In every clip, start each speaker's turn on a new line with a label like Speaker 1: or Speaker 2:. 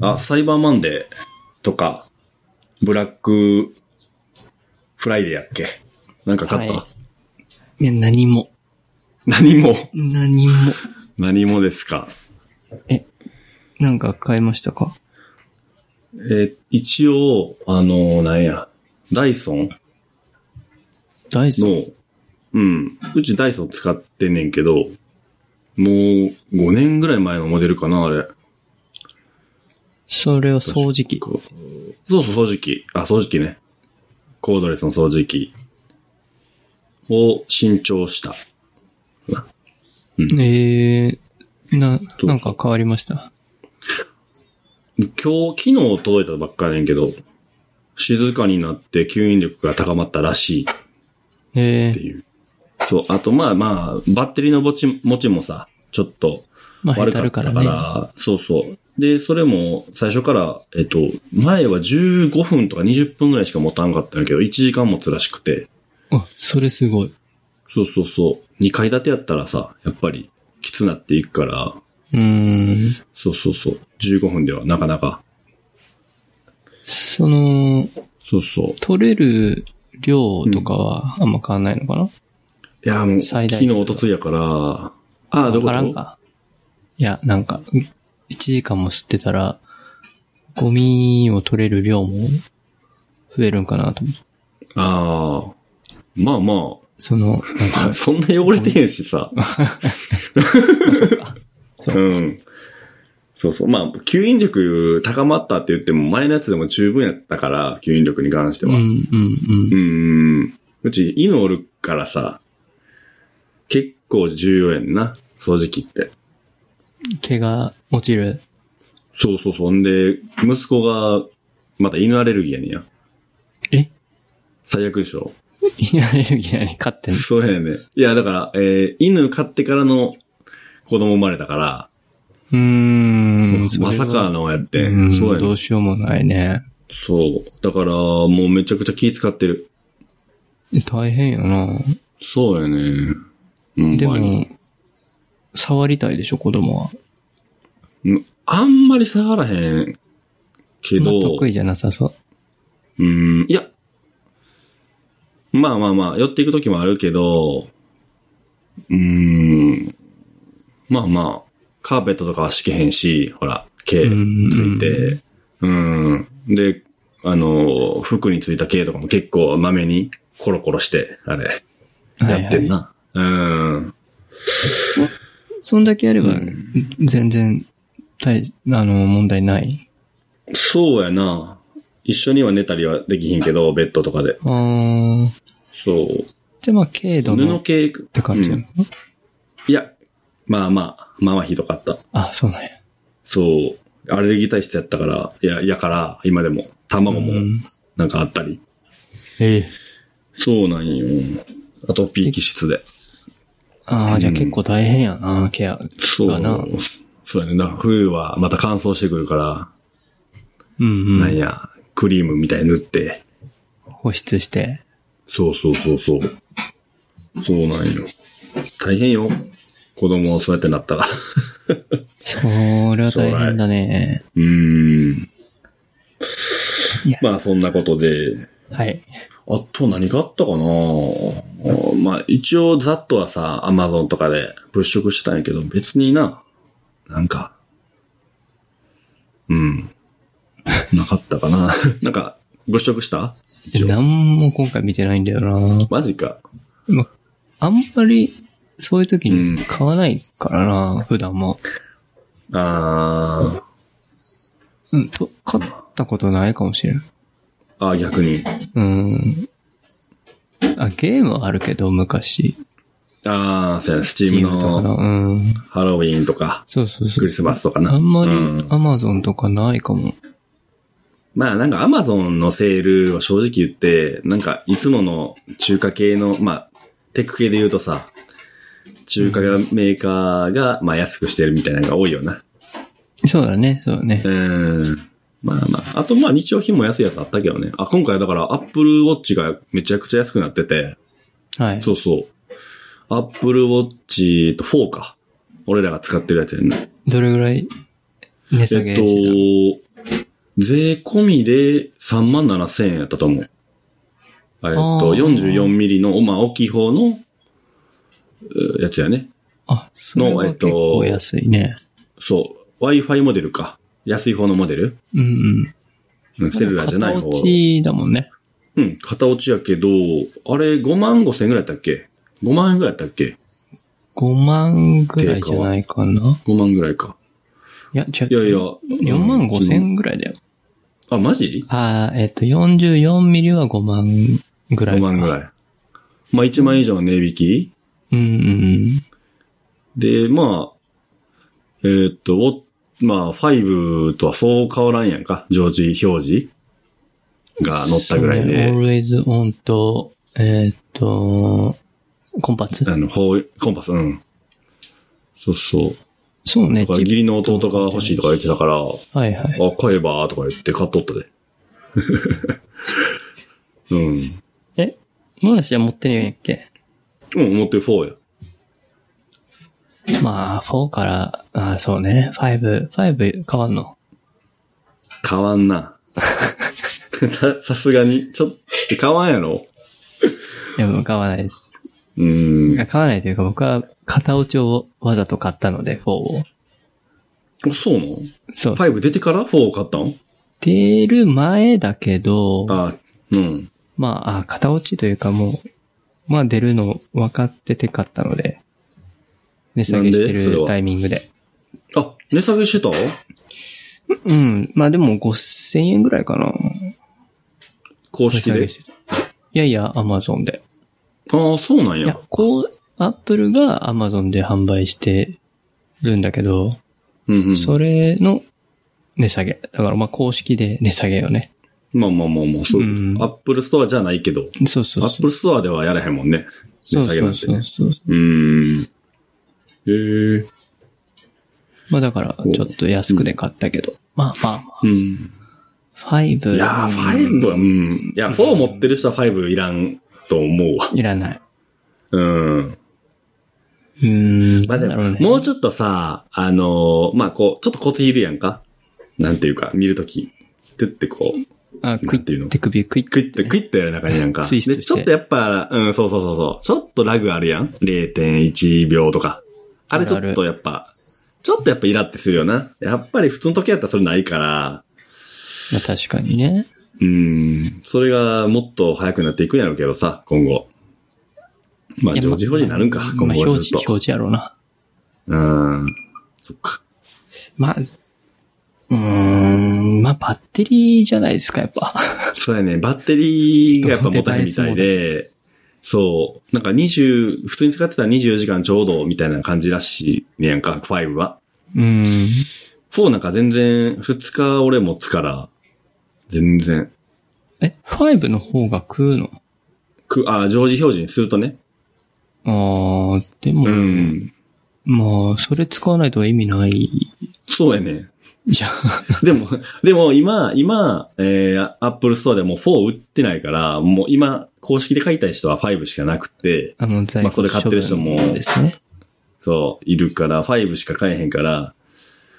Speaker 1: あ、サイバーマンデーとか、ブラックフライデーやっけなんか買った、
Speaker 2: はいや、何も。
Speaker 1: 何も、
Speaker 2: 何も。
Speaker 1: 何もですか。
Speaker 2: え、なんか買いましたか
Speaker 1: えー一応、あの、なんや、ダイソン
Speaker 2: ダイソン
Speaker 1: の、うん、うちダイソン使ってんねんけど、もう5年ぐらい前のモデルかな、あれ。
Speaker 2: それは掃除機。
Speaker 1: こうそうそう、掃除機。あ、掃除機ね。コードレスの掃除機を新調した。
Speaker 2: えー、な、
Speaker 1: う
Speaker 2: なんか変わりました。
Speaker 1: 今日、昨日届いたばっかりやねんけど、静かになって吸引力が高まったらしいっ
Speaker 2: え
Speaker 1: て
Speaker 2: ー、
Speaker 1: いう。そう、あとまあまあ、バッテリーの持ち、持ちもさ、ちょっと
Speaker 2: まあ、下
Speaker 1: 悪
Speaker 2: 手
Speaker 1: かっ
Speaker 2: るか
Speaker 1: たからら、
Speaker 2: ね。
Speaker 1: そうそう。で、それも最初から、えっと、前は15分とか20分ぐらいしか持たんかったんやけど、1時間持つらしくて、
Speaker 2: あ、それすごい。
Speaker 1: そうそうそう。2階建てやったらさ、やっぱりきつなっていくから、
Speaker 2: うーん。
Speaker 1: そうそうそう。15分ではなかなか。
Speaker 2: その、
Speaker 1: そうそう。い
Speaker 2: 取れる量とかはあんま変わんないのかな、
Speaker 1: や、もう、昨
Speaker 2: 最大
Speaker 1: 日、
Speaker 2: 数は
Speaker 1: おとついやから、ああ、ど
Speaker 2: わ
Speaker 1: こ
Speaker 2: からん
Speaker 1: と
Speaker 2: か。いや、なんか、1時間も吸ってたら、ゴミを取れる量も増えるんかなと思って。
Speaker 1: ああ。まあま
Speaker 2: その、なん
Speaker 1: あ、まあ、
Speaker 2: か、
Speaker 1: そんな汚れてへんしさ。うん。そうそう。まあ、吸引力高まったって言っても、前のやつでも十分やったから、吸引力に関して
Speaker 2: うん、
Speaker 1: は。
Speaker 2: う、
Speaker 1: うん
Speaker 2: うん。
Speaker 1: ん。うち、犬おるからさ、結構重要やんな、掃除機って。
Speaker 2: 毛が落ちる。
Speaker 1: そうそうそう。んで、息子が、また犬アレルギーやねんや。
Speaker 2: え
Speaker 1: 最悪でしょ
Speaker 2: 犬アレルギーなのに飼ってんの
Speaker 1: そうやね。いや、だから、えー犬飼ってからの子供生まれたから、
Speaker 2: うーん。それ
Speaker 1: ま
Speaker 2: は
Speaker 1: さかのやって。
Speaker 2: うん、
Speaker 1: そうや
Speaker 2: ど
Speaker 1: ね
Speaker 2: う。しようもないね。
Speaker 1: そう。だから、もうめちゃくちゃ気使ってる。
Speaker 2: 大変やな。
Speaker 1: そうやね。うん、
Speaker 2: で
Speaker 1: まあ
Speaker 2: も、触りたいでしょ、子供は。
Speaker 1: うんあんまり触らへんけ
Speaker 2: まあ
Speaker 1: ど、
Speaker 2: 得意じゃなさそう。
Speaker 1: うん、いや。まあまあまあ、寄っていくときもあるけど、うーん、まあまあ、カーペットとかは敷けへんし、ほら、毛ついて、うん、で、あの、服についた毛とかも結構まめにコロコロして、あれ、
Speaker 2: はいは
Speaker 1: や
Speaker 2: い
Speaker 1: ってんな。うん。
Speaker 2: そんだけやれば、全然、大、あの、問題ない。
Speaker 1: そうやな。一緒には寝たりはできひんけど、ベッドとかで。
Speaker 2: あー。
Speaker 1: そう。
Speaker 2: じゃあまあ、軽度の
Speaker 1: 布
Speaker 2: っ
Speaker 1: 系、って
Speaker 2: 感じなの、
Speaker 1: いや、まあまあ、まあまあひどかった。
Speaker 2: あ、そうなんや。
Speaker 1: そう。アレルギー体質やったから、いや、やから、今でも、卵も
Speaker 2: うん、
Speaker 1: なんかあったり。
Speaker 2: ええ。
Speaker 1: そうなんよ。アトピー気質で。
Speaker 2: ああ、じゃあ結構大変やな、ケア
Speaker 1: そう。
Speaker 2: がな。
Speaker 1: そうやね。だから冬はまた乾燥してくるから、
Speaker 2: うんう
Speaker 1: なん
Speaker 2: ん。
Speaker 1: や、クリームみたいに塗って。
Speaker 2: 保湿して。
Speaker 1: そうそうそうそう。そうなんよ。大変よ。子供はそうやってなったら。
Speaker 2: それは大変だね。
Speaker 1: うーん
Speaker 2: いや。
Speaker 1: まあそんなことで、
Speaker 2: はい。
Speaker 1: あと何があったかなまあ一応ざっとはさ、アマゾンとかで物色してたんやけど、別にな、なんか、うん。 なかったかな なんか、物色した一応。
Speaker 2: 何も今回見てないんだよな。
Speaker 1: マジか。
Speaker 2: まあんまり、そういう時に買わないからな、普段も。
Speaker 1: あ
Speaker 2: うん、と、買ったことないかもしれん。
Speaker 1: ー、あー逆に。
Speaker 2: うん。あ、ゲームはあるけど、昔。
Speaker 1: あー、そうやな、スチ
Speaker 2: チ
Speaker 1: ー
Speaker 2: ー
Speaker 1: ム
Speaker 2: ムと
Speaker 1: の
Speaker 2: かな。うん。
Speaker 1: ハロウィーンとか、
Speaker 2: そうそうそ
Speaker 1: ク
Speaker 2: う
Speaker 1: リ。スマスとかな。
Speaker 2: あんまり
Speaker 1: うん、
Speaker 2: アマゾンとかないかも。
Speaker 1: まあなんかアマゾンのセールは正直言って、なんかいつもの中華系の、まあテック系で言うとさ、中華メーカーが、まあ安くしてるみたいなのが多いよな。
Speaker 2: そうだね、そうだね
Speaker 1: う。ん。まあまあ。あとまあ日用品も安いやつあったけどね。あ、今回だからアップルウォッチがめちゃくちゃ安くなってて。
Speaker 2: はい。
Speaker 1: そうそう。アップルウォッチと4か。俺らが使ってるやつやんな。
Speaker 2: どれぐらい値下げ
Speaker 1: え
Speaker 2: してた、
Speaker 1: っと、税込みで3万7千円やったと思う。えっと、
Speaker 2: あー
Speaker 1: 44ミリの、まあ、大きい方の、うやつやね。
Speaker 2: あ、それは
Speaker 1: えっ
Speaker 2: 結
Speaker 1: と
Speaker 2: 構安いね。
Speaker 1: そう。Wi-Fi モデルか。安い方のモデル
Speaker 2: うんうん。
Speaker 1: うんセルラーじゃない方
Speaker 2: 片。落ちだもんね。
Speaker 1: うん、片落ちやけど、あれ5万5千円ぐらいやったっけ ?5 万円ぐらいやったっけ
Speaker 2: 5万ぐらいじゃないかな。
Speaker 1: ?5 万ぐらいか。
Speaker 2: いや、違
Speaker 1: いや
Speaker 2: う。
Speaker 1: いや。
Speaker 2: 4万5
Speaker 1: うん
Speaker 2: 千ぐらいだよ。
Speaker 1: あ、マジ
Speaker 2: ああ、えっ、と、44ミリは5万ぐらい
Speaker 1: ?5
Speaker 2: か。
Speaker 1: 万ぐらい。まあ、1万円以上の値引き
Speaker 2: うんうん。
Speaker 1: で、まあ、えーっと、ウォまあ、5とはそう変わらんやんか。常時表示が載ったぐらい
Speaker 2: そうね
Speaker 1: で。
Speaker 2: always on と、えっ、と、コンパス
Speaker 1: あの、ほうコンパス、うん。そうそう。
Speaker 2: そうね、
Speaker 1: だから義理の弟が欲しいとか言ってたから、あ、
Speaker 2: はいはい。
Speaker 1: 買えばとか言って買っとったで。うん。
Speaker 2: え、マーシは持ってるんやっけ
Speaker 1: うん、持ってる4や。
Speaker 2: まあ、4から、あそうね、5、5変わんの。
Speaker 1: 変わんな。 ささすがに、ちょっと変わんやろ。
Speaker 2: いや、もう買わないです。
Speaker 1: うん。
Speaker 2: 買わないというか、僕は片落ちをわざと買ったので、4を。
Speaker 1: あそうなの
Speaker 2: そう。
Speaker 1: ?5 出てから ?4 買ったん
Speaker 2: 出る前だけど、
Speaker 1: あ、うん。
Speaker 2: まあ、あ、片落ちというかもう、まあ出るの分かってて買ったので、値下げして
Speaker 1: なんでそれ
Speaker 2: る
Speaker 1: は
Speaker 2: タイミングで。
Speaker 1: あ、値下げしてた
Speaker 2: うん。まあでも5000円ぐらいかな。
Speaker 1: 公
Speaker 2: 値
Speaker 1: 式
Speaker 2: 下
Speaker 1: で
Speaker 2: げ。してた。いやいや、アマゾンで。
Speaker 1: ああ、そうなん
Speaker 2: いや
Speaker 1: や。、
Speaker 2: こう、アップルがアマゾンで販売してるんだけど、
Speaker 1: うんうん。
Speaker 2: それの値下げ。だからまあ公式で値下げよね。
Speaker 1: まあまあまあまあ、そう。
Speaker 2: うん
Speaker 1: アップルストアじゃないけど、
Speaker 2: そうそ
Speaker 1: ア
Speaker 2: う
Speaker 1: ッ
Speaker 2: そ
Speaker 1: プ
Speaker 2: う。
Speaker 1: ルストアではやらへんもんね。
Speaker 2: そう
Speaker 1: 値下げ
Speaker 2: そ
Speaker 1: なん
Speaker 2: う
Speaker 1: て
Speaker 2: そう
Speaker 1: ね。う
Speaker 2: そう。
Speaker 1: ーん。ええー。
Speaker 2: まあだから、ちょっと安くで買ったけど。まあまあまあ。
Speaker 1: うん。
Speaker 2: 5。
Speaker 1: いやー、5は、うん。いや、4持ってる人は5いらんと思うわ。
Speaker 2: いらない。
Speaker 1: うん。
Speaker 2: うーん。
Speaker 1: まあ
Speaker 2: な
Speaker 1: で
Speaker 2: んだろう
Speaker 1: も、
Speaker 2: ね。
Speaker 1: もうちょっとさ、あのーまあこう、ちょっとコツいるやんかなんていうか、見るとき。ってってこう、
Speaker 2: あ、クイ
Speaker 1: なんていう
Speaker 2: ッ
Speaker 1: の
Speaker 2: て首、クイッ
Speaker 1: クイッて、クイッてやる中になんか。
Speaker 2: ツイスト
Speaker 1: で、
Speaker 2: して
Speaker 1: ちょっとやっぱ、うん、そうそうそうそう。ちょっとラグあるやん ?0.1 秒とか。あれちょ
Speaker 2: ある
Speaker 1: っ
Speaker 2: ある
Speaker 1: とやっぱ、ちょっとやっぱイラってするよな。やっぱり普通の時やったらそれないから、
Speaker 2: まあ確かにね。
Speaker 1: うん、それがもっと早くなっていくんやろうけどさ、今後。まあ、
Speaker 2: いや
Speaker 1: 常時表示になるんか、
Speaker 2: まあ
Speaker 1: 今
Speaker 2: まあ
Speaker 1: 後は
Speaker 2: 表
Speaker 1: ずっ
Speaker 2: 示、
Speaker 1: と。
Speaker 2: 表示やろうな。
Speaker 1: うん。そっか。
Speaker 2: まあ、うーん、まあバッテリーじゃないですか、やっぱ。
Speaker 1: そうやね、バッテリーがやっぱ持たへんみたいで、そう。なんか20、普通に使ってたら24時間ちょうどみたいな感じらしいねやんか、5は。
Speaker 2: うーん。
Speaker 1: 4なんか全然、2日俺持つから、全然。
Speaker 2: え、5の方が食うの
Speaker 1: く、あ、常時表示にするとね。
Speaker 2: あー、でも、
Speaker 1: うん。
Speaker 2: まあ、それ使わないとは意味ない
Speaker 1: そうやね。
Speaker 2: じゃん。
Speaker 1: でも、 でも今、今、えー、Apple Store でもう4売ってないから、もう今、公式で買いたい人は5しかなくて、
Speaker 2: あの、在庫
Speaker 1: まあそれ買ってる人も
Speaker 2: 処分ですね。
Speaker 1: そう、いるから、5しか買えへんから、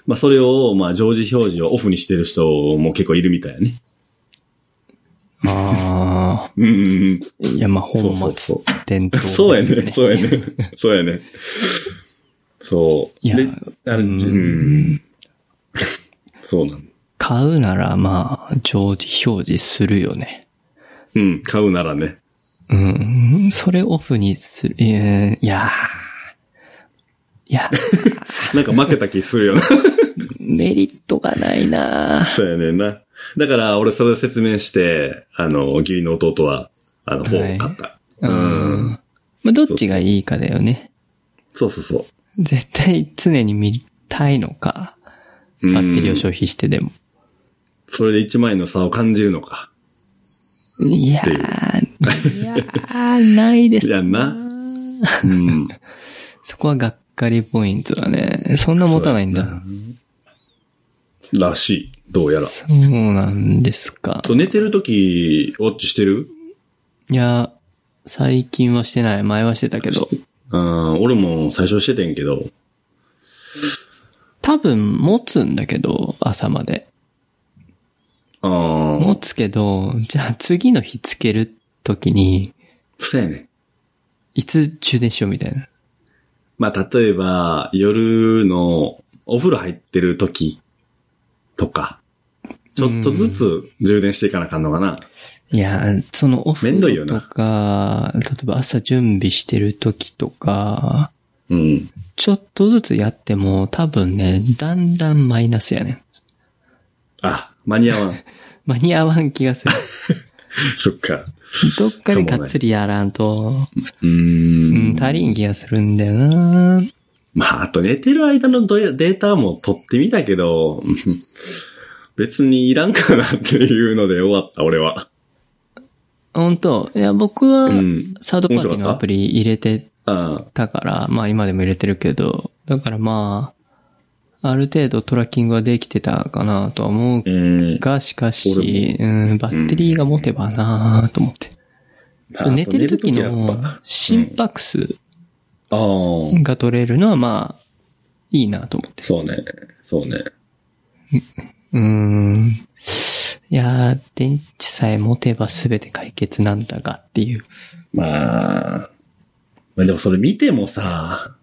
Speaker 1: まあそれを、まあ常時表示をオフにしてる人も結構いるみたいやね。
Speaker 2: あ
Speaker 1: うんうんうん。
Speaker 2: ー、いや、まあ本
Speaker 1: そうそ
Speaker 2: 末
Speaker 1: うそう
Speaker 2: 伝統です
Speaker 1: そう
Speaker 2: よ
Speaker 1: や
Speaker 2: ね。
Speaker 1: ね。そうやね。そうやね。そう。
Speaker 2: いや
Speaker 1: で、あれ、
Speaker 2: うん
Speaker 1: うん。そうなの。
Speaker 2: 買うなら、まあ、常時表示するよね。
Speaker 1: うん、買うならね。
Speaker 2: うん、それオフにする、えーいやーいや、
Speaker 1: なんか負けた気する よな。
Speaker 2: メリットがないな
Speaker 1: そうやねんな。だから、俺それを説明して、あの、義理の弟は、あの、本を買った。
Speaker 2: う
Speaker 1: うん。
Speaker 2: ん。まあ、どっちがいいかだよね。
Speaker 1: そうそうそう。
Speaker 2: 絶対常に見たいのか、
Speaker 1: うん
Speaker 2: バッテリーを消費してでも。
Speaker 1: それで1万円の差を感じるのか。
Speaker 2: いやー、いやー、ないです。
Speaker 1: いやんな。うん。
Speaker 2: そこはがっかりポイントだね。そんな持たないんだ。
Speaker 1: らしい。どうやら。
Speaker 2: そうなんですか。
Speaker 1: そう寝てるとき、ウォッチしてる
Speaker 2: いや、最近はしてない。前はしてたけど。
Speaker 1: うん、俺も最初しててんけど。
Speaker 2: 多分持つんだけど、朝まで。
Speaker 1: あー。
Speaker 2: 持つけど、じゃあ次の日つけるときに、
Speaker 1: そうやね。
Speaker 2: いつ充電しようみたいな。
Speaker 1: まあ、例えば、夜のお風呂入ってる時とか、ちょっとずつ充電していかなあかんのかな。
Speaker 2: いや、そのオフ
Speaker 1: めんどいよな
Speaker 2: とか、例えば朝準備してるときとか、
Speaker 1: うん。
Speaker 2: ちょっとずつやっても多分ね、だんだんマイナスやねん。
Speaker 1: あ、間に合わん。
Speaker 2: 間に合わん気がする。
Speaker 1: そっか。
Speaker 2: どっかでがっつりやらんと、
Speaker 1: う
Speaker 2: う
Speaker 1: ーん。
Speaker 2: ん、足りん気がするんだよな
Speaker 1: まあ、あと寝てる間のドヤデータも取ってみたけど、うん別にいらんかなっていうので終わった、俺は。
Speaker 2: 本当いや、僕は
Speaker 1: うん、
Speaker 2: サードパーティーのアプリ入れて
Speaker 1: あ
Speaker 2: たから、まあ今でも入れてるけど、だからまあ、ある程度トラッキングはできてたかなとは思う
Speaker 1: あうん。
Speaker 2: が、しかし
Speaker 1: 俺、
Speaker 2: うん、バッテリーが持てばなと思って。
Speaker 1: まあ
Speaker 2: 寝てる時
Speaker 1: あと寝る時はやっ
Speaker 2: の
Speaker 1: ぱ
Speaker 2: 心拍数
Speaker 1: あー
Speaker 2: が取れるのはまあ、いいなと思って。
Speaker 1: そうね。そうね。
Speaker 2: うん。いやー、電池さえ持てば全て解決なんだがっていう。
Speaker 1: まあ、まあでもそれ見てもさ、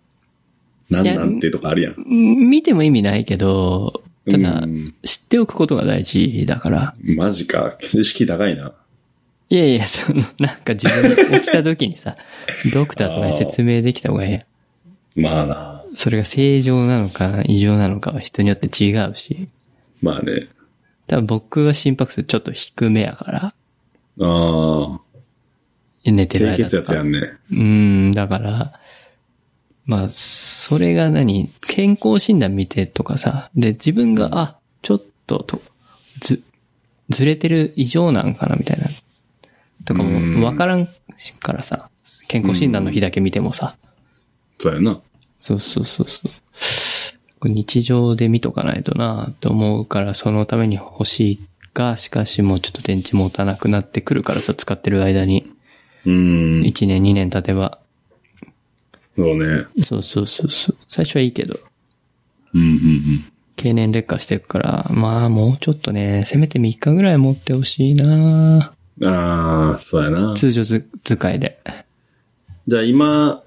Speaker 1: なんなんていうとこあるやん。
Speaker 2: うん見ても意味ないけど、ただ
Speaker 1: う、ん
Speaker 2: 知っておくことが大事だから。
Speaker 1: マジか。意識高いな。
Speaker 2: いやいや、その、なんか自分が起きた時 にさ、ドクターとかに説明できた方がいいやん。
Speaker 1: まあな。
Speaker 2: それが正常なのか異常なのかは人によって違うし。
Speaker 1: まあね。
Speaker 2: 多分僕は心拍数ちょっと低めやから、
Speaker 1: ああ。
Speaker 2: 寝てる
Speaker 1: 低
Speaker 2: 間
Speaker 1: 血
Speaker 2: と
Speaker 1: 圧
Speaker 2: か。
Speaker 1: やんね。
Speaker 2: うん、だから、まあ、それが何健康診断見てとかさ、で、自分が、あ、ちょっと、と、ず、ずれてる異常なんかなみたいな。とか
Speaker 1: うん
Speaker 2: も、わからんからさ、健康診断の日だけ見てもさ、
Speaker 1: そうやな。
Speaker 2: そうそうそうそう。これ日常で見とかないとなと思うから、そのために欲しいが、しかしもうちょっと電池持たなくなってくるからさ、使ってる間に。
Speaker 1: うん。
Speaker 2: 1年2年経てば。
Speaker 1: そうね。
Speaker 2: そうそうそうそう。最初はいいけど、
Speaker 1: うんうん
Speaker 2: 経年劣化していくから、まあもうちょっとね、せめて3日ぐらい持ってほしいな
Speaker 1: うん。ああ、そうやな。
Speaker 2: 通常ず使いで。
Speaker 1: じゃあ今、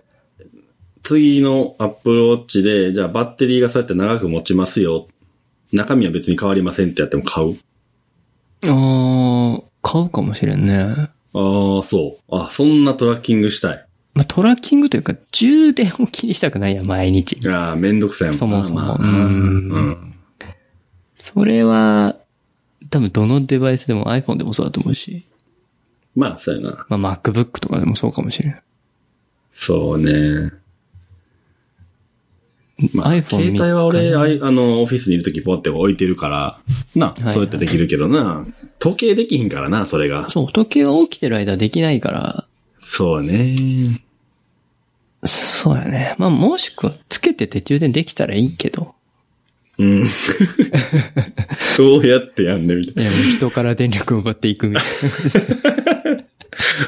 Speaker 1: 次のアップルウォッチで、じゃあバッテリーがそうやって長く持ちますよ。中身は別に変わりませんってやっても買う
Speaker 2: あー、買うかもしれんね。
Speaker 1: ああ、そう。あ、そんなトラッキングしたい。
Speaker 2: まあトラッキングというか、充電を気にしたくないやん、毎日。
Speaker 1: ああ、めんどくさいもん
Speaker 2: そもそも
Speaker 1: まあ
Speaker 2: うん
Speaker 1: うん。
Speaker 2: それは、多分どのデバイスでも iPhone でもそうだと思うし、
Speaker 1: まあ、そうやな。
Speaker 2: まあ MacBook とかでもそうかもしれん。
Speaker 1: そうね。まあ、
Speaker 2: iPhone
Speaker 1: 携帯は俺、あいあの、オフィスにいるときポって置いてるから、な、
Speaker 2: いはい
Speaker 1: そうやってできるけどな、時計できひんからな、それが。
Speaker 2: そう、時計は起きてる間できないから、
Speaker 1: そうね。
Speaker 2: そうやね。まあもしくはつけてて充電できたらいいけど。
Speaker 1: うん。どうやってやんねんみたい
Speaker 2: いや、もう人から電力を奪っていくみたい
Speaker 1: な。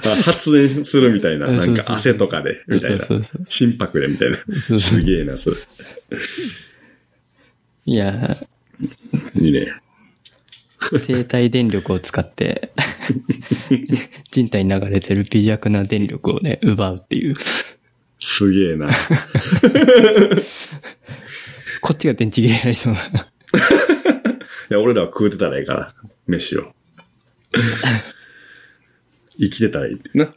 Speaker 1: あ発電するみたいな。
Speaker 2: うん
Speaker 1: なん
Speaker 2: そうそうそ
Speaker 1: か
Speaker 2: う
Speaker 1: 汗とかで、
Speaker 2: な。
Speaker 1: みたいな
Speaker 2: そ。うそうそう。
Speaker 1: 心拍でみたいな。
Speaker 2: そうそう
Speaker 1: すげえな、それ。
Speaker 2: いや、
Speaker 1: いいね。
Speaker 2: 生体電力を使 って、人体に流れてる微弱な電力をね、奪うっていう。
Speaker 1: すげえな。
Speaker 2: こっちが電池切れになりそうな。
Speaker 1: いや、俺らは食うてたらいいから、飯を。 生きてたらいいってな。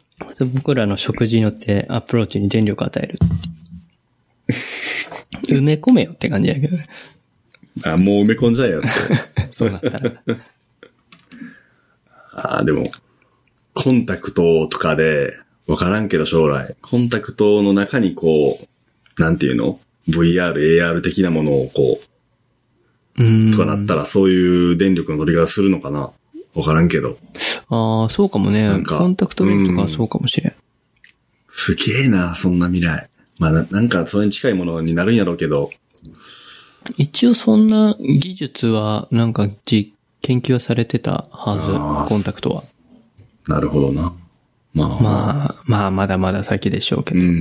Speaker 2: 僕らの食事によってアプローチに電力を与える。埋め込めよって感じやけどね。
Speaker 1: あ、もう埋め込んじゃえよって。
Speaker 2: そうなった ら。
Speaker 1: あ、でも、コンタクトとかで、わからんけど将来、コンタクトの中にこう、なんていうの ?VR、AR 的なものをこう、
Speaker 2: うん
Speaker 1: と。かなったら、そういう電力の取り方するのかなわからんけど。
Speaker 2: ああ、そうかもね
Speaker 1: なん。か
Speaker 2: コンタクトビーとかはそうかもしれん。
Speaker 1: すげえな、そんな未来。まあ、ななんかそれに近いものになるんやろうけど、
Speaker 2: 一応そんな技術は、なんか実、研究はされてたは
Speaker 1: あ
Speaker 2: ず、
Speaker 1: ー
Speaker 2: コンタクトは。
Speaker 1: なるほどな。まあ、
Speaker 2: まあ、まあ、まだまだ先でしょうけ
Speaker 1: う
Speaker 2: ど。
Speaker 1: ん、う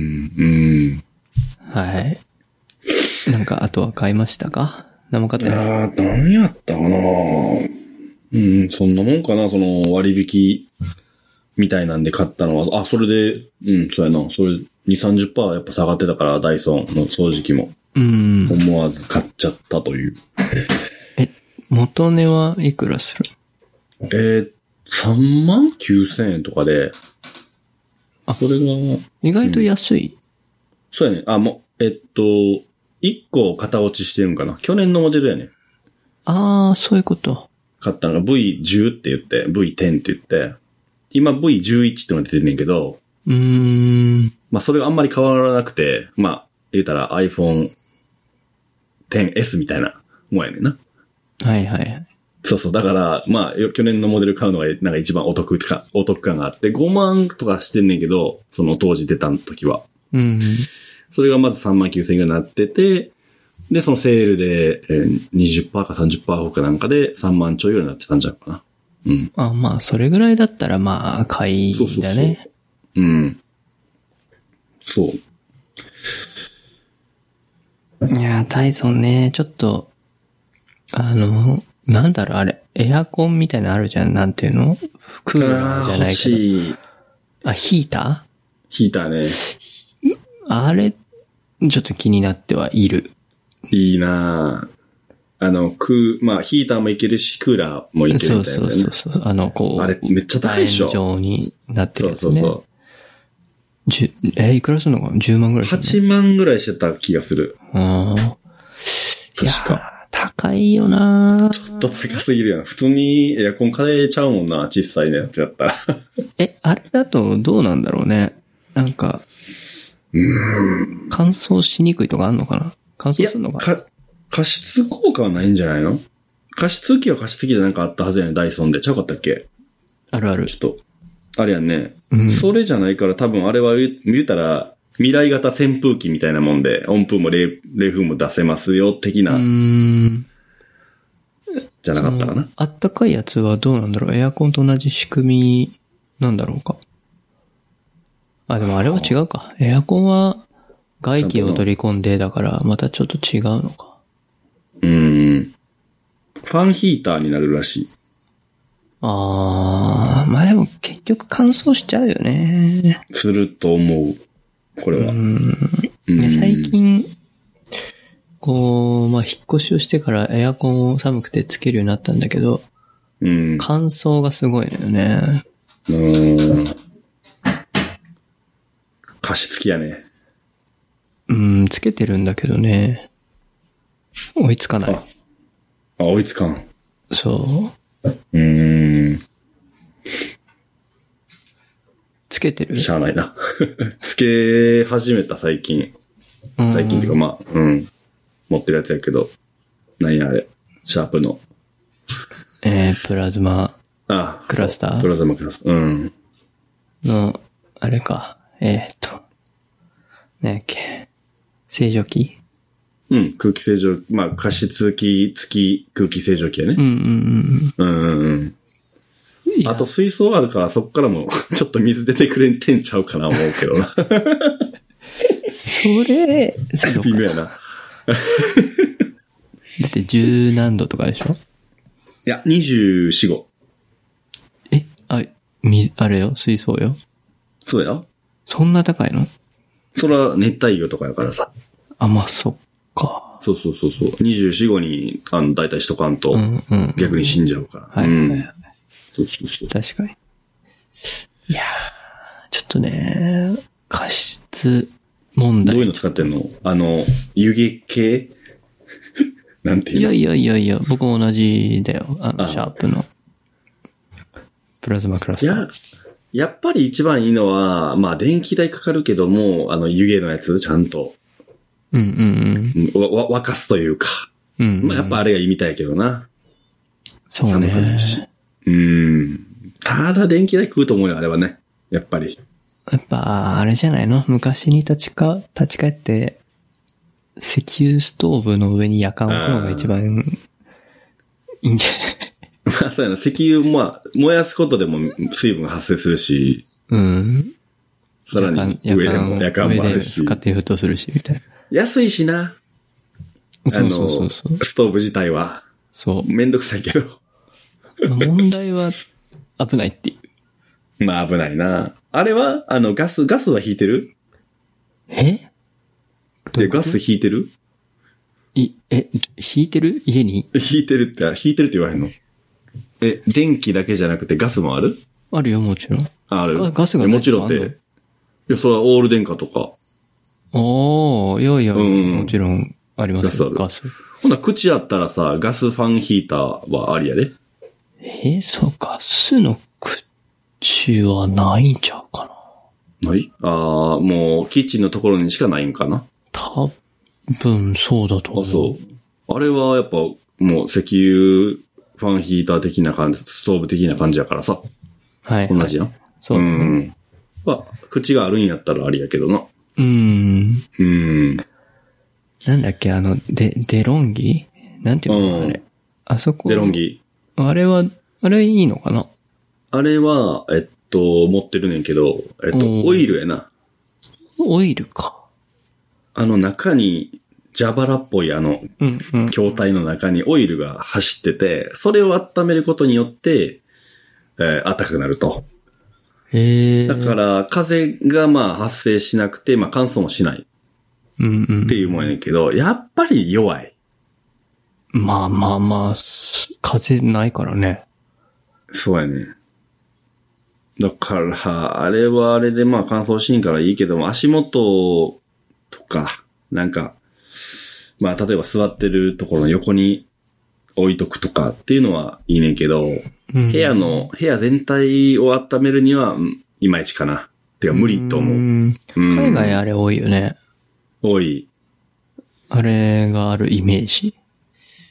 Speaker 1: ん。
Speaker 2: はい。なんか、あとは買いましたか何も買ってない。
Speaker 1: ああ、何やったかなうん、そんなもんかな、その割引みたいなんで買ったのは。あ、それで、うん、そうやな。それ、2、30%やっぱ下がってたから、ダイソンの掃除機も。
Speaker 2: うん。
Speaker 1: 思わず買っちゃったという。
Speaker 2: え、元値はいくらする
Speaker 1: えー、3万9000円とかで、
Speaker 2: あ
Speaker 1: それが、
Speaker 2: 意外と安い。
Speaker 1: そうやね。あ、もう、えっと、1個型落ちしてるんかな。去年のモデルやね。
Speaker 2: ああ、そういうこと。
Speaker 1: 買ったのが V10 って言って、V10 って言って、今 V11 ってのが出てんねんけど、
Speaker 2: うーん。
Speaker 1: まあそれがあんまり変わらなくて、まあ言うたら iPhone XS みたいなもんやねんな。
Speaker 2: はいはいはい。
Speaker 1: そうそう。だから、まあ、よ去年のモデル買うのが、なんか一番お得か、お得感があって、5万とかしてんねんけど、その当時出た時は。
Speaker 2: うん。
Speaker 1: それがまず3万9000円になってて、で、そのセールで、えー20%か30%オフかなんかで3万ちょいぐらいになってたんじゃないかな。うん。
Speaker 2: あまあ、それぐらいだったら、まあ、買
Speaker 1: そうそうそ
Speaker 2: いうだね。
Speaker 1: うん。そう。
Speaker 2: いやー、ダイソンね、ちょっと、あの、なんだろう、あれ、エアコンみたいなのあるじゃん、なんていうのクーラーじゃ
Speaker 1: 欲
Speaker 2: ないけど。
Speaker 1: しい。
Speaker 2: あ、ヒータ
Speaker 1: ヒーターね。
Speaker 2: ーあれ、ちょっと気になってはいる。
Speaker 1: いいなぁあの、クー、まあ、ヒーターもいけるし、クーラーもいける
Speaker 2: そ
Speaker 1: み
Speaker 2: う
Speaker 1: たいな
Speaker 2: そ
Speaker 1: やつ
Speaker 2: う
Speaker 1: や
Speaker 2: そ
Speaker 1: ね
Speaker 2: う。そう。あの、こう、
Speaker 1: あれ、めっちゃ高い
Speaker 2: 楕
Speaker 1: でし
Speaker 2: 円
Speaker 1: ょ。
Speaker 2: 状になってる
Speaker 1: そうそ
Speaker 2: やつ
Speaker 1: う
Speaker 2: ね。
Speaker 1: そう。
Speaker 2: じゅえーいくらするのかな ?10 万ぐらいする
Speaker 1: 8
Speaker 2: の
Speaker 1: 万ぐらいしてた気がする。
Speaker 2: ああ。
Speaker 1: 確か
Speaker 2: いやー。高いよな
Speaker 1: ちょっと高すぎるやん。普通にエアコン買えちゃうもんな、小さいのやつやったら。
Speaker 2: え、あれだとどうなんだろうね。なんか、乾燥しにくいとかあんのかな乾
Speaker 1: い
Speaker 2: 燥
Speaker 1: や
Speaker 2: するの、かな
Speaker 1: か、加湿効果はないんじゃないの加湿器は加湿器でなんかあったはずやねダイソンで。ちゃうかったっけ
Speaker 2: あるある。
Speaker 1: ちょっと。あれやんね。
Speaker 2: うん
Speaker 1: それじゃないから多分あれは言う言うたら、未来型扇風機みたいなもんで、温風も冷冷風も出せますよ、的
Speaker 2: うー
Speaker 1: な、
Speaker 2: ん。
Speaker 1: じゃなかったかな。
Speaker 2: あったかいやつはどうなんだろうエアコンと同じ仕組みなんだろうかあ、でもあれは違うか。エアコンは外気を取り込んでだから、またちょっと違うのか。
Speaker 1: うん。ファンヒーターになるらしい。
Speaker 2: あー、まあでも結局乾燥しちゃうよね。
Speaker 1: すると思う。これは。うん
Speaker 2: で、最近、こう、まあ、引っ越しをしてからエアコンを寒くてつけるようになったんだけど、
Speaker 1: うん。
Speaker 2: 乾燥がすごいのよね。
Speaker 1: うーん。加湿器やね。
Speaker 2: うん、つけてるんだけどね。追いつかない
Speaker 1: あ。あ、追いつかん。
Speaker 2: そう。
Speaker 1: うーん。
Speaker 2: つけてる
Speaker 1: しゃあない な。つけ始めた最近。
Speaker 2: うん
Speaker 1: 最近っていうかまあ、うん。持ってるやつやけど。何やあれ。シャープの。
Speaker 2: えー、プラズマ
Speaker 1: あ
Speaker 2: クラスタ
Speaker 1: プ
Speaker 2: ー
Speaker 1: ラザマクラス。うん。
Speaker 2: の、あれか。えーっと。なんやっけ。清浄機
Speaker 1: うん。空気清浄、まあ、加湿器付き空気清浄機や
Speaker 2: う
Speaker 1: ね。
Speaker 2: んうん
Speaker 1: うん。う
Speaker 2: うん
Speaker 1: んうん。
Speaker 2: うん。
Speaker 1: あと水槽あるから、そっからも、 ちょっと水出てくれんてんちゃうかな、思うけど な。
Speaker 2: それ、そう
Speaker 1: 微
Speaker 2: か
Speaker 1: 妙やな。
Speaker 2: だって十何度とかでしょ
Speaker 1: いや、24、5。
Speaker 2: え、あ、み、あれよ、水槽よ。
Speaker 1: そうだよ。
Speaker 2: そんな高いの
Speaker 1: それは熱帯魚とかやからさ。
Speaker 2: あ、まあ、そっか。
Speaker 1: そうそうそうそう。24、5に、あの、大体しとかんと
Speaker 2: う、んうん。
Speaker 1: 逆に死んじゃうから。
Speaker 2: はい
Speaker 1: うん。そうそうそう。
Speaker 2: 確かに。いやー、ちょっとね、過失問
Speaker 1: どう
Speaker 2: 題。
Speaker 1: いうの使ってんのあの、湯気系なんて
Speaker 2: い
Speaker 1: いう
Speaker 2: や
Speaker 1: の
Speaker 2: いやいやいや、僕も同じだよ。あの、
Speaker 1: あ
Speaker 2: シャープの。プラズマクラス
Speaker 1: い
Speaker 2: タ
Speaker 1: や
Speaker 2: ー。、
Speaker 1: やっぱり一番いいのは、まあ、電気代かかるけども、あの、湯気のやつ、ちゃんと、
Speaker 2: うんうん
Speaker 1: うんわ、わ、沸かすというか。
Speaker 2: うん。うん、うん。
Speaker 1: まあ、やっぱあれがいいみたいやけどな。
Speaker 2: そう
Speaker 1: 寒くな
Speaker 2: ね
Speaker 1: い。しうん。ただ電気代食うと思うよ、あれはね。やっぱり。
Speaker 2: やっぱ、あれじゃないの昔に立ちか、立ち返って、石油ストーブの上に夜間を置くのが一番、いいんじゃない
Speaker 1: まあ、そうやな。石油、まあ、燃やすことでも水分が発生するし、
Speaker 2: うん。
Speaker 1: さらに
Speaker 2: 夜
Speaker 1: 上で
Speaker 2: 間
Speaker 1: も、夜間もあるし
Speaker 2: 上で。勝手に沸騰するし、みたい
Speaker 1: 安いしな。
Speaker 2: な。
Speaker 1: あ
Speaker 2: そう
Speaker 1: の、
Speaker 2: そうそうそう。
Speaker 1: ストーブ自体は。
Speaker 2: そう。
Speaker 1: めんどくさいけど。
Speaker 2: 問題は危ないっていう。
Speaker 1: まあ危ないな。あれはあの、ガス、ガスは引いてる
Speaker 2: えどうい
Speaker 1: え
Speaker 2: うこ
Speaker 1: ガ
Speaker 2: と
Speaker 1: ス引いてる
Speaker 2: い、え、引いてる家に
Speaker 1: 引いてるって、引いてるって言わへんのえ、電気だけじゃなくてガスもある
Speaker 2: あるよ、もちろん。
Speaker 1: ある。
Speaker 2: ガガスが
Speaker 1: え
Speaker 2: ない
Speaker 1: もちろんって。
Speaker 2: あんの
Speaker 1: いや、それはオール電化とか。
Speaker 2: おー、いやいや、
Speaker 1: うん
Speaker 2: もちろんありますよ、ガ
Speaker 1: ガ
Speaker 2: ス。
Speaker 1: ほんなら口やったらさ、ガスファンヒーターはありやで。
Speaker 2: えーそう、ガスの口はないんちゃうかな。
Speaker 1: ないああ、もう、キッチンのところにしかないんかな。
Speaker 2: 多分、そうだと
Speaker 1: あ、
Speaker 2: 思う。
Speaker 1: そう。あれはやっぱ、もう石油ファンヒーター的な感じ、ストーブ的な感じやからさ、
Speaker 2: はい。
Speaker 1: 同じやん。
Speaker 2: そう
Speaker 1: う
Speaker 2: だね。
Speaker 1: ん。まあ、口があるんやったらありやけどな。
Speaker 2: うん。
Speaker 1: うん。
Speaker 2: なんだっけ、あの、で、デロンギなんていうの、
Speaker 1: うん
Speaker 2: あれ。あそこ。
Speaker 1: デロンギ。
Speaker 2: あれは、あれいいのかな
Speaker 1: あれは、えっと、持ってるねんけど、えっ
Speaker 2: うん
Speaker 1: と、オイルやな。
Speaker 2: オイルか。
Speaker 1: あの中に、蛇腹っぽいあの、
Speaker 2: うん、うん。
Speaker 1: 筐体の中にオイルが走ってて、それを温めることによって、えー、暖かくなると。
Speaker 2: へえ。
Speaker 1: だから、風がまあ発生しなくて、まあ乾燥もしない
Speaker 2: うん、うん
Speaker 1: って。いうもんやねんけど、やっぱり弱い。
Speaker 2: まあまあまあ、す風ないからね。
Speaker 1: そうやね。だから、あれはあれでまあ乾燥しんからいいけども、足元とか、なんか、まあ例えば座ってるところの横に置いとくとかっていうのはいいねんけど、
Speaker 2: うん
Speaker 1: 部屋の、部屋全体を温めるには、うんいまいちかな。てか無理と思う。
Speaker 2: ん
Speaker 1: うん
Speaker 2: 海外あれ多いよね。
Speaker 1: 多い。
Speaker 2: あれがあるイメージ。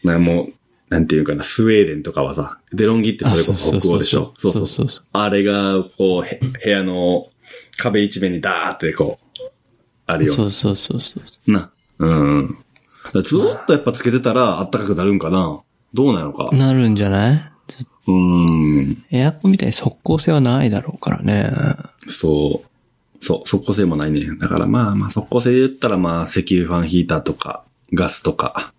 Speaker 1: なんかもう、なんていうかな、スウェーデンとかはさ、デロンギってそれこそ
Speaker 2: あ
Speaker 1: 北欧でしょ。
Speaker 2: そ
Speaker 1: そうう
Speaker 2: そ
Speaker 1: そうう
Speaker 2: そ
Speaker 1: そうう。あれが、こう、へ部屋の壁一面にダーってこう、あるよ。
Speaker 2: そうそうそうそう。
Speaker 1: な。うんうん。だからずーっとやっぱつけてたら暖かくなるんかなどうなのか。
Speaker 2: なるんじゃな
Speaker 1: うーん。
Speaker 2: いエアコンみたいに即効性はないだろうからね。
Speaker 1: そう。そう、即効性もないね。だからまあまあ、即効性で言ったらまあ、石油ファンヒーターとか、ガスとか、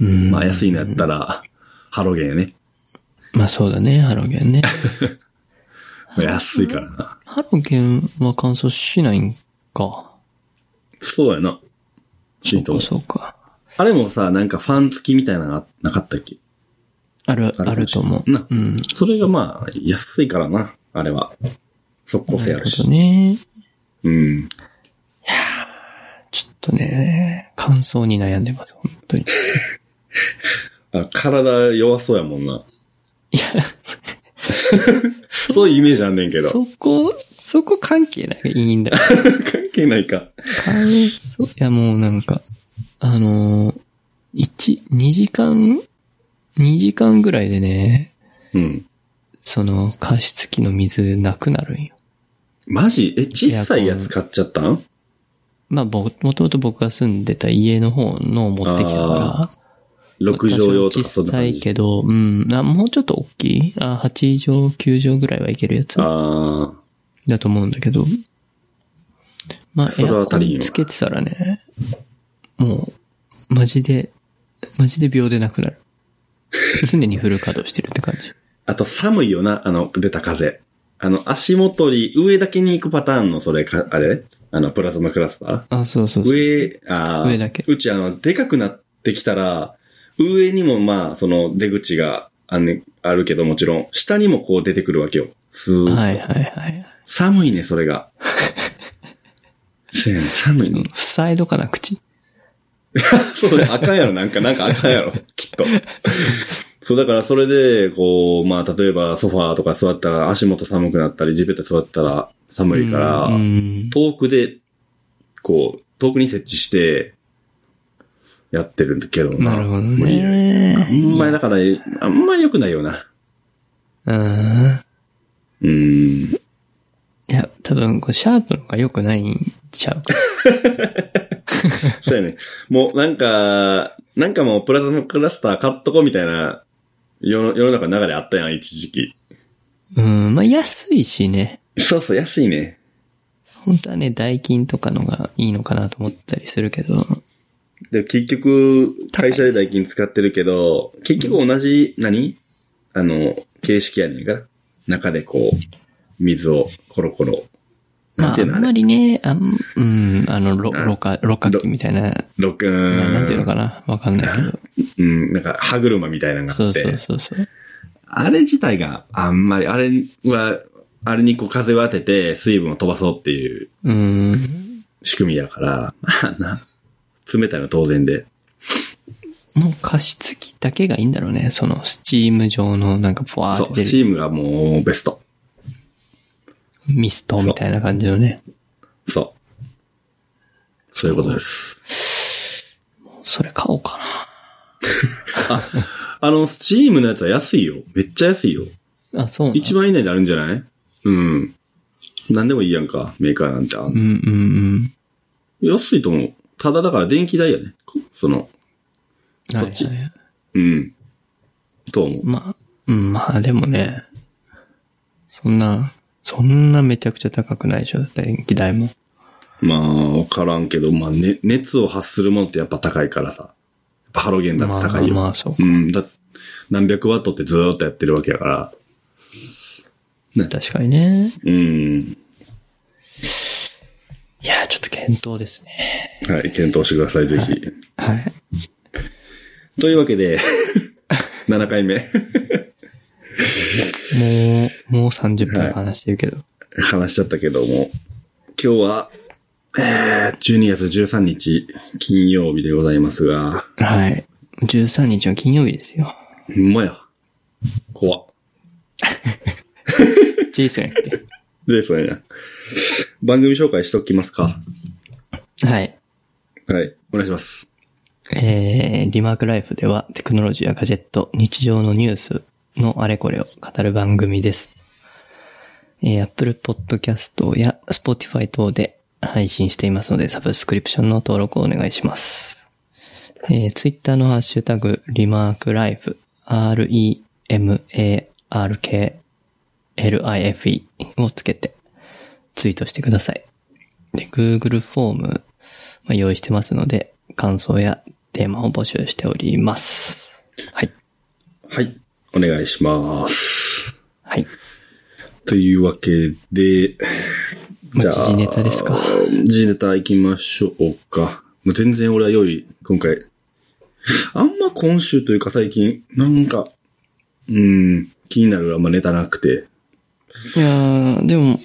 Speaker 2: うん。
Speaker 1: まあ安いのやったら、ハロゲンやね。
Speaker 2: まあそうだね、ハロゲ ンね。
Speaker 1: まあ安いからな。
Speaker 2: ハロゲンは乾燥しないんか。
Speaker 1: そうやな。シートも
Speaker 2: そうか。
Speaker 1: あれもさ、なんかファン付きみたいなのなかったっけ
Speaker 2: ある、あると思う。
Speaker 1: な
Speaker 2: うん。
Speaker 1: それがまあ、安いからな、あれは。速攻性あ
Speaker 2: な
Speaker 1: る
Speaker 2: るほど
Speaker 1: し。
Speaker 2: ね。
Speaker 1: うん。
Speaker 2: ちょっとね、乾燥に悩んでます、本当に。
Speaker 1: あ体弱そうやもんな。
Speaker 2: いや、
Speaker 1: そういうイメージあんねんけど。
Speaker 2: そこ、そこ関係ないいいん だよ。
Speaker 1: 関係ないか。
Speaker 2: 乾燥。いや、もうなんか、あのー、一、二時間、二時間ぐらいでね、
Speaker 1: うん。
Speaker 2: その、加湿器の水なくなるんよ。
Speaker 1: マジえ、小さいやつ買っちゃったん
Speaker 2: まあ、ぼ、もともと僕が住んでた家の方のを持ってきたから、
Speaker 1: ?6 畳用とかそ
Speaker 2: 小
Speaker 1: んな
Speaker 2: さ
Speaker 1: 感
Speaker 2: い
Speaker 1: じ。
Speaker 2: けど、うん、あ、もうちょっと大きいあ、8畳、9畳ぐらいはいけるやつ
Speaker 1: ああ。
Speaker 2: だと思うんだけど、まあ、
Speaker 1: そ
Speaker 2: エ
Speaker 1: れ
Speaker 2: ア
Speaker 1: は
Speaker 2: コ
Speaker 1: 足りん
Speaker 2: ン
Speaker 1: わ
Speaker 2: つけてたらね、もう、マジで、マジで秒でな くなる。常にフル稼働してるって感じ。
Speaker 1: あと寒いよな、あの、出た風。あの、足元に上だけに行くパターンの、それか、あれあの、プラズマクラスター
Speaker 2: あ、そうそうそう。
Speaker 1: 上、あー
Speaker 2: 上だけ
Speaker 1: うちあの、でかくなってきたら、上にもまあ、その出口があ,、ね、あるけどもちろん、下にもこう出てくるわけよ。すーっと
Speaker 2: はいはいはい。
Speaker 1: 寒いね、それが。せやね寒いね。
Speaker 2: 塞いどかな、口。
Speaker 1: そうね、あかんやろ、なんか、なんかあかんやろ、きっと。そう、だからそれで、こう、まあ、例えばソファーとか座ったら足元寒くなったり、地べた座ったら寒いから、
Speaker 2: うん。
Speaker 1: 遠くで、こう、遠くに設置して、やってるんだけど
Speaker 2: なるほど
Speaker 1: 無理やりあ
Speaker 2: ね。
Speaker 1: んまりだから、あんまり良くないよ な。
Speaker 2: うん。
Speaker 1: うーん。
Speaker 2: いや、多分、こうシャープの方が良くないんち ゃうか。
Speaker 1: そうやね。もうなんか、なんかもうプラズマクラスター買っとこうみたいな、世の世の中の流れあったやん、一時期。
Speaker 2: うん、まあ、安いしね。
Speaker 1: そうそう、安いね。
Speaker 2: 本当はね、代金とかのがいいのかなと思ったりするけど。
Speaker 1: で、結局、会社で代金使ってるけど、結局同じ、何あの、形式やねんから、中でこう、水をコロコロ、な
Speaker 2: ま
Speaker 1: ん
Speaker 2: あ、
Speaker 1: て
Speaker 2: あ
Speaker 1: いうのあ
Speaker 2: んま
Speaker 1: れ、
Speaker 2: りね、あん、うん、あの、ろ、ろ過、ろ過器みたいな、
Speaker 1: ロック
Speaker 2: ななんていうの
Speaker 1: ー
Speaker 2: かなわかんないけど。
Speaker 1: うん、なんか歯車みたいなのが
Speaker 2: そ
Speaker 1: あっ
Speaker 2: う
Speaker 1: て、
Speaker 2: そうそうそう。
Speaker 1: あれ自体があんまり、あれは、あれにこう風を当てて水分を飛ばそうっていう
Speaker 2: うん。
Speaker 1: 仕組みやから、 まあな、冷たいの当然で。
Speaker 2: もう加湿器だけがいいんだろうね。その、スチーム状の、なんか、ふわー
Speaker 1: そ
Speaker 2: って
Speaker 1: う、ス
Speaker 2: 出る
Speaker 1: チームがもうベスト。
Speaker 2: ミストみたいな感じのね。
Speaker 1: そう。そういうことです。
Speaker 2: それ買おうかな。
Speaker 1: あの、スチームのやつは安いよ。めっちゃ安いよ。
Speaker 2: あ、そうなん
Speaker 1: 1万以内であるんじゃないうん。なんでもいいやんか、メーカーなんて。あん
Speaker 2: うんうん
Speaker 1: 安いと思う。ただだから電気代やね。その、
Speaker 2: うん。
Speaker 1: こっち
Speaker 2: はいはい
Speaker 1: うん。と思う。
Speaker 2: まあ、うん、まあでもね、そんな、そんなめちゃくちゃ高くないでしょ電気代も。
Speaker 1: まあ、わからんけど、まあ、ね、熱を発するものってやっぱ高いからさ。やっぱハロゲンだって
Speaker 2: まあ
Speaker 1: 高いよ。
Speaker 2: まあそう。
Speaker 1: うん。だ、何百ワットってずーっとやってるわけやから。
Speaker 2: 確かにね。
Speaker 1: うん。
Speaker 2: いや、ちょっと検討ですね。
Speaker 1: はい、検討してください、ぜひ。
Speaker 2: はい。
Speaker 1: というわけで、7回目。
Speaker 2: もう、もう30分話してるけど。
Speaker 1: 話しちゃったけども、今日は、えー、12月13日、金曜日でございますが、
Speaker 2: はい。13日の金曜日ですよ。
Speaker 1: ほんまや。怖っ。
Speaker 2: ジェイソンやっけ
Speaker 1: ジェイソンや。番組紹介しときますか。
Speaker 2: はい。
Speaker 1: はい、お願いします。
Speaker 2: えー、リマークライフではテクノロジーやガジェット、日常のニュースのあれこれを語る番組です。えー、Apple Podcast や Spotify 等で配信していますので、サブスクリプションの登録をお願いします。えー、Twitter のハッシュタグ、リマークライフ、R-E-M-A-R-K-L-I-F-E をつけてツイートしてください。で、Google フォーム、まあ、用意してますので、感想やテーマを募集しております。はい。
Speaker 1: はい、お願いします。
Speaker 2: はい。
Speaker 1: というわけで、
Speaker 2: まあ時事ネタですか。
Speaker 1: 時事ネタ行きましょうか。もう全然俺は用意、今回。あんま今週というか最近、なんか、うん、気になるあんまネタなくて。
Speaker 2: いやー、でも、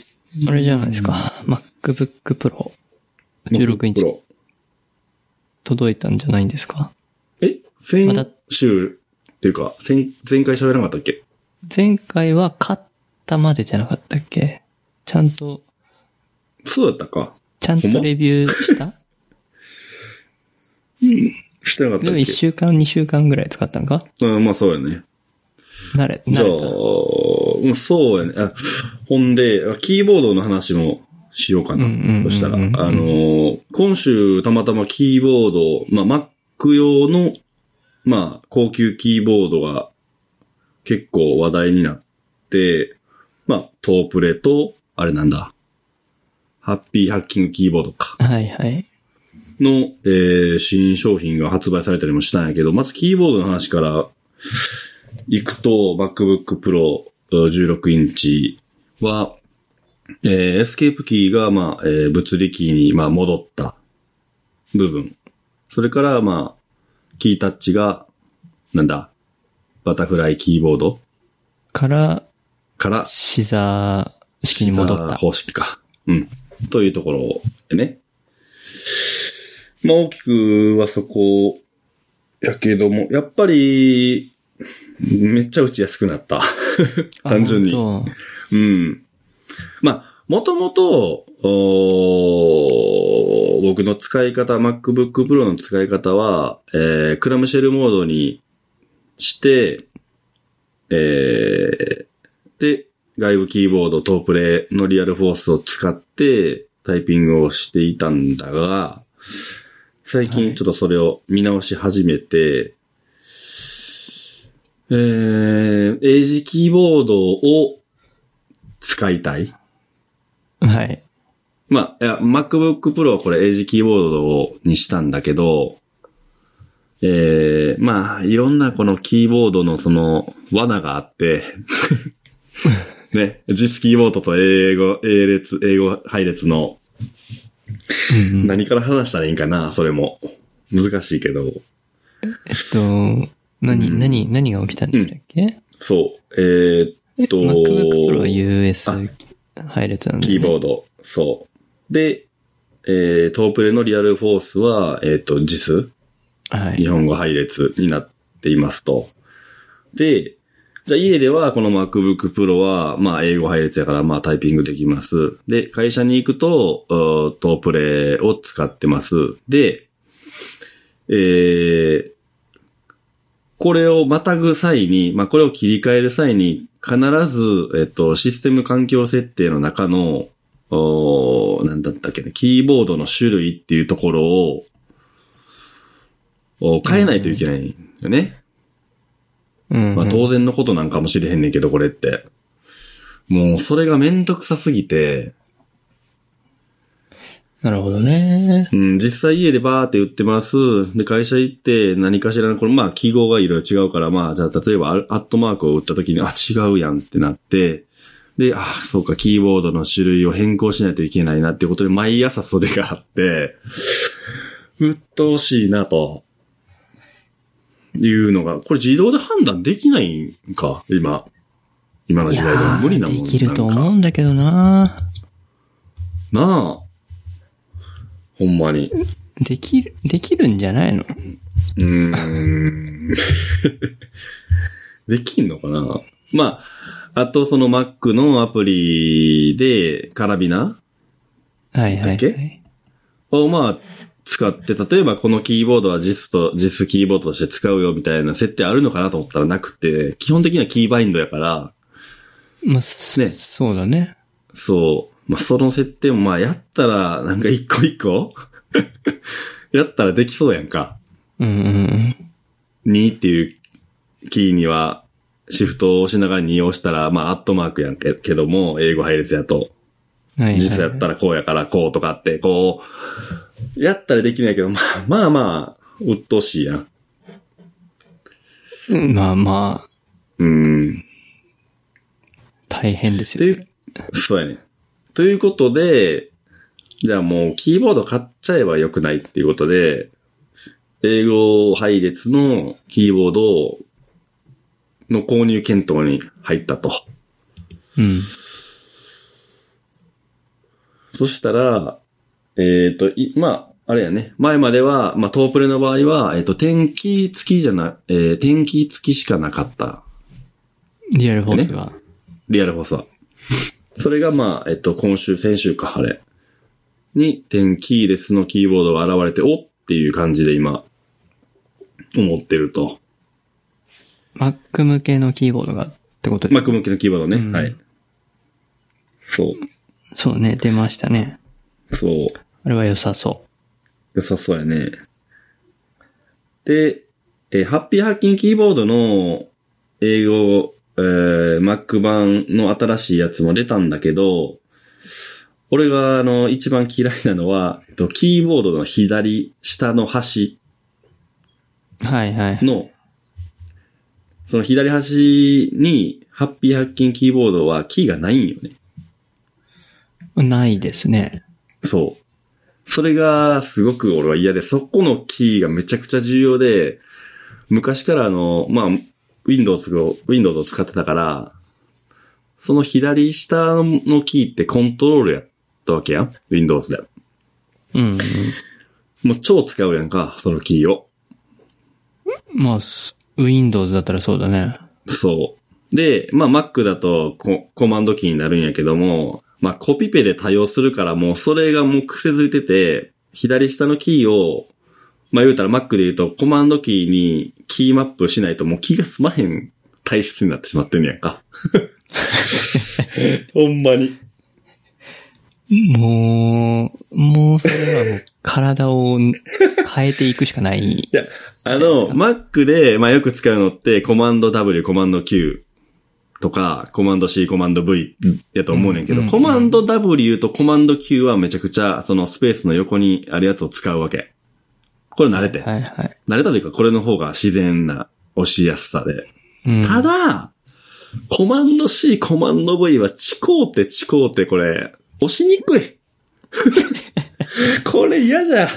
Speaker 2: あれじゃないですか。MacBook Pro 16インチ
Speaker 1: MacBook Pro
Speaker 2: 届いたんじゃないんですか
Speaker 1: え
Speaker 2: ま
Speaker 1: 先
Speaker 2: た
Speaker 1: 週、っていうか、先、前回喋らなかったっけ
Speaker 2: 前回は買ったまでじゃなかったっけちゃんと、
Speaker 1: そうだったか。
Speaker 2: ちゃん
Speaker 1: ほんま
Speaker 2: とレビューした
Speaker 1: してなかった
Speaker 2: でも
Speaker 1: っ
Speaker 2: 1
Speaker 1: け
Speaker 2: 週間、2週間ぐらい使ったんか
Speaker 1: うん、まあそうやね。
Speaker 2: 慣れ、
Speaker 1: じゃ
Speaker 2: 慣
Speaker 1: あ、
Speaker 2: れた。
Speaker 1: うん、そうやね。あ、ほんで、あキーボードの話もしようかな。
Speaker 2: うんうんうんうん
Speaker 1: そしたら、あのー今週たまたまキーボード、まあ Mac 用の、まあ高級キーボードが結構話題になって、まあトープレと、あれなんだ、ハッピーハッキングキーボードか。
Speaker 2: はいはい。
Speaker 1: の、えー新商品が発売されたりもしたんやけど、まずキーボードの話から行くと、MacBook Pro 16インチは、えーエスケープキーが、まあ、えー物理キーに、まあ、戻った部分。それから、まあ、キータッチが、なんだ、バタフライキーボード
Speaker 2: から、
Speaker 1: から、
Speaker 2: シザー式に戻っ
Speaker 1: シザー
Speaker 2: た。
Speaker 1: 方式か。うん。というところでね。まあ大きくはそこやけども、やっぱり、めっちゃ打ちやすくなった。単純に。
Speaker 2: あ。
Speaker 1: うん。まあ、もともと、おー僕の使い方、MacBook Pro の使い方は、えー、クラムシェルモードにして、えー、で、外部キーボード、トープレイのリアルフォースを使ってタイピングをしていたんだが、最
Speaker 2: は
Speaker 1: 近
Speaker 2: い
Speaker 1: ちょっとそれを見直し始めて、えー、エイジキーボードを使いたい。
Speaker 2: そうはい。
Speaker 1: まあ、いや、MacBook Pro はこれエイジキーボードをにしたんだけど、ええー、まあ、いろんなこのキーボードのその罠があって、 ね、JIS キーボードと英語、英列、英語配列の
Speaker 2: うんうん
Speaker 1: 何から話したらいいんかな、それも。難しいけど。
Speaker 2: えっと、何、何、何が起きたんでしたっけ、
Speaker 1: そう。えーっと、
Speaker 2: ?MacBook Pro は US 配列なんで、
Speaker 1: キーボード。そう。で、えー、トープレのリアルフォースは、えーっと、JIS?
Speaker 2: は
Speaker 1: 日
Speaker 2: い。
Speaker 1: 本語配列になっていますと。で、じゃあ家ではこの MacBook Pro は、まあ英語配列やからまあタイピングできます。で、会社に行くと、うートープレイを使ってます。で、えー、これをまたぐ際に、まあこれを切り替える際に、必ず、えっと、システム環境設定の中の、おーなんだったっけね、キーボードの種類っていうところを、を変えないといけないんよね。
Speaker 2: うんうん
Speaker 1: まあ当然のことなんかもしれへんねんけど、これって。もう、それがめんどくさすぎて、
Speaker 2: なるほどね。
Speaker 1: うん、実際家でバーって売ってます。で、会社行って何かしらの、これまあ記号がいろいろ違うから、まあじゃあ例えばアルアットマークを打った時に、あ、違うやんってなって、で、あ、そうか、キーボードの種類を変更しないといけないなっていうことで、毎朝それがあって、鬱陶しいなと。いうのが、これ自動で判断できないんか、今。今の
Speaker 2: い
Speaker 1: 時
Speaker 2: や
Speaker 1: 代でも
Speaker 2: ー
Speaker 1: 無理なもん
Speaker 2: できると
Speaker 1: なんか
Speaker 2: 思うんだけどな
Speaker 1: なあ。ほんまに。
Speaker 2: できる、できるんじゃないの
Speaker 1: うーんできんのかなまあ、あとその Mac のアプリで、カラビナ
Speaker 2: はいはい、は
Speaker 1: だけ
Speaker 2: い。
Speaker 1: をまあ、使って、例えばこのキーボードは JIS と、JIS キーボードとして使うよみたいな設定あるのかなと思ったらなくて、基本的にはキーバインドやから、
Speaker 2: まあ、そ
Speaker 1: ね
Speaker 2: そうだね。
Speaker 1: そう。まあ、その設定もまあ、やったら、なんか一個一個 やったらできそうやんか。
Speaker 2: うんうんうん。
Speaker 1: 2っていうキーには、シフトを押しながら2を押したら、まあ、アットマークやんけけども、英語配列やと、
Speaker 2: はい、はい。
Speaker 1: 実際やったらこうやから、こうとかって、こう、やったらできないけど、まあまあまあ、うっとうしいやん。
Speaker 2: うんまあまあ、
Speaker 1: うん。
Speaker 2: 大変ですよ。そ
Speaker 1: で
Speaker 2: れ、
Speaker 1: そうやね。ということで、じゃあもうキーボード買っちゃえばよくないっていうことで、英語配列のキーボードをの購入検討に入ったと。
Speaker 2: うん。
Speaker 1: そしたら、えっ、と、い、まあ、あれやね。前までは、まあ、トープレの場合は、えっ、と、天気付きじゃな、えー、天気付きしかなかった。
Speaker 2: リアルフォースが。
Speaker 1: リアル放送は。それが、まあ、えっ、と、今週、先週か、あれ。に、天気レスのキーボードが現れて、おっていう感じで今、思ってると。
Speaker 2: Mac 向けのキーボードがってことで。
Speaker 1: Mac 向けのキーボードね。
Speaker 2: うん
Speaker 1: はい。そう。
Speaker 2: そうね、出ましたね。
Speaker 1: そう。
Speaker 2: あれは良さそ
Speaker 1: 良さそうやね。で、えーハッピーハッキンキーボードの英語、えー Mac 版の新しいやつも出たんだけど、俺があの、一番嫌いなのは、えっと、キーボードの左下の端
Speaker 2: う。はいはい。
Speaker 1: の、その左端に、ハッピーハッキンキーボードはキーがないんよね。
Speaker 2: ないですね。
Speaker 1: そう。それがすごく俺は嫌で、そこのキーがめちゃくちゃ重要で、昔からあの、まあ、Windows を、Windows を使ってたから、その左下のキーってコントロールやったわけやん ?Windows で。
Speaker 2: うんうん。
Speaker 1: もう超使うやんか、そのキーを。
Speaker 2: まあ、す Windows だったらそうだね。
Speaker 1: そう。で、まあ Mac だとココマンドキーになるんやけども、まあコピペで対応するからもうそれがもう癖づいてて、左下のキーを、まあ言うたら Mac で言うとコマンドキーにキーマップしないともう気が済まへん体質になってしまってんねやんか。ほんまに。
Speaker 2: もう、もうそれはもう体を変えていくしかない。
Speaker 1: いや、あの、Mac で、まあよく使うのって、コマンド W、コマンド Q とか、コマンド C、コマンド V やと思うねんけど、
Speaker 2: うん
Speaker 1: コマンド W とコマンド Q はめちゃくちゃ、そのスペースの横にあるやつを使うわけ。これ慣れて。
Speaker 2: はいはい。
Speaker 1: 慣れたというか、これの方が自然な押しやすさで。
Speaker 2: うん。
Speaker 1: ただ、コマンド C、コマンド V は、チコーテ、チコーテ、これ、押しに くい。これ嫌じゃ。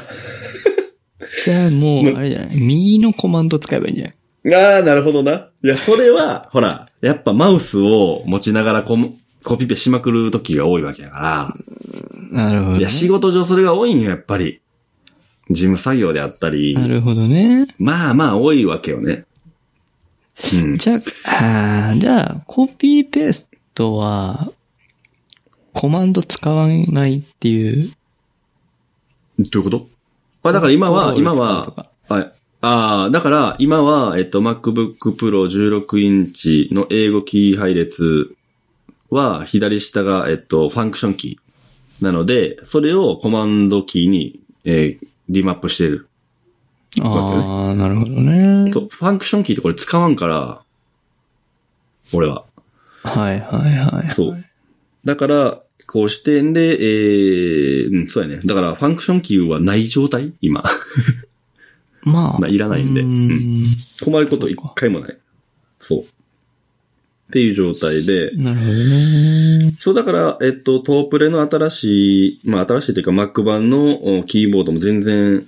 Speaker 2: じゃあもう、あれじゃない右のコマンド使えばいいんじゃない
Speaker 1: ああ、なるほどな。いや、それは、ほら、やっぱマウスを持ちながらコムコピペしまくる時が多いわけやから。
Speaker 2: なるほど
Speaker 1: い
Speaker 2: ね
Speaker 1: や、。仕事上それが多いんよ、やっぱり。事務作業であったり。
Speaker 2: なるほどね。
Speaker 1: まあまあ多いわけよね。うん。
Speaker 2: じゃあ、あーじゃあ、コピーペーストは、コマンド使わないっていう。
Speaker 1: どういうことあ、だから今は、
Speaker 2: コント
Speaker 1: 今
Speaker 2: ロール使うと
Speaker 1: は
Speaker 2: か、
Speaker 1: あああ、だから今は、えっと、MacBook Pro 16インチの英語キー配列は、左下が、えっと、ファンクションキー。なので、それをコマンドキーに、えーリマップしてる。
Speaker 2: ああ、なるほどね。
Speaker 1: そう、ファンクションキーってこれ使わんから、俺は。
Speaker 2: はいはいはい。
Speaker 1: そう。だから、こうして、んで、えー、うん、そうやね。だから、ファンクションキーはない状態今。
Speaker 2: まあ。
Speaker 1: まあいらないんで
Speaker 2: うー
Speaker 1: 困ること一回もない。そう。っていう状態で。
Speaker 2: なるほどね。
Speaker 1: そう、だから、えっと、トープレの新しい、まあ、新しいというか、Mac 版のおキーボードも全然、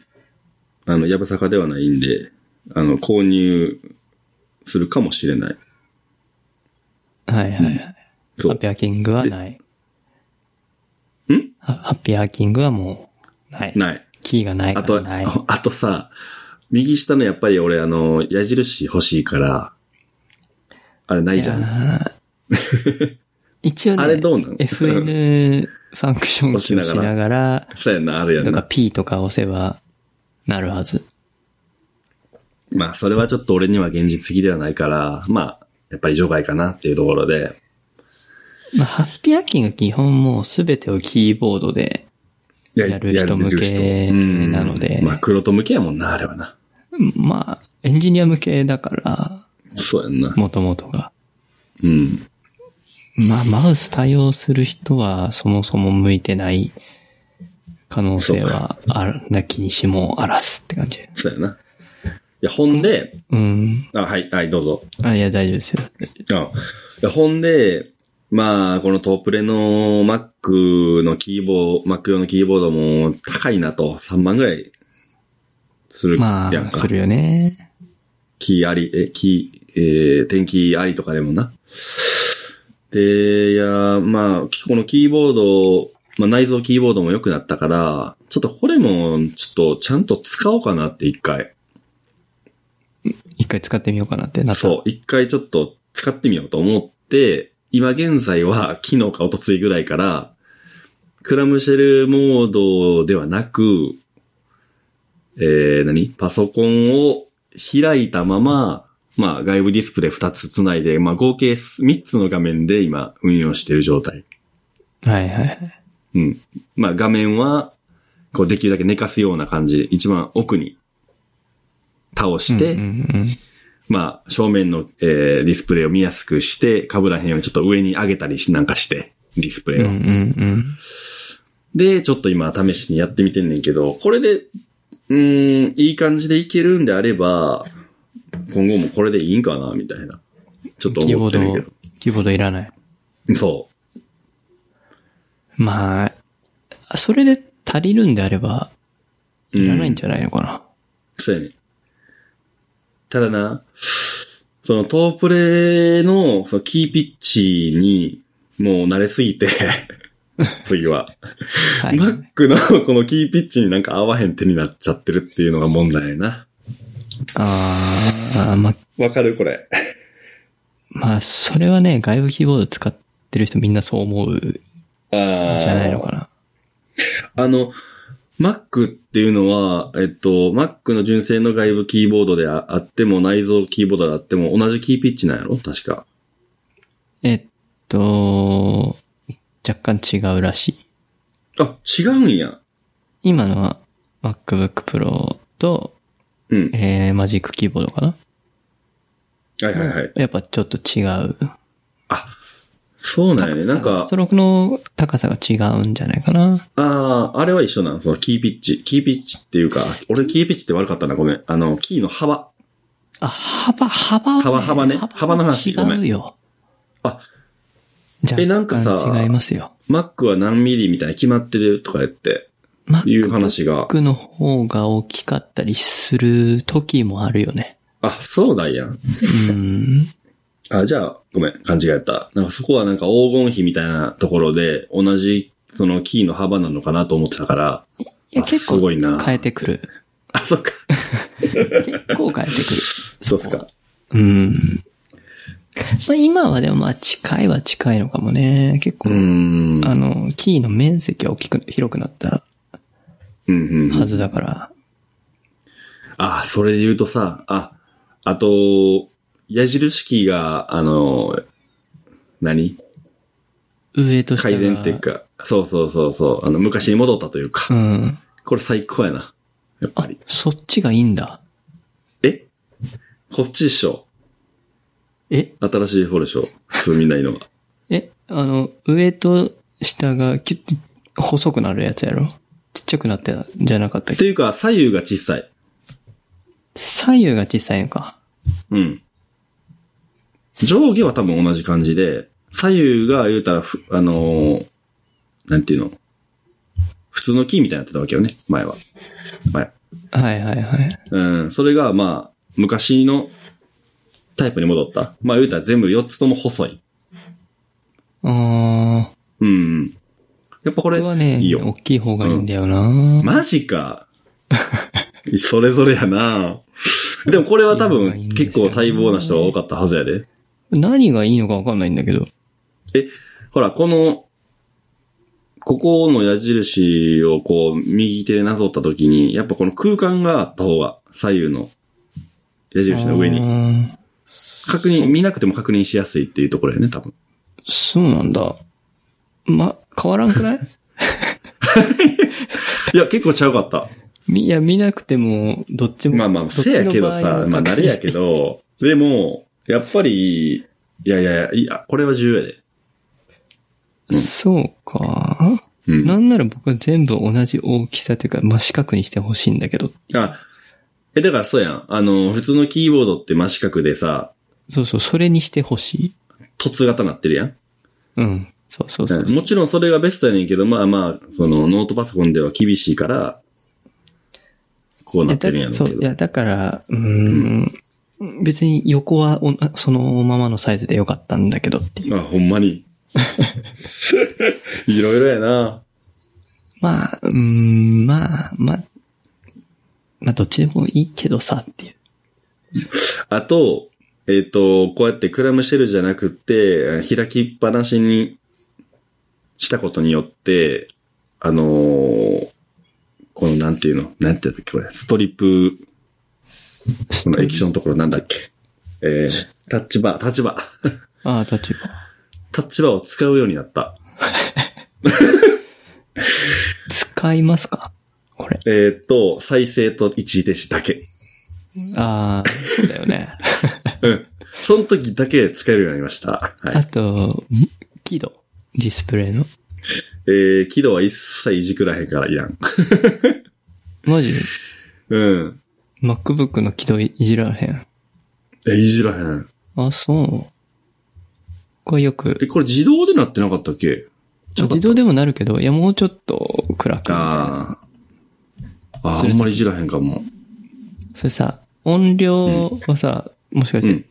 Speaker 1: あの、やぶさかではないんで、あの、購入するかもしれない。
Speaker 2: はいはいはい。
Speaker 1: そ
Speaker 2: ハッ
Speaker 1: う。
Speaker 2: ピーハッキングはない。
Speaker 1: ん
Speaker 2: はハッピーハッキングはもう、ない。
Speaker 1: ない。
Speaker 2: キーがないか
Speaker 1: あと
Speaker 2: らない。、
Speaker 1: あとさ、右下のやっぱり俺あの、矢印欲しいから、あれないじゃん。
Speaker 2: あー一応ね、
Speaker 1: あれどうなの
Speaker 2: FN ファンクションを
Speaker 1: 押し
Speaker 2: し
Speaker 1: ながら
Speaker 2: ながら、
Speaker 1: そうやんな、あるやん
Speaker 2: とか
Speaker 1: な。
Speaker 2: P とか押せば、なるはず。
Speaker 1: まあ、それはちょっと俺には現実的ではないから、まあ、やっぱり除外かなっていうところで、
Speaker 2: まあ、ハッピーハッキングは基本もうすべてをキーボードで、
Speaker 1: や
Speaker 2: やる人向けなので
Speaker 1: うんまあ、黒と向けやもんな、あれはな。
Speaker 2: まあ、エンジニア向けだから、
Speaker 1: そうやんな。
Speaker 2: もともとが。
Speaker 1: うん。
Speaker 2: まあ、マウス対応する人はそもそも向いてない可能性はあるなきにしもあらすって感じ。
Speaker 1: そうやな。いや、ほんで、
Speaker 2: うん。
Speaker 1: あ、はい、はい、どうぞ。
Speaker 2: あ、いや、大丈夫ですよ。
Speaker 1: うんいや。ほんで、まあ、このトープレの Mac のキーボード、Mac 用のキーボードも高いなと、3万ぐらいする
Speaker 2: ま
Speaker 1: やん
Speaker 2: あ、
Speaker 1: か。
Speaker 2: するよね。
Speaker 1: キーあり、え、キー、えー、天気ありとかでもな。で、いや、まあ、きこのキーボード、まあ内蔵キーボードも良くなったから、ちょっとこれも、ちょっとちゃんと使おうかなって一回。
Speaker 2: 一回使ってみようかなってなった。
Speaker 1: そう、一回ちょっと使ってみようと思って、今現在は昨日か一昨日ぐらいから、クラムシェルモードではなく、えー、何パソコンを開いたまま、まあ外部ディスプレイ2つつないで、まあ合計3つの画面で今運用している状態。
Speaker 2: はいはいはい。
Speaker 1: うん。まあ画面は、こうできるだけ寝かすような感じ、一番奥に倒して、
Speaker 2: うんうん
Speaker 1: まあ、正面の、えーディスプレイを見やすくして、被らへんようにちょっと上に上げたりしなんかして、ディスプレイ
Speaker 2: うん。
Speaker 1: を。
Speaker 2: うんうん
Speaker 1: で、ちょっと今試しにやってみてんねんけど、これで、うーん、いい感じでいけるんであれば、今後もこれでいいんかな、みたいな。ちょっ
Speaker 2: う
Speaker 1: と
Speaker 2: ん。キー
Speaker 1: 思
Speaker 2: ボ
Speaker 1: ってるんや
Speaker 2: ー
Speaker 1: け
Speaker 2: ド、キーボードいらない。
Speaker 1: ど。そ
Speaker 2: まあ、それで足りるんであれば、
Speaker 1: う。うん
Speaker 2: いらないんじゃないのかな。
Speaker 1: そうやね。ただな、そのトープレのそのキーピッチにもう慣れすぎて、 次は。
Speaker 2: はい。
Speaker 1: Mac のこのキーピッチになんか合わへん手になっちゃってるっていうのが問題やな。
Speaker 2: ああ、まあ、
Speaker 1: わかるこれ。
Speaker 2: まあ、それはね、外部キーボード使ってる人みんなそう思うじ
Speaker 1: あー
Speaker 2: ゃないのかな。
Speaker 1: あの、Mac っていうのは、えっと、Mac の純正の外部キーボードでああっても、内蔵キーボードであっても、同じキーピッチなんやろ確か。
Speaker 2: えっと、若干違うらしい。
Speaker 1: あ、違うんや。
Speaker 2: 今のは MacBook Pro と、
Speaker 1: うん。
Speaker 2: えー、マジックキーボードかな
Speaker 1: はいはいはい。
Speaker 2: やっぱちょっと違う。
Speaker 1: あ、そうなんや
Speaker 2: 高
Speaker 1: ね。
Speaker 2: さ
Speaker 1: なんか
Speaker 2: スト、ロークの高さが違うんじゃないかな。
Speaker 1: ああ、あれは一緒なのそのキーピッチ。キーピッチっていうか、俺キーピッチって悪かったな、ごめん。あの、キーの幅。
Speaker 2: あ、幅、幅はね、
Speaker 1: 幅幅ね幅の話ごめん
Speaker 2: 違うよ。
Speaker 1: あ、
Speaker 2: じゃ
Speaker 1: えなんかさ
Speaker 2: 違いますよ。
Speaker 1: Mac は何ミリみたいな決まってるとか言って、
Speaker 2: マッ
Speaker 1: いう話が。
Speaker 2: クの方が大きかったりする時もあるよね。
Speaker 1: あ、そうなんや。
Speaker 2: うん。
Speaker 1: あ、じゃあ、ごめん、勘違いやった。なんかそこはなんか黄金比みたいなところで、同じ、そのキーの幅なのかなと思ってたから、
Speaker 2: いや、
Speaker 1: あ
Speaker 2: 結
Speaker 1: す
Speaker 2: 構
Speaker 1: ごいな
Speaker 2: 変えてくる。
Speaker 1: あ、そっか。
Speaker 2: 結構変えてくる。
Speaker 1: そうっすか。
Speaker 2: うん。まあ今はでもまあ近いは近いのかもね。結構、
Speaker 1: うーん。
Speaker 2: あの、キーの面積は大きく、広くなった
Speaker 1: うんうんうん
Speaker 2: はずだから。
Speaker 1: あ、それで言うとさ、あ、あと、矢印キーが、あの、何
Speaker 2: 上と下が
Speaker 1: 改善っていうか、そうそうそうそう、あの、昔に戻ったという
Speaker 2: う
Speaker 1: か、
Speaker 2: ん。
Speaker 1: これ最高やな。やっぱ
Speaker 2: あ
Speaker 1: り。、
Speaker 2: そっちがいいんだ。
Speaker 1: えこっちでしょ
Speaker 2: え
Speaker 1: 新しい方でしょ普通みんないのが。
Speaker 2: え、あの、上と下がキュッて細くなるやつやろちっちゃくなってたんじゃなかった っ
Speaker 1: と
Speaker 2: け
Speaker 1: いうか、左右が小さい。
Speaker 2: 左右が小さいのか。
Speaker 1: うん。上下は多分同じ感じで、左右が言うたらふ、あのーなんていうの普通のキーみたいになってたわけよね、前は。前。
Speaker 2: はいはいはい。
Speaker 1: うん、それがまあ、昔のタイプに戻った。まあ言うたら全部4つとも細い。
Speaker 2: あー。
Speaker 1: うんうん。やっぱこれ、
Speaker 2: 僕はね、
Speaker 1: いい
Speaker 2: 大
Speaker 1: よ。
Speaker 2: きい方がいいんだよな、
Speaker 1: マジか。 それぞれやなでもこれは多
Speaker 2: いやいい
Speaker 1: 分
Speaker 2: んですよ
Speaker 1: 結構待望な人が多かったはずやで。
Speaker 2: 何がいいのかわかんないんだけど。
Speaker 1: え、ほら、この、ここの矢印をこう、右手でなぞったときに、やっぱこの空間があった方が、左右の矢印の上
Speaker 2: あ
Speaker 1: に。
Speaker 2: ー
Speaker 1: 確認、見なくても確認しやすいっていうところやね、多分。
Speaker 2: そうなんだ。ま、変わらんくない
Speaker 1: いや、結構ちゃうかった。
Speaker 2: みいや、見なくても、どっちも。
Speaker 1: まあまあ、
Speaker 2: どっ
Speaker 1: せ
Speaker 2: ち
Speaker 1: や
Speaker 2: の
Speaker 1: けど
Speaker 2: 場合
Speaker 1: さ
Speaker 2: は、
Speaker 1: まあ慣れやけ
Speaker 2: 確認
Speaker 1: ど、でも、やっぱり、いやいやいや、これは重要やで。
Speaker 2: そうか。
Speaker 1: うん。
Speaker 2: なんなら僕は全部同じ大きさというか、真四角にしてほしいんだけど。
Speaker 1: あ、え、だからそうやん。あの、普通のキーボードって真四角でさ、
Speaker 2: そうそう、それにしてほしい。
Speaker 1: 凸型なってるやん。
Speaker 2: うん。そうそうそう。
Speaker 1: もちろんそれがベストやねんけど、まあまあ、そのノートパソコンでは厳しいから、こうなってるんやろ
Speaker 2: そうう、
Speaker 1: け
Speaker 2: い
Speaker 1: ど。
Speaker 2: や、だから、うーん、別に横はおなそのままのサイズでよかったんだけどっていう。
Speaker 1: あ、ほんま に。 いろいろやな。
Speaker 2: まあ、うーん、まあ、まあ、まあ、どっちでもいいけどさっていう。
Speaker 1: あと、えっ、と、こうやってクラムシェルじゃなくて、開きっぱなしにしたことによって、あのーこのなんていうのなんてやったっけこれ。ストリップ、この液晶のところなんだっけえー、タッチバー、タッチバー。
Speaker 2: ああ、どっちも。
Speaker 1: タッチバーを使うようになった。
Speaker 2: 使いますかこれ。
Speaker 1: えーっと、再生と一時停止だけ。
Speaker 2: ああ、そうだよね。
Speaker 1: うん。その時だけ使えるようになりました。は
Speaker 2: あ
Speaker 1: い。
Speaker 2: と、輝度。ディスプレイの。
Speaker 1: えー、輝度は一切いじくらへんからいらん。
Speaker 2: マジ
Speaker 1: うん。
Speaker 2: ?MacBook の輝度いじらへん。
Speaker 1: え、いじらへん。
Speaker 2: あ、そう。これよく
Speaker 1: え、、これ自動でなってなかったっけちょっと
Speaker 2: 自動でもなるけど、いや、もうちょっと暗くみたいな。
Speaker 1: あーあ
Speaker 2: す
Speaker 1: ー。
Speaker 2: る
Speaker 1: あんまりいじらへんかも。
Speaker 2: それさ、音量はさ、もしか
Speaker 1: う
Speaker 2: して
Speaker 1: ん。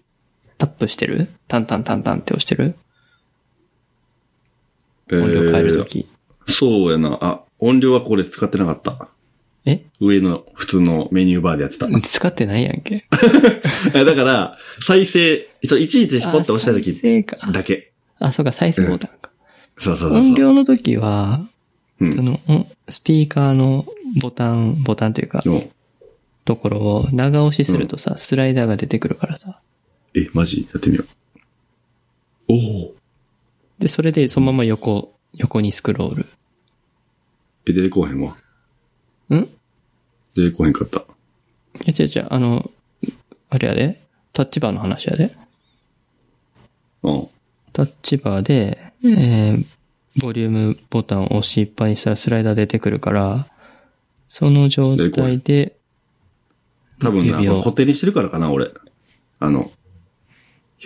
Speaker 2: タップしてるタンタンタンタンって押してる
Speaker 1: え
Speaker 2: 音量変えると
Speaker 1: ー、
Speaker 2: き。
Speaker 1: そうやな。あ、音量はこれ使ってなかった。
Speaker 2: え
Speaker 1: 上の普通のメニューバーでや ってた。
Speaker 2: 使ってないやんけ。
Speaker 1: あだから、再生、ちょ一時停止ポッと押した
Speaker 2: あ再
Speaker 1: 時
Speaker 2: 生か。
Speaker 1: だけ。
Speaker 2: あ、そうか、再生ボタンか。
Speaker 1: そうそうそうそう。
Speaker 2: 音量の時は、
Speaker 1: うん
Speaker 2: その、おスピーカーのボタン、ボタンというか、
Speaker 1: うん
Speaker 2: ところを長押しするとさ、スライダーが出てくるからさ。
Speaker 1: え、マジやってみよう。おお。
Speaker 2: で、それでそのまま横、横にスクロー
Speaker 1: え、出てこうへんわ。
Speaker 2: ル。んい
Speaker 1: 出てこうへんかった。
Speaker 2: や、違う違う、あの、あれやでタッチバーの話やで
Speaker 1: うん。
Speaker 2: タッチバーで、えーボリュームボタンを押しっぱにしたらスライダー出てくるから、その状態で、
Speaker 1: 多分な、こ
Speaker 2: 指
Speaker 1: れ
Speaker 2: を
Speaker 1: 固定にしてるからかな、俺。あの、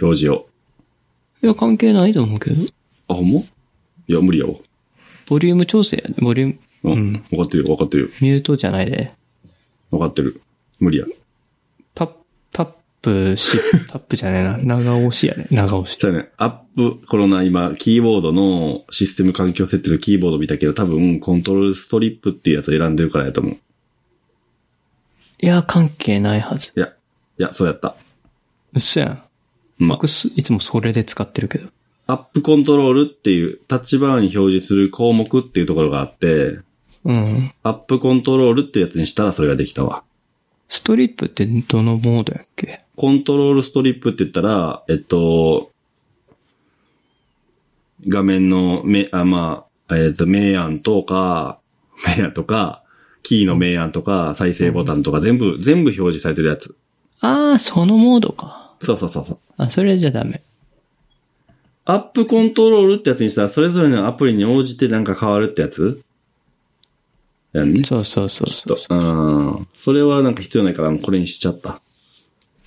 Speaker 1: 表示を。
Speaker 2: いや、関係ないと思うけど、
Speaker 1: あ、ほんまいや、無理やわ。
Speaker 2: ボリューム調整やね。ボリューム、
Speaker 1: う。
Speaker 2: うんん
Speaker 1: 分かってるよ、分かってるよ。
Speaker 2: ミュートじゃないで。
Speaker 1: 分かってる。無理や。
Speaker 2: タップ、タップし、タップじゃないな。長押しやね。長押し。
Speaker 1: そうやね。アップ、このな、今、キーボードのシステム環境設定のキーボード見たけど、多分、コントロールストリップっていうやつを選んでるからやと思う。い
Speaker 2: いや、関係ないはず。
Speaker 1: や、いや、そうやった。
Speaker 2: うっそやん。
Speaker 1: まあ、
Speaker 2: 僕す、いつもそれで使ってるけど。
Speaker 1: アップコントロールっていう、タッチバーに表示する項目っていうところがあって、
Speaker 2: うん。
Speaker 1: アップコントロールってやつにしたらそれができたわ。
Speaker 2: ストリップってどのモードやっけ
Speaker 1: コントロールストリップって言ったら、えっと、画面の目、あ、まあ、えっと、明暗とか、 明暗とか、キーの明暗とか、再生ボタンとか、全部、全部表示されてるやつ。
Speaker 2: あー、そのモードか。
Speaker 1: そうそうそうそう。
Speaker 2: あ、それじゃダメ。
Speaker 1: アップコントロールってやつにしたら、それぞれのアプリに応じてなんか変わるってやつやんね。
Speaker 2: そうそうそうそう。
Speaker 1: と、うん。それはなんか必要ないから、もうこれにしちゃった。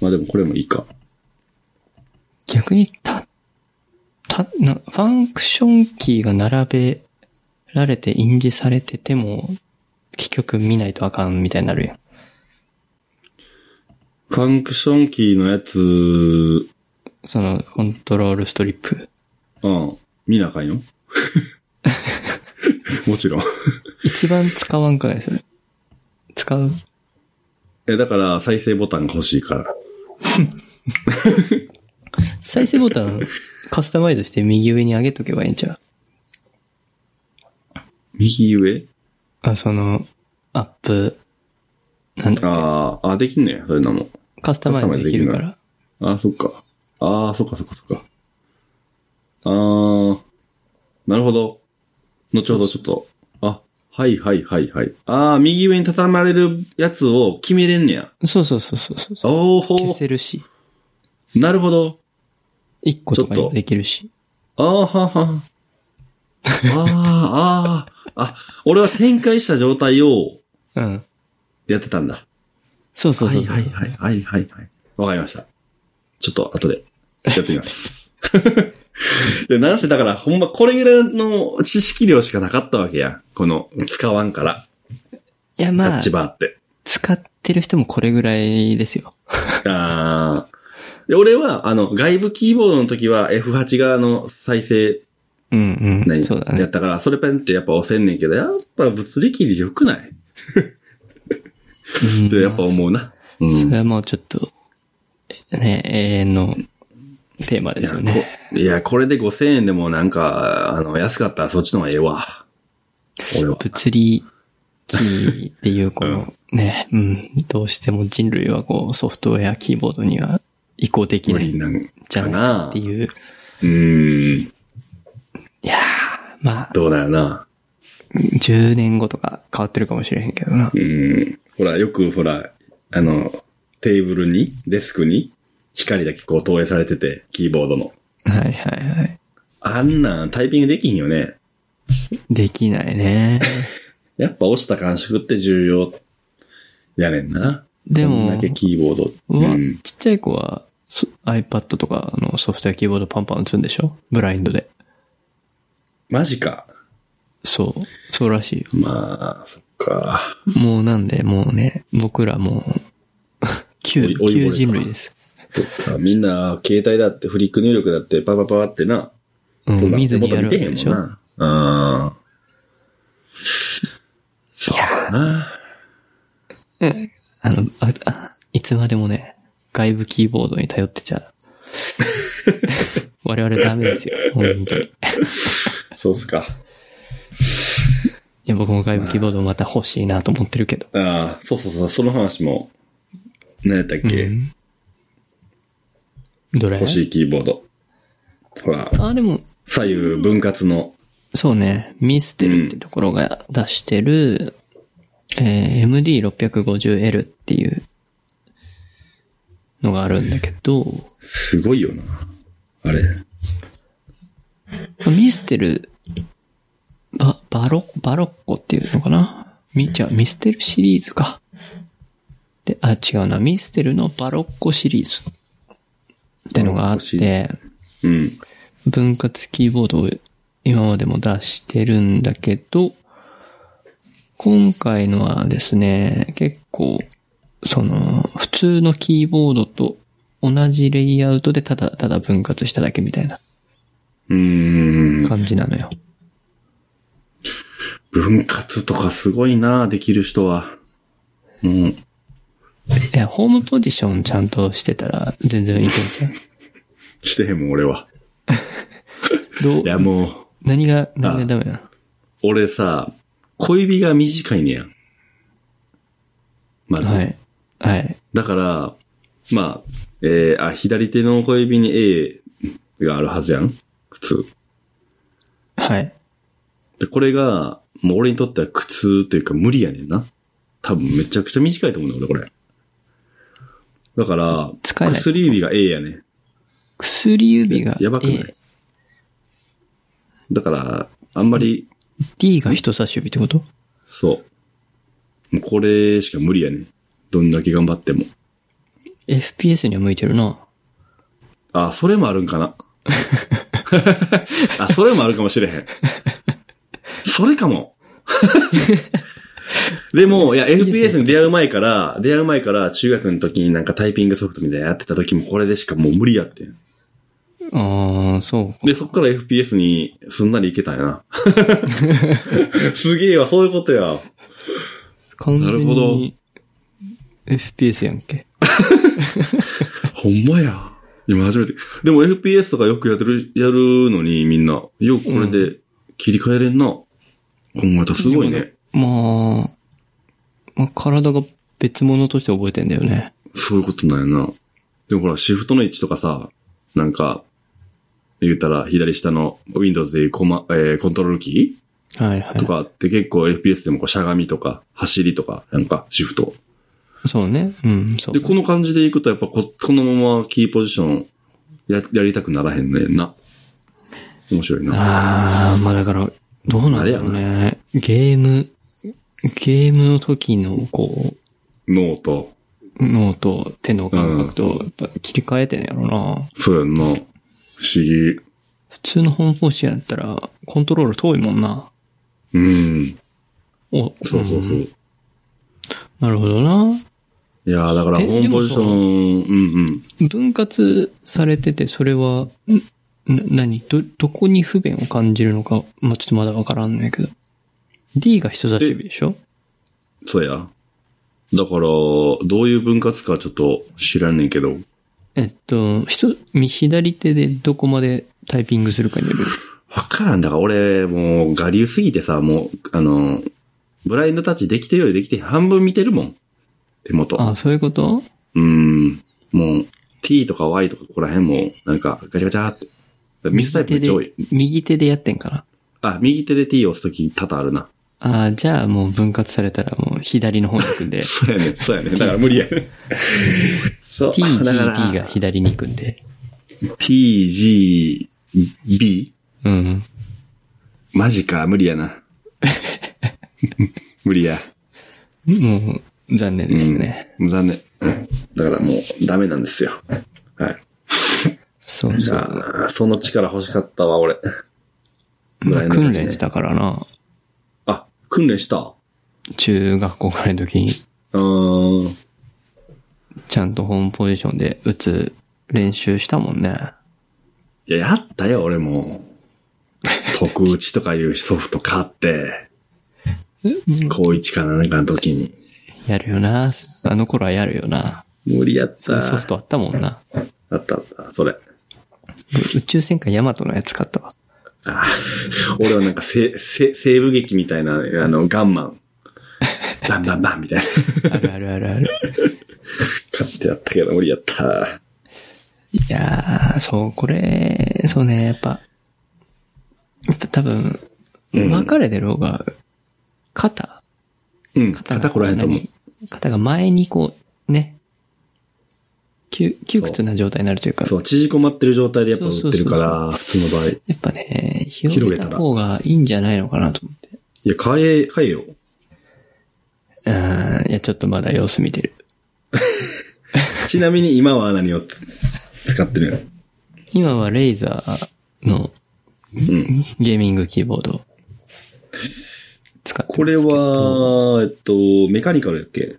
Speaker 1: まあでもこれもいいか。
Speaker 2: 逆に、た、た、な、ファンクションキーが並べられて印字されてても、結局見ないとあかんみたいになるやん。
Speaker 1: ファンクションキーのやつ、う
Speaker 2: その、コントロールストリップ。
Speaker 1: ん。見なあかんよ。 もちろん。
Speaker 2: 一番使わんくないそれ。使う
Speaker 1: え、だから再生ボタンが欲しいから。
Speaker 2: 再生ボタン、 カスタマイズして右上に上げとけばいいんちゃう
Speaker 1: 右上
Speaker 2: あ、その、アップ、なんだ、
Speaker 1: ああ、あ、できんねや、そういうのも。
Speaker 2: カスタマイズできるから。
Speaker 1: ああ、そっか。ああ、そっかそっかそっか。ああ、なるほど。後ほどちょっと。あ、はいはいはいはい。ああ、右上に畳まれるやつを決めれんねや。
Speaker 2: そうそうそうそうそう。
Speaker 1: おお
Speaker 2: 消せるし、
Speaker 1: なるほど。
Speaker 2: 一個とかに
Speaker 1: ちょっ
Speaker 2: も
Speaker 1: と
Speaker 2: できるし。
Speaker 1: ああはは。ああ、ああ。あ、俺は展開した状態を
Speaker 2: うん。
Speaker 1: やってたんだ。
Speaker 2: そうそう
Speaker 1: は
Speaker 2: そう
Speaker 1: い
Speaker 2: そう。
Speaker 1: はいはいはいはいはい。わかりました。ちょっと後でやってみます。 いや、なんせだからほんまこれぐらいの知識量しかなかったわけや。この使わんから、
Speaker 2: いや、
Speaker 1: タ
Speaker 2: ま
Speaker 1: ッ
Speaker 2: あ
Speaker 1: チ、バーって。
Speaker 2: 使ってる人もこれぐらいですよ。
Speaker 1: ああ。で俺は、あの、外部キーボードの時は F8 側の再生
Speaker 2: うんうん。
Speaker 1: 何
Speaker 2: そうだ
Speaker 1: や
Speaker 2: ね
Speaker 1: っ。たから、それペンってやっぱ押せんねんけど、やっぱ物理機で良くない
Speaker 2: うん
Speaker 1: ってやっぱ思うな。う
Speaker 2: そ
Speaker 1: ん。
Speaker 2: れはもうちょっと、ね、永遠のテーマで
Speaker 1: い
Speaker 2: す
Speaker 1: や、
Speaker 2: よ
Speaker 1: こ
Speaker 2: ね。
Speaker 1: いやこれで5000円でもなんか、あの、安かったらそっちの方がええわ。俺は。
Speaker 2: 物理キーっていうこの、ね、うん、どうしても人類はこうソフトウェアキーボードには移行でき
Speaker 1: 無
Speaker 2: ない
Speaker 1: 理
Speaker 2: ん
Speaker 1: なん
Speaker 2: じゃ
Speaker 1: か
Speaker 2: ない
Speaker 1: な
Speaker 2: って。いう。
Speaker 1: うーん。
Speaker 2: まあ、
Speaker 1: どうだよな。
Speaker 2: 10年後とか変わってるかもしれへんけどな
Speaker 1: う。ーん。ほら、よくほら、あの、テーブルに、デスクに、光だけこう投影されてて、キーボードの。
Speaker 2: はいはいはい。
Speaker 1: あんなんタイピングできひんよね。
Speaker 2: できないね。
Speaker 1: やっぱ押した感触って重要。やれんな。
Speaker 2: でも
Speaker 1: こんだけキーボード。
Speaker 2: うわ、
Speaker 1: ん。
Speaker 2: ちっちゃい子はそ iPad とかのソフトウェアキーボードパンパン打つんでしょブラインドで。
Speaker 1: マジか。
Speaker 2: そう。そうらしいよ。
Speaker 1: まあ、そっか。
Speaker 2: もうなんで、もうね、僕らもう、
Speaker 1: おい、
Speaker 2: 旧
Speaker 1: おいぼれか
Speaker 2: 旧人類です。
Speaker 1: そっか。みんな、携帯だって、フリック入力だって、パパパってな。
Speaker 2: うん
Speaker 1: そんな
Speaker 2: 見ずにやるわ
Speaker 1: 手
Speaker 2: け
Speaker 1: 元
Speaker 2: で
Speaker 1: 見て
Speaker 2: し
Speaker 1: へん
Speaker 2: ょ
Speaker 1: もんな。うん。そうだな。
Speaker 2: あの、あ、あ、いつまでもね、外部キーボードに頼ってち ゃ、我々ダメですよ、本当に。い
Speaker 1: そうっすか。
Speaker 2: や、僕も外部キーボードまた欲しいなと思ってるけど。
Speaker 1: ああ、そうそうそう、その話も、何やったっけ、
Speaker 2: どれ
Speaker 1: 欲しいキーボード。ほら、
Speaker 2: あ、でも、
Speaker 1: 左右分割の。
Speaker 2: そうね、ミステルってところが出してる、えー MD650L っていうのがあるんだけど、
Speaker 1: すごいよな。あれ。
Speaker 2: ミステル、バ、バロ、バロッコっていうのかなミじゃあミステルシリーズか。で、あ、違うな。ミステルのバロッコシリーズ。ってのがあ
Speaker 1: バロ
Speaker 2: っ
Speaker 1: ッコシリ
Speaker 2: て、
Speaker 1: うん。
Speaker 2: 分割キーボードを今までも出してるんだけど、今回のはですね、結構、その、普通のキーボードと同じレイアウトでただただ分割しただけみたいな
Speaker 1: うーん。
Speaker 2: 感じなのよ。
Speaker 1: 分割とかすごいなできる人は。うん。
Speaker 2: いや、ホームポジションちゃんとしてたら全然いけんじゃん。
Speaker 1: してへんもん、俺は。
Speaker 2: どう
Speaker 1: い、や、もう、
Speaker 2: 何が、何がダメなの
Speaker 1: 俺さ、小指が短いねやん。まず。
Speaker 2: はい。はい。
Speaker 1: だから、まあ、えー、あ、左手の小指に A があるはずやん。普通。
Speaker 2: はい。
Speaker 1: で、これが、もう俺にとっては苦痛というか無理やねんな。多分めちゃくちゃ短いと思うんだよ、俺、これ。だから、
Speaker 2: 使えない
Speaker 1: 薬指が A やねん。
Speaker 2: 薬指が
Speaker 1: やばくない、
Speaker 2: A、
Speaker 1: だから、あんまり、
Speaker 2: D が人差し指ってこと
Speaker 1: そう。もうこれしか無理やねん。どんだけ頑張っても。
Speaker 2: ?FPS には向いてるな。
Speaker 1: あ、それもあるんか な。あ、それもあるかもしれへん。それかも。 でも、いや、FPS に出会う前から、出会う前から中学の時になんかタイピングソフトみたいなのやってた時もこれでしかもう無理やってん。
Speaker 2: ああ、そうか。
Speaker 1: で、そっから FPS にすんなりいけたんや な。すげえわ、そういうことや。
Speaker 2: 完全
Speaker 1: なるほど
Speaker 2: に FPS やんけ。
Speaker 1: ほんまや。今初めて。でも FPS とかよくやってる、やるのにみんな、よくこれで切り替えれんな。ほんまや、すごいね。
Speaker 2: まあ、まあ、体が別物として覚えてんだよね。
Speaker 1: そういうことなんやな。でもほら、シフトの位置とかさ、なんか、言うたら左下の Windows でいうコマ、えーコントロールキ
Speaker 2: はいは
Speaker 1: ーとかって結構 FPS でもこうしゃがみとか走りとか、なんかシフト。
Speaker 2: い。そうね。うん、そう
Speaker 1: で、。この感じでいくとやっぱこ、このままキーポジションや、やりたくならへんねんな。面白いな。
Speaker 2: ああ、まあだから、どうなんだろうね。ゲーム、ゲームの時の、こう、
Speaker 1: 脳と、
Speaker 2: 脳と手の感覚と、やっぱ切り替えてんやろな。
Speaker 1: そうやんな。不思議。
Speaker 2: 普通のホームポーションやったら、コントロール遠いもんな。
Speaker 1: うん。
Speaker 2: お、
Speaker 1: そうそうそう。
Speaker 2: なるほどな。
Speaker 1: いやーだから
Speaker 2: え
Speaker 1: ホームポジション、うんうん。
Speaker 2: 分割されてて、それは、んな、何ど、どこに不便を感じるのか、まあ、ちょっとまだわからんねんけど。D が人差し指でしょ
Speaker 1: そうや。だから、どういう分割かちょっと知らんねんけど。
Speaker 2: えっと、人、み左手でどこまでタイピングするかによる。
Speaker 1: わからんだから、俺、もう、我流すぎてさ、もう、あの、ブラインドタッチできてるよりできてへん、半分見てるもん。手元。
Speaker 2: あ、そういうこと
Speaker 1: うん。もう、t とか y とかここら辺も、なんか、ガチャガチャって。ミスタイプめっちゃ多い。
Speaker 2: 右手で右手でやってんかな。
Speaker 1: あ、右手で t 押すとき多々あるな。、
Speaker 2: あじゃあもう分割されたらもう左の方に行くん で
Speaker 1: そうやね。そうやね。だから無理 やね。そう。
Speaker 2: T、G、
Speaker 1: だか
Speaker 2: B
Speaker 1: ら
Speaker 2: が左に行くんで。
Speaker 1: t, g, b?
Speaker 2: うん。
Speaker 1: マジか、無理やな。 無理や。
Speaker 2: もう、残念ですね。
Speaker 1: うん残念。うんだからもう、ダメなんですよ。はい。
Speaker 2: そうそう。
Speaker 1: あーその力欲しかったわ、俺。
Speaker 2: まあ
Speaker 1: ぐらいの
Speaker 2: 訓
Speaker 1: 時ね
Speaker 2: 練したからな。
Speaker 1: あ、訓練したう
Speaker 2: 中学校からいの時に。
Speaker 1: ーん。
Speaker 2: ちゃんとホームポジションで打つ練習したもんね。
Speaker 1: いや、やったよ、俺も。 特打ちとかいうソフト買って、高1かなんかの時に。
Speaker 2: やるよな。あの頃はやるよな。
Speaker 1: 無理やっ
Speaker 2: そうい
Speaker 1: た。
Speaker 2: うソフトあったもんな。
Speaker 1: あったあった、それ。
Speaker 2: 宇宙戦艦ヤマトのやつ買ったわ。
Speaker 1: あー 俺はなんかせ、せ、西部劇みたいな、あの、ガンマン。バンバンバンみたい な。
Speaker 2: あるあるあるある。
Speaker 1: 買ってやったけど無理やった。
Speaker 2: いやー、そう、これ、そうね、やっぱ、やっぱ多分、分かれてる方が、肩
Speaker 1: うん。
Speaker 2: 肩
Speaker 1: 肩こらへんと思う。
Speaker 2: 何肩が前にこう、ね、窮窮屈な状態になるというか、
Speaker 1: そう、縮こまってる状態でやっぱ売ってるから、普通の場合。い
Speaker 2: やっぱね、
Speaker 1: げたら
Speaker 2: 広げた方がいいんじゃないのかなと思って。
Speaker 1: や、買え、買えよ。
Speaker 2: うん、いや、ちょっとまだ様子見てる。
Speaker 1: ちなみに今は何をつ使ってるの
Speaker 2: 今はレイザーの
Speaker 1: うん。
Speaker 2: ゲーミングキーボードを使ってますけ
Speaker 1: こ
Speaker 2: ど。
Speaker 1: れは、えっと、メカニカルやっけ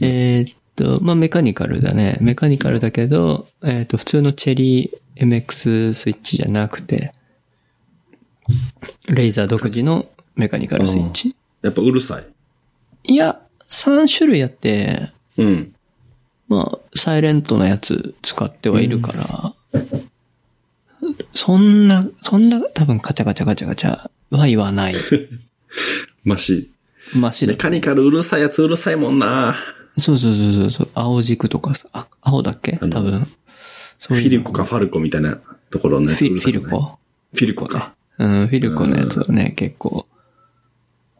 Speaker 2: えーっと、まあ、メカニカルだね。メカニカルだけど、えーっと、普通のチェリー MX スイッチじゃなくて、レイザー独自のメカニカルスイッチ。
Speaker 1: やっぱうるさい。
Speaker 2: いや、3種類あって、
Speaker 1: うん。
Speaker 2: まあ、サイレントなやつ使ってはいるから、そんな、そんな、多分カチャカチャカチャカチャは言わない。
Speaker 1: マシ。
Speaker 2: マシだ
Speaker 1: メカニカルうるさいやつうるさいもんな。
Speaker 2: そうそうそうそうそう。青軸とかさ、あ、青だっけ多分。そ
Speaker 1: フ
Speaker 2: う
Speaker 1: ィ
Speaker 2: いう
Speaker 1: ル
Speaker 2: の
Speaker 1: コかファルコみたいなところのや
Speaker 2: フ
Speaker 1: つう
Speaker 2: ィ
Speaker 1: る
Speaker 2: フ
Speaker 1: さ
Speaker 2: ィ
Speaker 1: いよ
Speaker 2: ル
Speaker 1: ね、
Speaker 2: コ。
Speaker 1: フィルコか。
Speaker 2: うん、フィルコのやつはね、結構、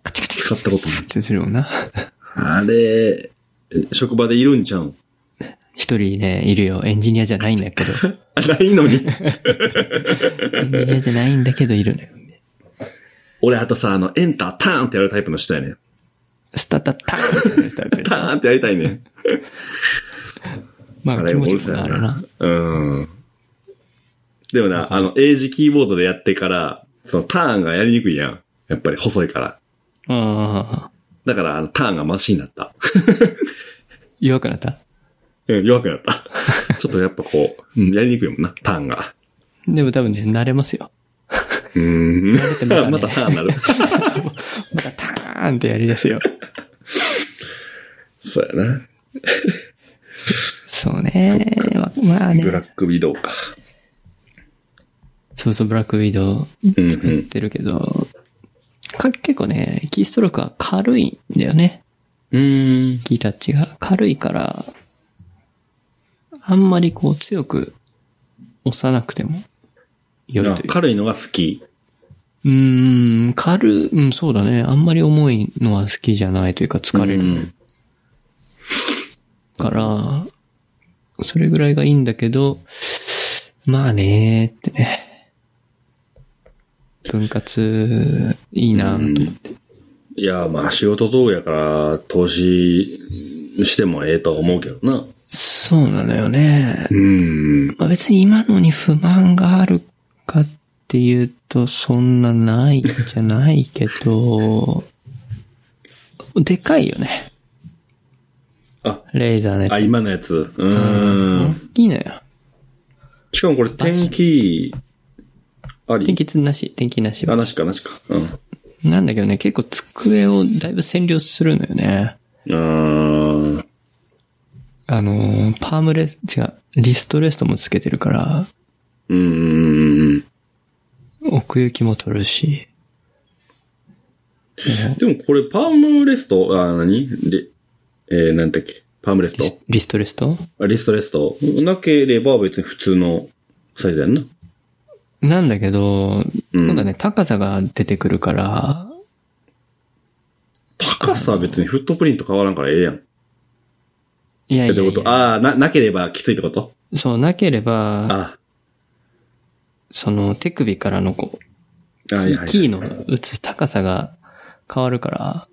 Speaker 2: カチャカチャ
Speaker 1: 使
Speaker 2: カチ
Speaker 1: ったことない
Speaker 2: ャっ。てするもんな。
Speaker 1: あれ、え職場でいるんちゃうん
Speaker 2: 一人ね、いるよ。エンジニアじゃないんだけど。
Speaker 1: あ、ないの に。
Speaker 2: エンジニアじゃないんだけどいるのよ。
Speaker 1: 俺、あとさ、あの、エンターターンってやるタイプの人やね。
Speaker 2: スタタターンってやつだったり
Speaker 1: ターンってやりたいね。
Speaker 2: ま
Speaker 1: あ
Speaker 2: あ、
Speaker 1: れ、
Speaker 2: 気
Speaker 1: う
Speaker 2: 持ち
Speaker 1: る
Speaker 2: よく
Speaker 1: さい
Speaker 2: なる
Speaker 1: よな
Speaker 2: な。。
Speaker 1: うん。でもな、あの、英字キーボードでやってから、そのターンがやりにくいやん。やっぱり細いから。
Speaker 2: ああ、
Speaker 1: だから、あの、ターンがマシになった。
Speaker 2: 弱くなった
Speaker 1: うん、弱くな った。ちょっとやっぱこう、うん、やりにくいもんな、ターンが。
Speaker 2: でも多分ね、慣れますよ。
Speaker 1: うーん。
Speaker 2: また ね
Speaker 1: またターン なる。
Speaker 2: またターンってやりですよ。
Speaker 1: そうやな。
Speaker 2: そうね。ままあね
Speaker 1: ブ。ラックビドウか。
Speaker 2: そうそう、ブラックウィドウ作ってるけど、か結構ね、キーストロークは軽いんだよね。
Speaker 1: うん。
Speaker 2: キータッチが軽いから、あんまりこう強く押さなくても良いという。
Speaker 1: 軽いのが好き。
Speaker 2: うーん、軽、うん、そうだね。あんまり重いのは好きじゃないというか疲れ
Speaker 1: う
Speaker 2: る
Speaker 1: ん
Speaker 2: から、それぐらいがいいんだけど、まあねーってね。分割いいなと思って。
Speaker 1: いや、まあ仕事道具やから、投資してもええとは思うけどな。
Speaker 2: そうなのよね。
Speaker 1: うん。
Speaker 2: まあ別に今のに不満があるかっていうと、そんなないじゃないけど、でかいよね。
Speaker 1: あ、
Speaker 2: レーザーね
Speaker 1: あ、。今のやつ。うん
Speaker 2: 大。きいのよ。
Speaker 1: しかもこれ、天気、あ
Speaker 2: 天
Speaker 1: り
Speaker 2: 気つなし、天気なし
Speaker 1: あ、。なしかなしか。うん。
Speaker 2: なんだけどね、結構机をだいぶ占領するのよね。
Speaker 1: うん。
Speaker 2: あのー、パームレス、違う、リストレストもつけてるから、
Speaker 1: うん。
Speaker 2: 奥行きも取るし。
Speaker 1: でもこれ、パームレスト、あ、何で、えー、なんだっけ。パームレス
Speaker 2: リ
Speaker 1: ト
Speaker 2: スリストレスト
Speaker 1: あリストレストなければ別に普通のサイズやんな。
Speaker 2: なんだけど、
Speaker 1: うん
Speaker 2: 今度はね、高さが出てくるから、
Speaker 1: 高さは別にフットプリント変わらんからええやん。っ
Speaker 2: いやい
Speaker 1: て
Speaker 2: やい
Speaker 1: こと
Speaker 2: や、
Speaker 1: ああ、な、なければきついってこと
Speaker 2: そう、なければ、
Speaker 1: あ
Speaker 2: その手首からのこう、
Speaker 1: あ、はいはい
Speaker 2: キーの打つ高さが変わるから、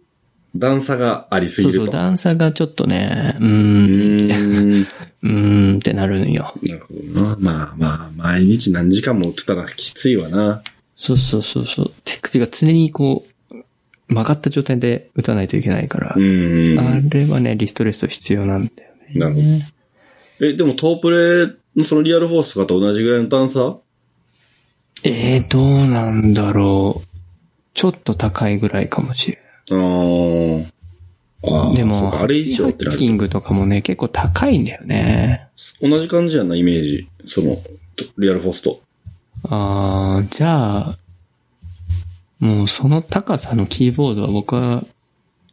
Speaker 1: 段差がありす
Speaker 2: そ
Speaker 1: ぎ
Speaker 2: うそ
Speaker 1: る
Speaker 2: う、
Speaker 1: と。
Speaker 2: 段差がちょっとね、う
Speaker 1: う
Speaker 2: ーん、
Speaker 1: ーん。
Speaker 2: うーんってなるんよ。
Speaker 1: なるほどな。まあまあ、毎日何時間も打ってたらきついわな。
Speaker 2: そうそうそうそう。手首が常にこう、曲がった状態で打たないといけないから
Speaker 1: う。ーん。
Speaker 2: あれはね、リストレスト必要なんだよね。
Speaker 1: なるほど。え、でもトープレのそのリアルフォースとかと同じぐらいの段差
Speaker 2: えー、どうなんだろう。ちょっと高いぐらいかもしれ
Speaker 1: あーあ
Speaker 2: な
Speaker 1: ー。
Speaker 2: い。で
Speaker 1: そう
Speaker 2: も、
Speaker 1: かあれ以上ってな
Speaker 2: ハッ
Speaker 1: る
Speaker 2: キングとかもね、結構高いんだよね。
Speaker 1: 同じ感じやんな、イメージ。その、とリアルフォースと。
Speaker 2: あー、じゃあ、もうその高さのキーボードは僕は、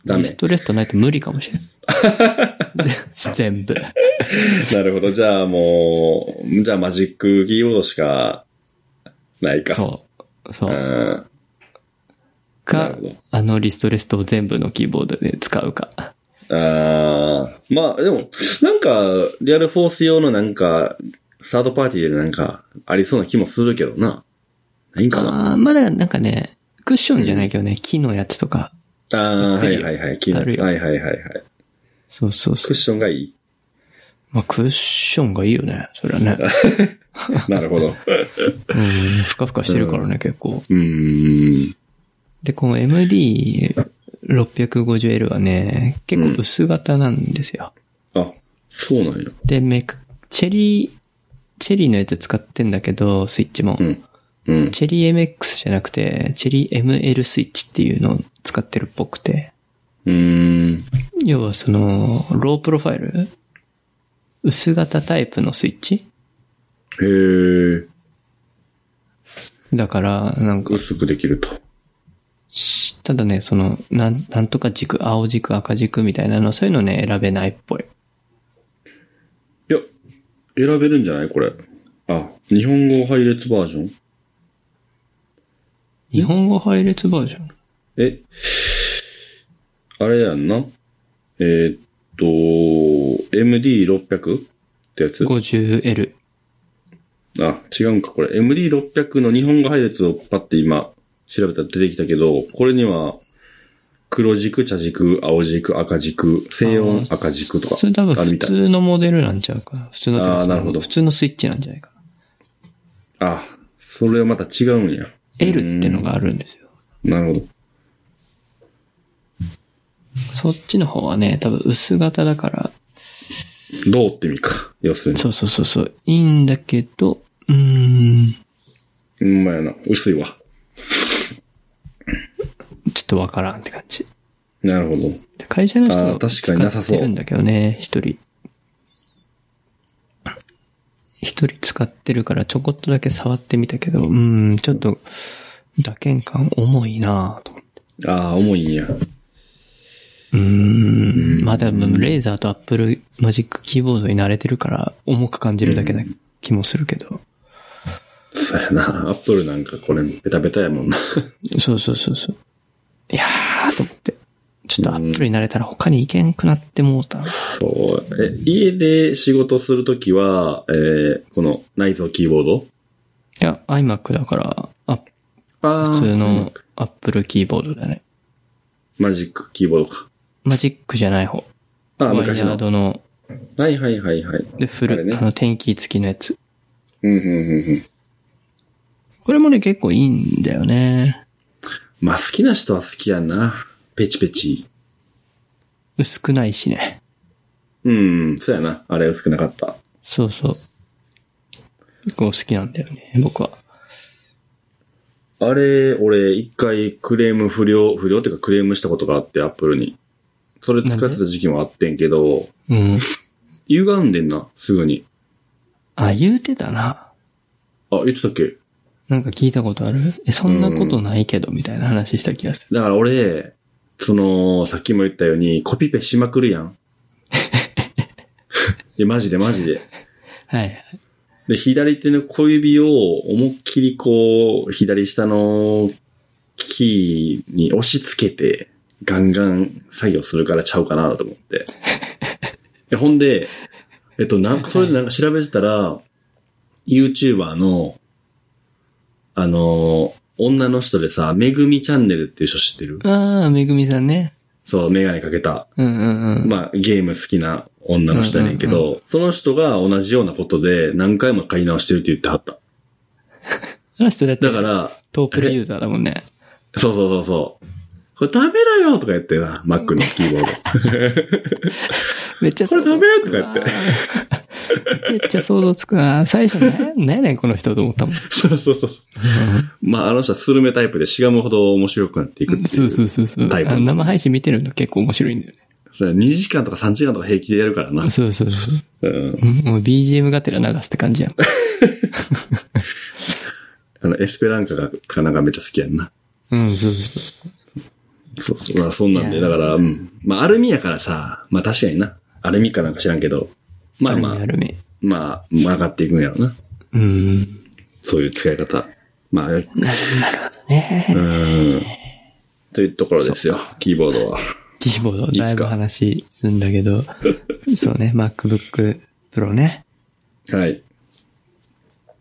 Speaker 1: ダ
Speaker 2: リ
Speaker 1: メ
Speaker 2: ス。トレストないと無理かもしれ ない。全部。
Speaker 1: なるほど。じゃあもう、じゃあマジックキーボードしかないか。
Speaker 2: そう。そうう。
Speaker 1: ん。な
Speaker 2: か
Speaker 1: るほど、
Speaker 2: あのリストレストを全部のキーボードで使うか。
Speaker 1: あーまあ、でも、なんか、リアルフォース用のなんか、サードパーティーでなんか、ありそうな気もするけどな。ないんかな
Speaker 2: あーまだなんかね、クッションじゃないけどね、木のやつとか。
Speaker 1: ああ、は
Speaker 2: 売って
Speaker 1: い
Speaker 2: るよ
Speaker 1: はいはい。気にな
Speaker 2: ある
Speaker 1: る。
Speaker 2: よ
Speaker 1: はいはいはいはい。
Speaker 2: そうそう
Speaker 1: ク
Speaker 2: そ
Speaker 1: ッ
Speaker 2: う。
Speaker 1: ションがいい。
Speaker 2: まあ、クッションがいいよね。それは ね。
Speaker 1: なる ほど。
Speaker 2: うん、ふかふかしてるからね、結構。
Speaker 1: うーん。
Speaker 2: で、この MD650L はね、結構薄型なんですよ。
Speaker 1: あ、そうなんや。
Speaker 2: で、メカ、チェリー、チェリーのやつ使ってんだけど、スイッチも。
Speaker 1: うん。うん。
Speaker 2: チェリー MX じゃなくて、チェリー ML スイッチっていうのを使ってるっぽくて。
Speaker 1: うーん。
Speaker 2: 要はその、ロープロファイル薄型タイプのスイッチ
Speaker 1: へえ。
Speaker 2: だから、なんか、
Speaker 1: 薄くできると。
Speaker 2: ただね、その、なん、なんとか軸、青軸、赤軸みたいなの、そういうのね、選べないっぽ
Speaker 1: い
Speaker 2: い。
Speaker 1: や、選べるんじゃないこれ。あ、日本語配列バージョン
Speaker 2: 日本語配列バージョン
Speaker 1: え、あれやんなえーっと、MD600 ってやつ
Speaker 2: ?50L。
Speaker 1: あ、違うんか、これ。MD600 の日本語配列をパッて今、調べたら出てきたけど、これには、黒軸、茶軸、青軸、赤軸、西
Speaker 2: あ
Speaker 1: 洋
Speaker 2: ー
Speaker 1: 赤軸とか
Speaker 2: それ多分
Speaker 1: ある
Speaker 2: 普
Speaker 1: みたい。
Speaker 2: 通のモデルなんちゃうかな。普通の
Speaker 1: あーなるほど
Speaker 2: 普通のスイッチなんじゃないかな。
Speaker 1: あ、それはまた違うんや。
Speaker 2: L ってのがあるんですよ。
Speaker 1: なるほど。
Speaker 2: そっちの方はね、多分薄型だから、
Speaker 1: ローって意味か。要するに。
Speaker 2: そうそうそうそう、いいんだけど、うーん、
Speaker 1: うんまやな。薄いわ。
Speaker 2: ちょっとわからんって感じ。
Speaker 1: なるほど。
Speaker 2: で会社の人
Speaker 1: あー確かにな
Speaker 2: が
Speaker 1: さ
Speaker 2: 使
Speaker 1: そう
Speaker 2: ってるんだけどね、一人。一人使ってるからちょこっとだけ触ってみたけど、うーん、ちょっと、打鍵感重いなぁと思って。
Speaker 1: ああ、重いんや。
Speaker 2: うーん、まあでもレーザーとアップルマジックキーボードに慣れてるから重く感じるだけな気もするけど。
Speaker 1: そうやな。アップルなんかこれ、ベタベタやもんな。
Speaker 2: そうそうそうそう。いやーと思って。ちょっとアップルになれたら他に行けんくなってもうた。
Speaker 1: そう。え、家で仕事するときは、えーこの内蔵キーボード
Speaker 2: いや、iMac だから、あ
Speaker 1: あー
Speaker 2: 普通の Apple キーボードだね。
Speaker 1: マジックキーボードか。
Speaker 2: マジックじゃない方。
Speaker 1: あー
Speaker 2: ワイヤ
Speaker 1: 昔
Speaker 2: ー
Speaker 1: の。
Speaker 2: ドの、
Speaker 1: はいはいはいはい。
Speaker 2: で、フ
Speaker 1: あれ
Speaker 2: ル、
Speaker 1: ね
Speaker 2: あの、転キー付きのやつ。
Speaker 1: うんうんうんうん。
Speaker 2: これもね、結構いいんだよね。
Speaker 1: まあ好きな人は好きやな。ペチペチ。
Speaker 2: 薄くないしね。
Speaker 1: うん、そうやな。あれ薄くなかった。
Speaker 2: そうそう。結構好きなんだよね、僕は。
Speaker 1: あれ、俺、一回クレーム不良、不良っていうかクレームしたことがあって、アップルに。それ使ってた時期もあってんけど、
Speaker 2: うん。
Speaker 1: 歪んでんな、すぐに。
Speaker 2: あ、言うてたな。
Speaker 1: あ、言ってたっけ
Speaker 2: なんか聞いたことあるえ、そんなことないけど、みたいな話した気がする。
Speaker 1: だから俺、その、さっきも言ったように、コピペしまくるやん。いや、マジでマジで。
Speaker 2: はいはい。
Speaker 1: で、左手の小指を思いっきりこう、左下のキーに押し付けて、ガンガン作業するからちゃうかなと思って。でほんで、えっと、なんそれでなんか調べてたら、YouTuber の、あの、女の人でさ、めぐみチャンネルっていう人知ってる
Speaker 2: ああ、めぐみさんね。
Speaker 1: そう、メガネかけた、
Speaker 2: うんうんうん。
Speaker 1: まあ、ゲーム好きな女の人やねんけど、その人が同じようなことで何回も買い直してるって言ってはった。
Speaker 2: あの人だって
Speaker 1: だから、
Speaker 2: トープレユーザーだもんね。
Speaker 1: そうそうそうそう。これダメだよとか言ってな、Mac のキーボード。
Speaker 2: めっちゃ
Speaker 1: これダメよとか言って。
Speaker 2: て。めっちゃ想像つくな。最初、な、なんやねん、この人と思ったもん。
Speaker 1: そうそうそうそう。 まあ、あの人はスルメタイプでしがむほど面白くなっていくっていう。
Speaker 2: そうそうそうそう。
Speaker 1: タイプ
Speaker 2: あ生配信見てるの結構面白いんだよ
Speaker 1: そう。2時間とか3時間とか平気でやるからな
Speaker 2: ね。。そうそうそう。
Speaker 1: うん。
Speaker 2: もう BGM がてら流すって感じやん。
Speaker 1: あの、エスペランカが、かなんかめっちゃ好きやんな。
Speaker 2: うん、そうそう。
Speaker 1: そうそう。だからそんなん
Speaker 2: い
Speaker 1: で、
Speaker 2: や
Speaker 1: だから、うん。まあ、アルミやからさ、まあ確かにな。アルミかなんか知らんけど。ま
Speaker 2: あ
Speaker 1: あ
Speaker 2: る
Speaker 1: まあ
Speaker 2: めあ、るめ。
Speaker 1: まあ、曲がっていくんやろな。
Speaker 2: うん。
Speaker 1: そういう使い方。まあ、う
Speaker 2: なるほどね。
Speaker 1: ーん。というところですよ、キーボードは。
Speaker 2: キーボー
Speaker 1: い
Speaker 2: ド、
Speaker 1: いっ
Speaker 2: だい
Speaker 1: す
Speaker 2: ぶ
Speaker 1: か
Speaker 2: 話すんだけど、そうね、MacBook Pro ね。
Speaker 1: はい。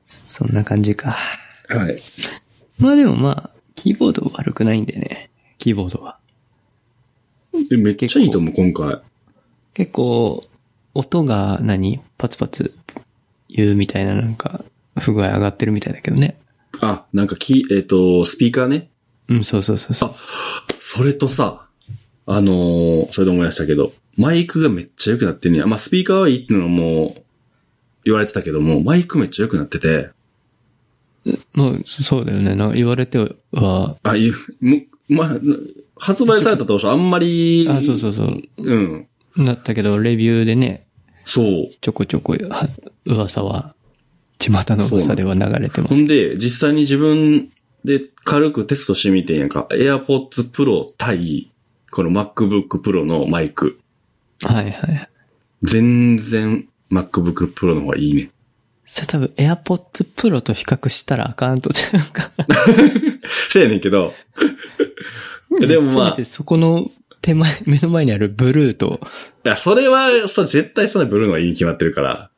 Speaker 2: そんな感じか。
Speaker 1: はい。
Speaker 2: まあでもまあ、キーボード悪くないんだよね。キーボードは。
Speaker 1: えめっちゃいいと思う、今回。
Speaker 2: 結構、音が何パツパツ言うみたいななんか、不具合上がってるみたいだけどね。
Speaker 1: あ、なんかき、えっ、と、スピーカーね。
Speaker 2: うん、そうそうそうそう。
Speaker 1: それとさ、あのーそれで思い出したけど、マイクがめっちゃ良くなってんねや。まあ、スピーカーはいいってのはもう、言われてたけども、マイクめっちゃ良くなってて、
Speaker 2: もう、そそうだよね。な言われては、
Speaker 1: あ、いう、む、まあ、発売された当初あんまり、
Speaker 2: あ、そうそうそう。
Speaker 1: うん。
Speaker 2: なったけど、レビューでね、
Speaker 1: そう。
Speaker 2: ちょこちょこ、は噂は、巷の噂では流れてま
Speaker 1: ほ
Speaker 2: す。
Speaker 1: んで、実際に自分で軽くテストしてみてんやんか。AirPods Pro 対、この MacBook Pro のマイク。
Speaker 2: はいはい。
Speaker 1: 全然 MacBook Pro の方がいい ね。
Speaker 2: それ多分 AirPods Pro と比較したらアカウントじゃんか。
Speaker 1: せやねんけど。でもまあ
Speaker 2: せめてそこの手前、目の前にあるブルーと。
Speaker 1: いや、それは、さ、絶対そんなブルーのがいいに決まってるから。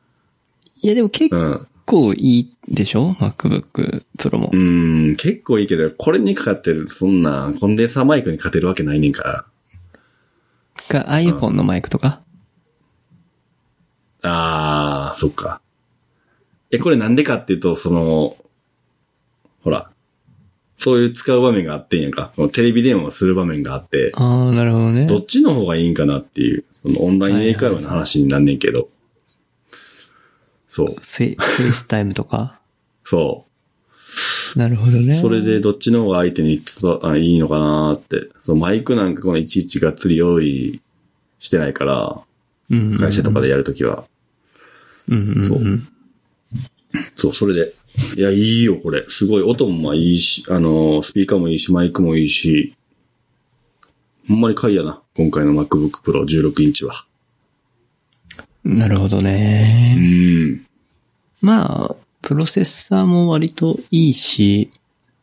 Speaker 2: いやでも結
Speaker 1: うん。
Speaker 2: 構いいでしょ ?MacBook Pro も
Speaker 1: う。ーん、結構いいけど、これにかかってる、そんな、コンデンサーマイクに勝てるわけないねんから。
Speaker 2: か iPhone のマイクとか。
Speaker 1: あー、そっか。え、これなんでかっていうと、その、ほら、そういう使う場面があってんやんか。このテレビ電話をする場面があって、
Speaker 2: ああ、なるほどね。
Speaker 1: どっちの方がいいんかなっていう、そのオンライン英会話の話になんねんけど。そう、
Speaker 2: フェイフェイスタイムとか。
Speaker 1: そう。
Speaker 2: なるほどね。
Speaker 1: それでどっちの方が相手に伝わあいいのかなーって。そのマイクなんかこのいちいちがっつり用意してないから、
Speaker 2: うん、
Speaker 1: 会社とかでやるときは。
Speaker 2: うんうんうん、
Speaker 1: そうそう、それで。いや、いいよ、これ。すごい。音もまあいいし、あのースピーカーもいいし、マイクもいいし。ほんまに買いやな。今回の MacBook Pro 16インチは。
Speaker 2: なるほど
Speaker 1: う
Speaker 2: ね。
Speaker 1: ん。
Speaker 2: まあ、プロセッサーも割といいし、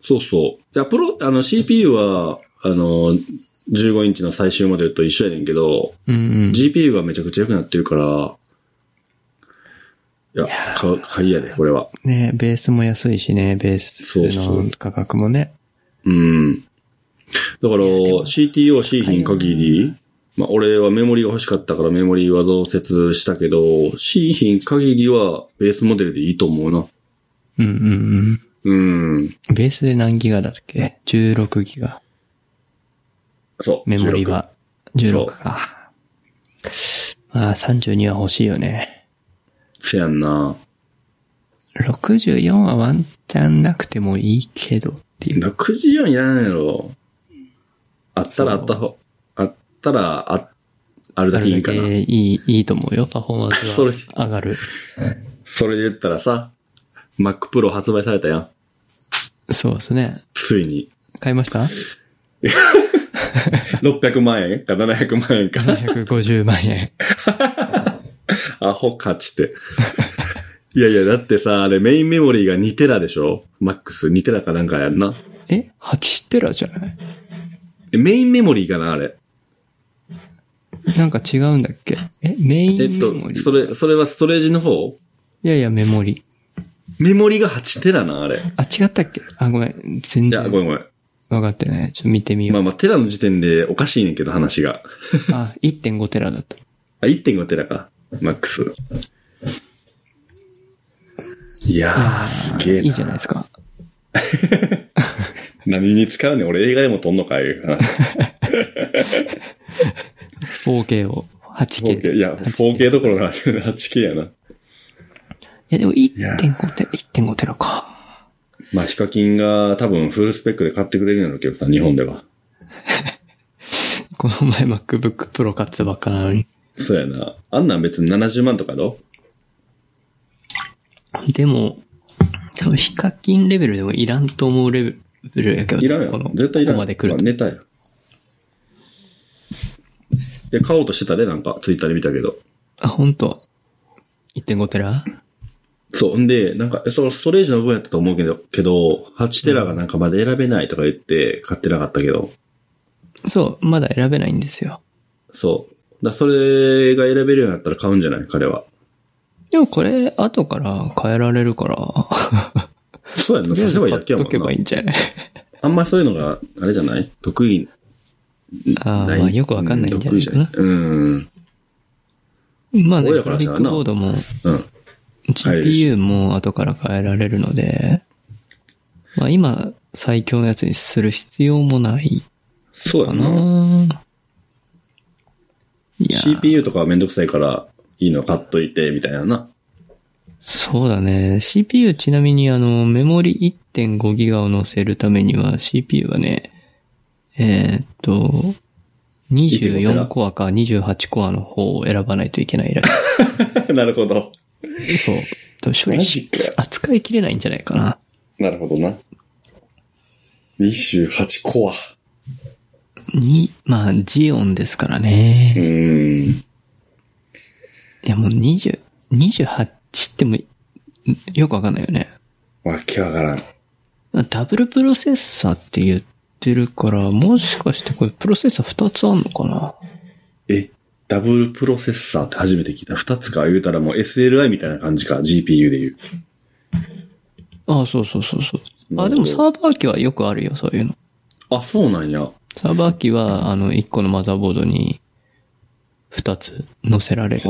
Speaker 1: そうそう。いや、プロ、あの、CPU は、あのー15インチの最終モデルと一緒やねんけど、
Speaker 2: うんうん。
Speaker 1: GPU がめちゃくちゃ良くなってるから、いや、買う、買いやで、これは。
Speaker 2: ね、ベースも安いしね、ベース
Speaker 1: そうそ
Speaker 2: の価格もね。
Speaker 1: うん。だから、CTO しいひん限り、まあ、俺はメモリが欲しかったからメモリは増設したけど、しいひん限りはベースモデルでいいと思うな。
Speaker 2: うんうん
Speaker 1: うん。
Speaker 2: うん。ベースで何ギガだっけ ?16 ギガ。
Speaker 1: そう。
Speaker 2: メモリは16
Speaker 1: そう
Speaker 2: か。まあ32は欲しいよね。
Speaker 1: 16。せやんな。
Speaker 2: 64はワンチャンなくてもいいけどっていう。
Speaker 1: 64いらないやろ。あったらあったほ、あったら、あ、ある
Speaker 2: あ
Speaker 1: だけい
Speaker 2: れ
Speaker 1: い
Speaker 2: だ
Speaker 1: かな。
Speaker 2: けいい、いいと思うよ。パフォーマン ス
Speaker 1: それ
Speaker 2: は上がる。
Speaker 1: それで言ったらさ、Mac Pro 発売されたやん。
Speaker 2: そうですね。
Speaker 1: ついに。
Speaker 2: 買いました
Speaker 1: 600万円か700万円か。
Speaker 2: ?150 万円。
Speaker 1: アホかちって。いやいや、だってさ、あれメインメモリーが2テラでしょマックス。2テラかなんかやんな。
Speaker 2: え ?8 テラじゃない
Speaker 1: えメインメモリーかなあれ。
Speaker 2: なんか違うんだっけえメイン
Speaker 1: え
Speaker 2: メ
Speaker 1: っと
Speaker 2: モリ、
Speaker 1: それ、それはストレージの方
Speaker 2: いやいや、メモリ。
Speaker 1: メモリーが8テラな、あれ。い
Speaker 2: あ、違ったっけあ、ごめん。全
Speaker 1: や、
Speaker 2: 然。
Speaker 1: ごめんごめん。
Speaker 2: 分かってない。ちょっと見てみよう。
Speaker 1: まあまあ、テラの時点でおかしいねんけど、話が。
Speaker 2: あ、1.5テラだった。
Speaker 1: あ、1.5テラか。マックス。いやー、すげえな。
Speaker 2: いいじゃないですか。
Speaker 1: 何に使うねん俺映画でも撮んのかいう話。
Speaker 2: 4K を。8K。
Speaker 1: 4K。いや、4K どころの話 8K やな。
Speaker 2: いや、でも1.5テラ、1.5テラか。
Speaker 1: まあ、ヒカキンが多分フルスペックで買ってくれるんやろうけどさ、日本では。
Speaker 2: この前 MacBook Pro 買ってたばっかなのに。
Speaker 1: そうやな。あんなん別に70万とかど
Speaker 2: でも、多分ヒカキンレベルでもいらんと思うレベルやけど、
Speaker 1: いらん
Speaker 2: この
Speaker 1: よ。絶対いらん。
Speaker 2: ここまで来る
Speaker 1: まあ
Speaker 2: と。
Speaker 1: ネタや。で、買おうとしてたで、なんか、ツイッターで見たけど。
Speaker 2: あ、本当1.5テラ
Speaker 1: そう。んで、なんか、そのストレージの分やったと思うけど、けど、8テラがなんかまだ選べないとか言って、買ってなかったけど。
Speaker 2: そう、まだ選べないんですよ。
Speaker 1: そう。だそれが選べるようになったら買うんじゃない彼は。
Speaker 2: でもこれ、後から変えられるから、
Speaker 1: そうやん
Speaker 2: と
Speaker 1: な。
Speaker 2: り
Speaker 1: 貸
Speaker 2: あえ
Speaker 1: せ
Speaker 2: ず
Speaker 1: ばいい
Speaker 2: 買
Speaker 1: だ
Speaker 2: っ
Speaker 1: けや
Speaker 2: と
Speaker 1: も
Speaker 2: け
Speaker 1: ん
Speaker 2: ば
Speaker 1: ない
Speaker 2: い。んじゃない
Speaker 1: あんまりそういうのが、あれじゃない得意
Speaker 2: ああ、
Speaker 1: ない
Speaker 2: まあよくわかんないんじゃないか
Speaker 1: うん
Speaker 2: な
Speaker 1: 得。意うん。
Speaker 2: まあね、
Speaker 1: 親
Speaker 2: グ
Speaker 1: か
Speaker 2: ラ
Speaker 1: らし
Speaker 2: フ
Speaker 1: た
Speaker 2: ィッ
Speaker 1: ら
Speaker 2: ク
Speaker 1: な
Speaker 2: ボードも、
Speaker 1: うん。変えれるし
Speaker 2: GPU も後から変えられるので、まあ今、最強のやつにする必要もない
Speaker 1: そうや
Speaker 2: か
Speaker 1: な。
Speaker 2: ないや、
Speaker 1: CPU とかはめんどくさいから、いいの買っといて、みたいなな。
Speaker 2: そうだね。CPU ちなみにあの、メモリ 1.5GB を載せるためには CPU はね、えーっと、24コアか28コアの方を選ばないといけないらし
Speaker 1: なるほど。
Speaker 2: い。 そう。多分処理し
Speaker 1: マジか
Speaker 2: 扱いきれないんじゃないかな。
Speaker 1: なるほどな。28コア。
Speaker 2: に、まあ、ジオンですから
Speaker 1: う
Speaker 2: ね。
Speaker 1: ーん。
Speaker 2: いやもう20、28ってもよくわかんないよね。
Speaker 1: わけわからん。
Speaker 2: ダブルプロセッサーって言ってるから、もしかしてこれプロセッサー2つあんのかな
Speaker 1: え、ダブルプロセッサーって初めて聞いた。二つか言うたらもう SLI みたいな感じか。GPU で言う。
Speaker 2: ああ、そうそうそうそう。あ、
Speaker 1: な
Speaker 2: で
Speaker 1: るほど
Speaker 2: もサーバー機はよくあるよ、そういうの。
Speaker 1: あ、そうなんや。
Speaker 2: サーバー機は、あの、1個のマザーボードに2つ載せられる
Speaker 1: あ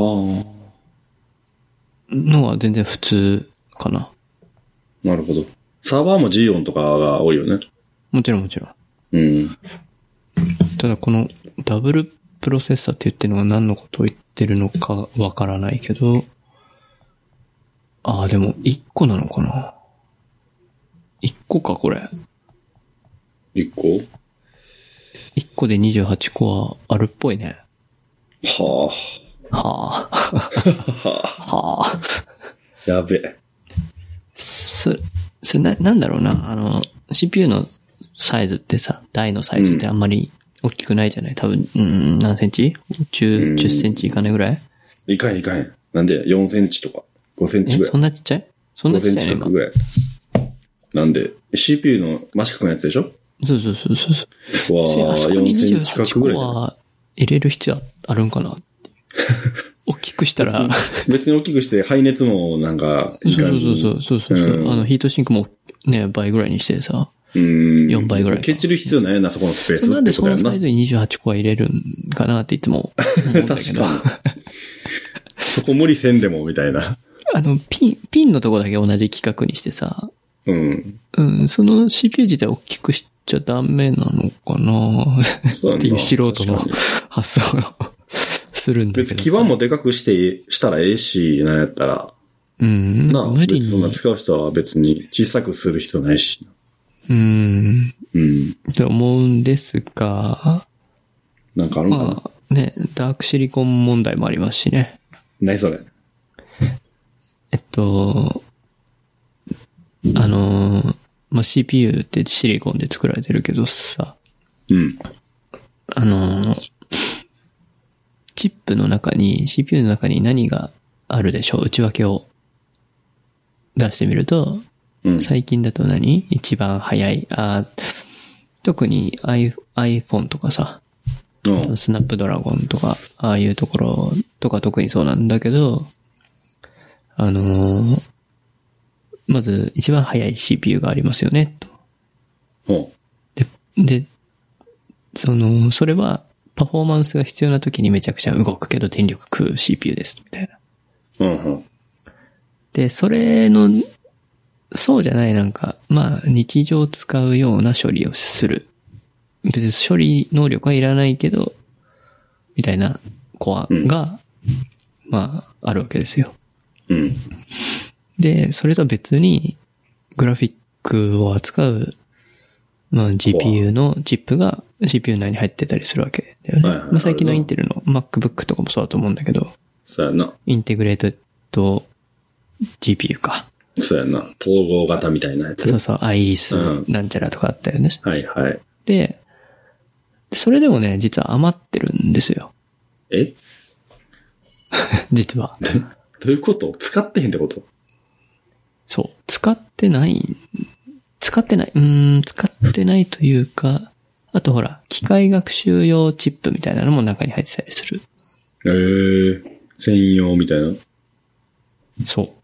Speaker 2: のは全然普通かな。
Speaker 1: なるほど。サーバーも G 音とかが多いよね。
Speaker 2: もちろんもちろん。
Speaker 1: うん。
Speaker 2: ただこのダブルプロセッサーって言ってるのは何のことを言ってるのかわからないけど、ああ、でも1個なのかな。1個か、これ。
Speaker 1: 一個
Speaker 2: 1個で28個はあるっぽいね。
Speaker 1: は
Speaker 2: はあ。はあ。
Speaker 1: あ。やべえ。
Speaker 2: それ、それな、なんだろうな。あの、CPU のサイズってさ、台のサイズってあんまり大きくないじゃない、多分、うん、何センチ ?10、10センチいかないぐらい
Speaker 1: いかへんいかへん。なんで4センチとか5セン
Speaker 2: え、
Speaker 1: チぐらい
Speaker 2: そん。なちっちゃいそん
Speaker 1: 5
Speaker 2: なち
Speaker 1: セ
Speaker 2: っ
Speaker 1: ン
Speaker 2: ちゃい
Speaker 1: チ
Speaker 2: の
Speaker 1: 角ぐらい。なんで、CPU の真四角のやつでしょ
Speaker 2: そうそうそうそうそう。
Speaker 1: わ
Speaker 2: あ
Speaker 1: あ、
Speaker 2: そこに
Speaker 1: 4センチ角
Speaker 2: 28
Speaker 1: ぐ
Speaker 2: 個
Speaker 1: らいじゃない
Speaker 2: は入れる必要あるんかな っていう大きくしたら、
Speaker 1: 別に大きくして排熱もなんかいい
Speaker 2: そ
Speaker 1: 感
Speaker 2: う
Speaker 1: じ。
Speaker 2: そうそうそうそうそう、
Speaker 1: うん
Speaker 2: あの、ヒートシンクもね、倍ぐらいにしてさ。
Speaker 1: うん。
Speaker 2: 4倍ぐらい
Speaker 1: ケチる必要ないよな、そこのスペース
Speaker 2: なん
Speaker 1: っ
Speaker 2: で
Speaker 1: て
Speaker 2: そ
Speaker 1: ことや
Speaker 2: の
Speaker 1: ん
Speaker 2: サ
Speaker 1: な
Speaker 2: イ。ズに28個は入れるんかなっていつも思うん だけど。
Speaker 1: 確そこ無理せんでも、みたいな。
Speaker 2: あの、ピン、ピンのとこだけ同じ規格にしてさ、
Speaker 1: うん。
Speaker 2: うん、その CPU 自体大きくしちゃダメなのか
Speaker 1: そう
Speaker 2: な
Speaker 1: やんな
Speaker 2: っていう素人の
Speaker 1: 確かに
Speaker 2: 発想をするんだけ
Speaker 1: 別
Speaker 2: ど。
Speaker 1: に基盤もでかくして、したらええし、なんやったら。
Speaker 2: うん、
Speaker 1: なあ、
Speaker 2: 無
Speaker 1: 別
Speaker 2: 理
Speaker 1: にそんな
Speaker 2: に、
Speaker 1: 使う人は別に小さくする必要ないし。
Speaker 2: うん、
Speaker 1: うん。
Speaker 2: って思うんですが、
Speaker 1: なんかあるんかな、
Speaker 2: まあね、ダークシリコン問題もありますしね。
Speaker 1: ないそれ。
Speaker 2: えっと、あのー、まあ、CPU ってシリコンで作られてるけどさ、
Speaker 1: うん。
Speaker 2: あのー、チップの中に、CPU の中に何があるでしょう内訳を出してみると、
Speaker 1: うん。
Speaker 2: 最近だと何一番早い。あー特に i- iPhone とかさ、
Speaker 1: うん。
Speaker 2: スナップドラゴンとか、ああいうところとか特にそうなんだけど、あのーまず一番早い CPU がありますよね、と。
Speaker 1: ほ
Speaker 2: で、で、その、それは、パフォーマンスが必要な時にめちゃくちゃ動くけど電力食う CPU です、みたいな。
Speaker 1: う。うん。うん。
Speaker 2: で、それの、そうじゃないなんか、まあ、日常使うような処理をする。別に処理能力はいらないけど、みたいなコアが、まあ、あるわけですよ。
Speaker 1: うん。
Speaker 2: で、それとは別に、グラフィックを扱う、まあ、GPU のチップが CPU 内に入ってたりするわけだよ
Speaker 1: は
Speaker 2: ね。
Speaker 1: いはいはい
Speaker 2: まあ、最近のインテルの MacBook とかもそうだと思うんだけど、
Speaker 1: そうやな。
Speaker 2: インテグレートと GPU か。
Speaker 1: そうやな。統合型みたいなやつ。
Speaker 2: そうそう、アイリス
Speaker 1: うん
Speaker 2: なんちゃらとかあったよね。
Speaker 1: はいはい。
Speaker 2: で、それでもね、実は余ってるんですよ。
Speaker 1: え
Speaker 2: 実は。
Speaker 1: どういうこと使ってへんってこと
Speaker 2: そう。使ってない、使ってない、うーん、使ってないというか、あとほら、機械学習用チップみたいなのも中に入ってたりする。
Speaker 1: ええ専用みたいな。う
Speaker 2: そ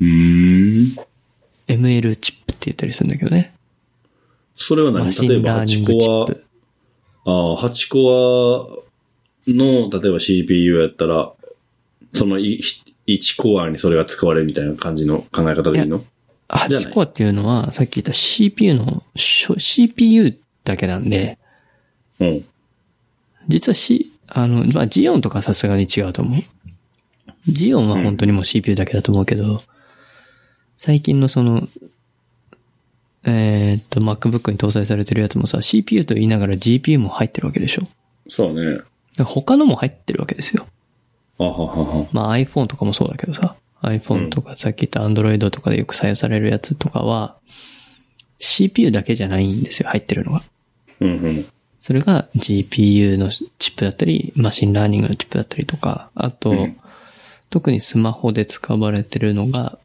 Speaker 2: う。
Speaker 1: ーん。
Speaker 2: ML チップって言ったりするんだけどね。
Speaker 1: それは
Speaker 2: マ
Speaker 1: 何
Speaker 2: シ
Speaker 1: 例え
Speaker 2: ン
Speaker 1: ば
Speaker 2: ラーニン
Speaker 1: 8
Speaker 2: グチッ
Speaker 1: コ
Speaker 2: プ。
Speaker 1: ア、ああ、8コアの、例えば CPU やったら、そのい1コアにそれが使われるみたいな感じの考え方でいいのじゃない
Speaker 2: 8コアっていうのは、さっき言った CPU の、しょ CPU だけなんで、
Speaker 1: うん。
Speaker 2: 実は C、あの、まあ、ジオンとかさすがに違うと思う。ジオンは本当にもう CPU だけだと思うけど、最近のその、えーっと、MacBook に搭載されてるやつもさ、CPU と言いながら GPU も入ってるわけでしょ。だか
Speaker 1: そうね。
Speaker 2: ら他のも入ってるわけですよ。
Speaker 1: あははは。
Speaker 2: まあ iPhone とかもそうだけどさ、iPhone とかさっき言った Android とかでよく採用されるやつとかは、CPU だけじゃないんですよ、入ってるのが。
Speaker 1: うんうん。
Speaker 2: それが GPU のチップだったり、マシンラーニングのチップだったりとか、あと、
Speaker 1: うん
Speaker 2: 特にスマホで使われてるのが、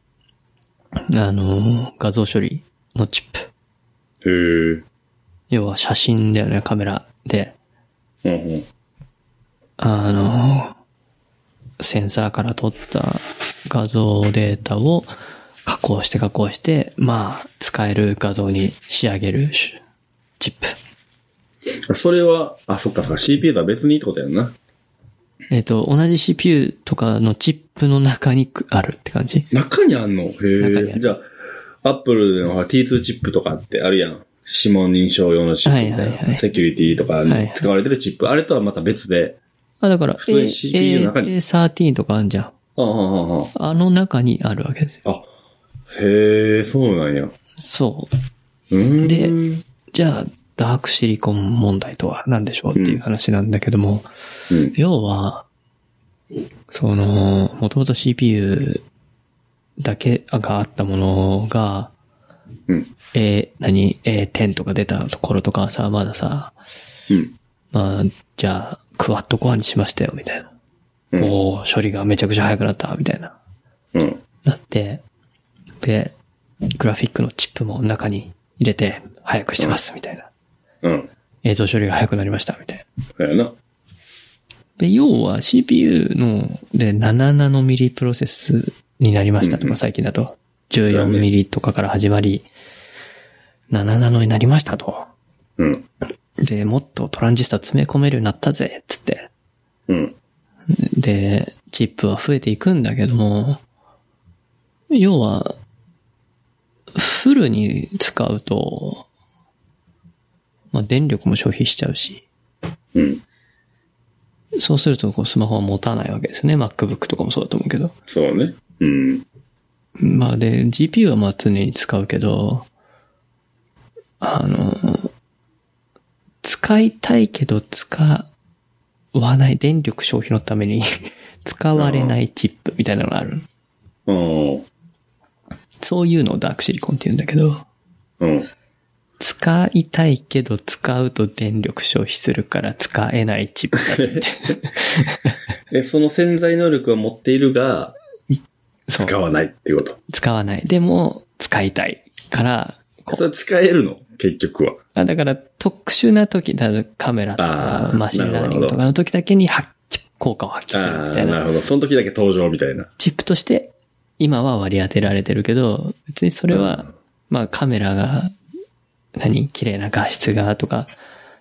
Speaker 2: あの、画像処理のチッ
Speaker 1: へ
Speaker 2: プ。
Speaker 1: え。
Speaker 2: 要は写真だよね、カメラで。
Speaker 1: うんうん。
Speaker 2: あの、センサーから撮った画像データを加工して加工して、まあ、使える画像に仕上げるしチップ。
Speaker 1: それは、あ、そっかそっか、CPU とは別にってことやんな。
Speaker 2: えっ、と、同じ CPU とかのチップの中にくあるって感じ。
Speaker 1: 中にあんの
Speaker 2: 中に
Speaker 1: へ
Speaker 2: あ
Speaker 1: え。
Speaker 2: る
Speaker 1: じゃあ、アップルのほら T2 チップとかってあるやん。指紋認証用のチップみたいな。
Speaker 2: はいはいはい
Speaker 1: セキュリティとか
Speaker 2: はい
Speaker 1: に使われてるチップ。あれとはまた別で。
Speaker 2: あ、だから、
Speaker 1: 普通に CPU の中に
Speaker 2: A13 とかあるじゃん。
Speaker 1: ああ、ああ、ああ。
Speaker 2: あの中にあるわけですよ。
Speaker 1: あ、へえ、そうなんや。う
Speaker 2: そう。
Speaker 1: ーん。
Speaker 2: で
Speaker 1: うん。
Speaker 2: じゃあ、ダークシリコン問題とは何でしょうっていう話なんだけども、要は、その、もともと CPU だけがあったものが、
Speaker 1: うん。
Speaker 2: えー、何 ?A10 とか出たところとかはさ、まださ、
Speaker 1: うん。
Speaker 2: まあ、じゃあ、クワッドコアにしましたよ、みたいな。
Speaker 1: うん
Speaker 2: おー処理がめちゃくちゃ速くなった、みたいな。
Speaker 1: うん。
Speaker 2: なって、で、グラフィックのチップも中に入れて、速くしてます、みたいな。
Speaker 1: うん。
Speaker 2: 映像処理が速くなりました、みたいな。
Speaker 1: そうやな。
Speaker 2: で、要は CPU の、で、7ナノミリプロセスになりましたとか、最近だと。14ミリとかから始まり、7ナノになりましたと。
Speaker 1: うん。
Speaker 2: で、もっとトランジスタ詰め込めるようになったぜ、つって。
Speaker 1: うん。
Speaker 2: で、チップは増えていくんだけども、要は、フルに使うと、まあ、電力も消費しちゃうし、
Speaker 1: うん。
Speaker 2: そうするとこうスマホは持たないわけですよね。MacBook とかもそうだと思うけど。
Speaker 1: そうね。うん。
Speaker 2: まあで、GPU はまあ常に使うけど、あの、使いたいけど使わない、電力消費のために 使われないチップみたいなのがある。
Speaker 1: うん。
Speaker 2: そういうのをダークシリコンって言うんだけど、
Speaker 1: うん。
Speaker 2: 使いたいけど使うと電力消費するから使えないチップだって。
Speaker 1: え、その潜在能力は持っているが、
Speaker 2: そう。
Speaker 1: 使わないっていうこと。
Speaker 2: 使わない。でも、使いたいから、こう
Speaker 1: それ使えるの結局は。
Speaker 2: あ、だから特殊な時、だからカメラとか
Speaker 1: あー
Speaker 2: マシンラーニングとかの時だけに発揮効果を発揮する
Speaker 1: あ
Speaker 2: み
Speaker 1: あ
Speaker 2: たい
Speaker 1: ー、な
Speaker 2: な。
Speaker 1: るほど。その時だけ登場みたいな。
Speaker 2: チップとして今は割り当てられてるけど、別にそれは、まあカメラが、何綺麗な画質がとか、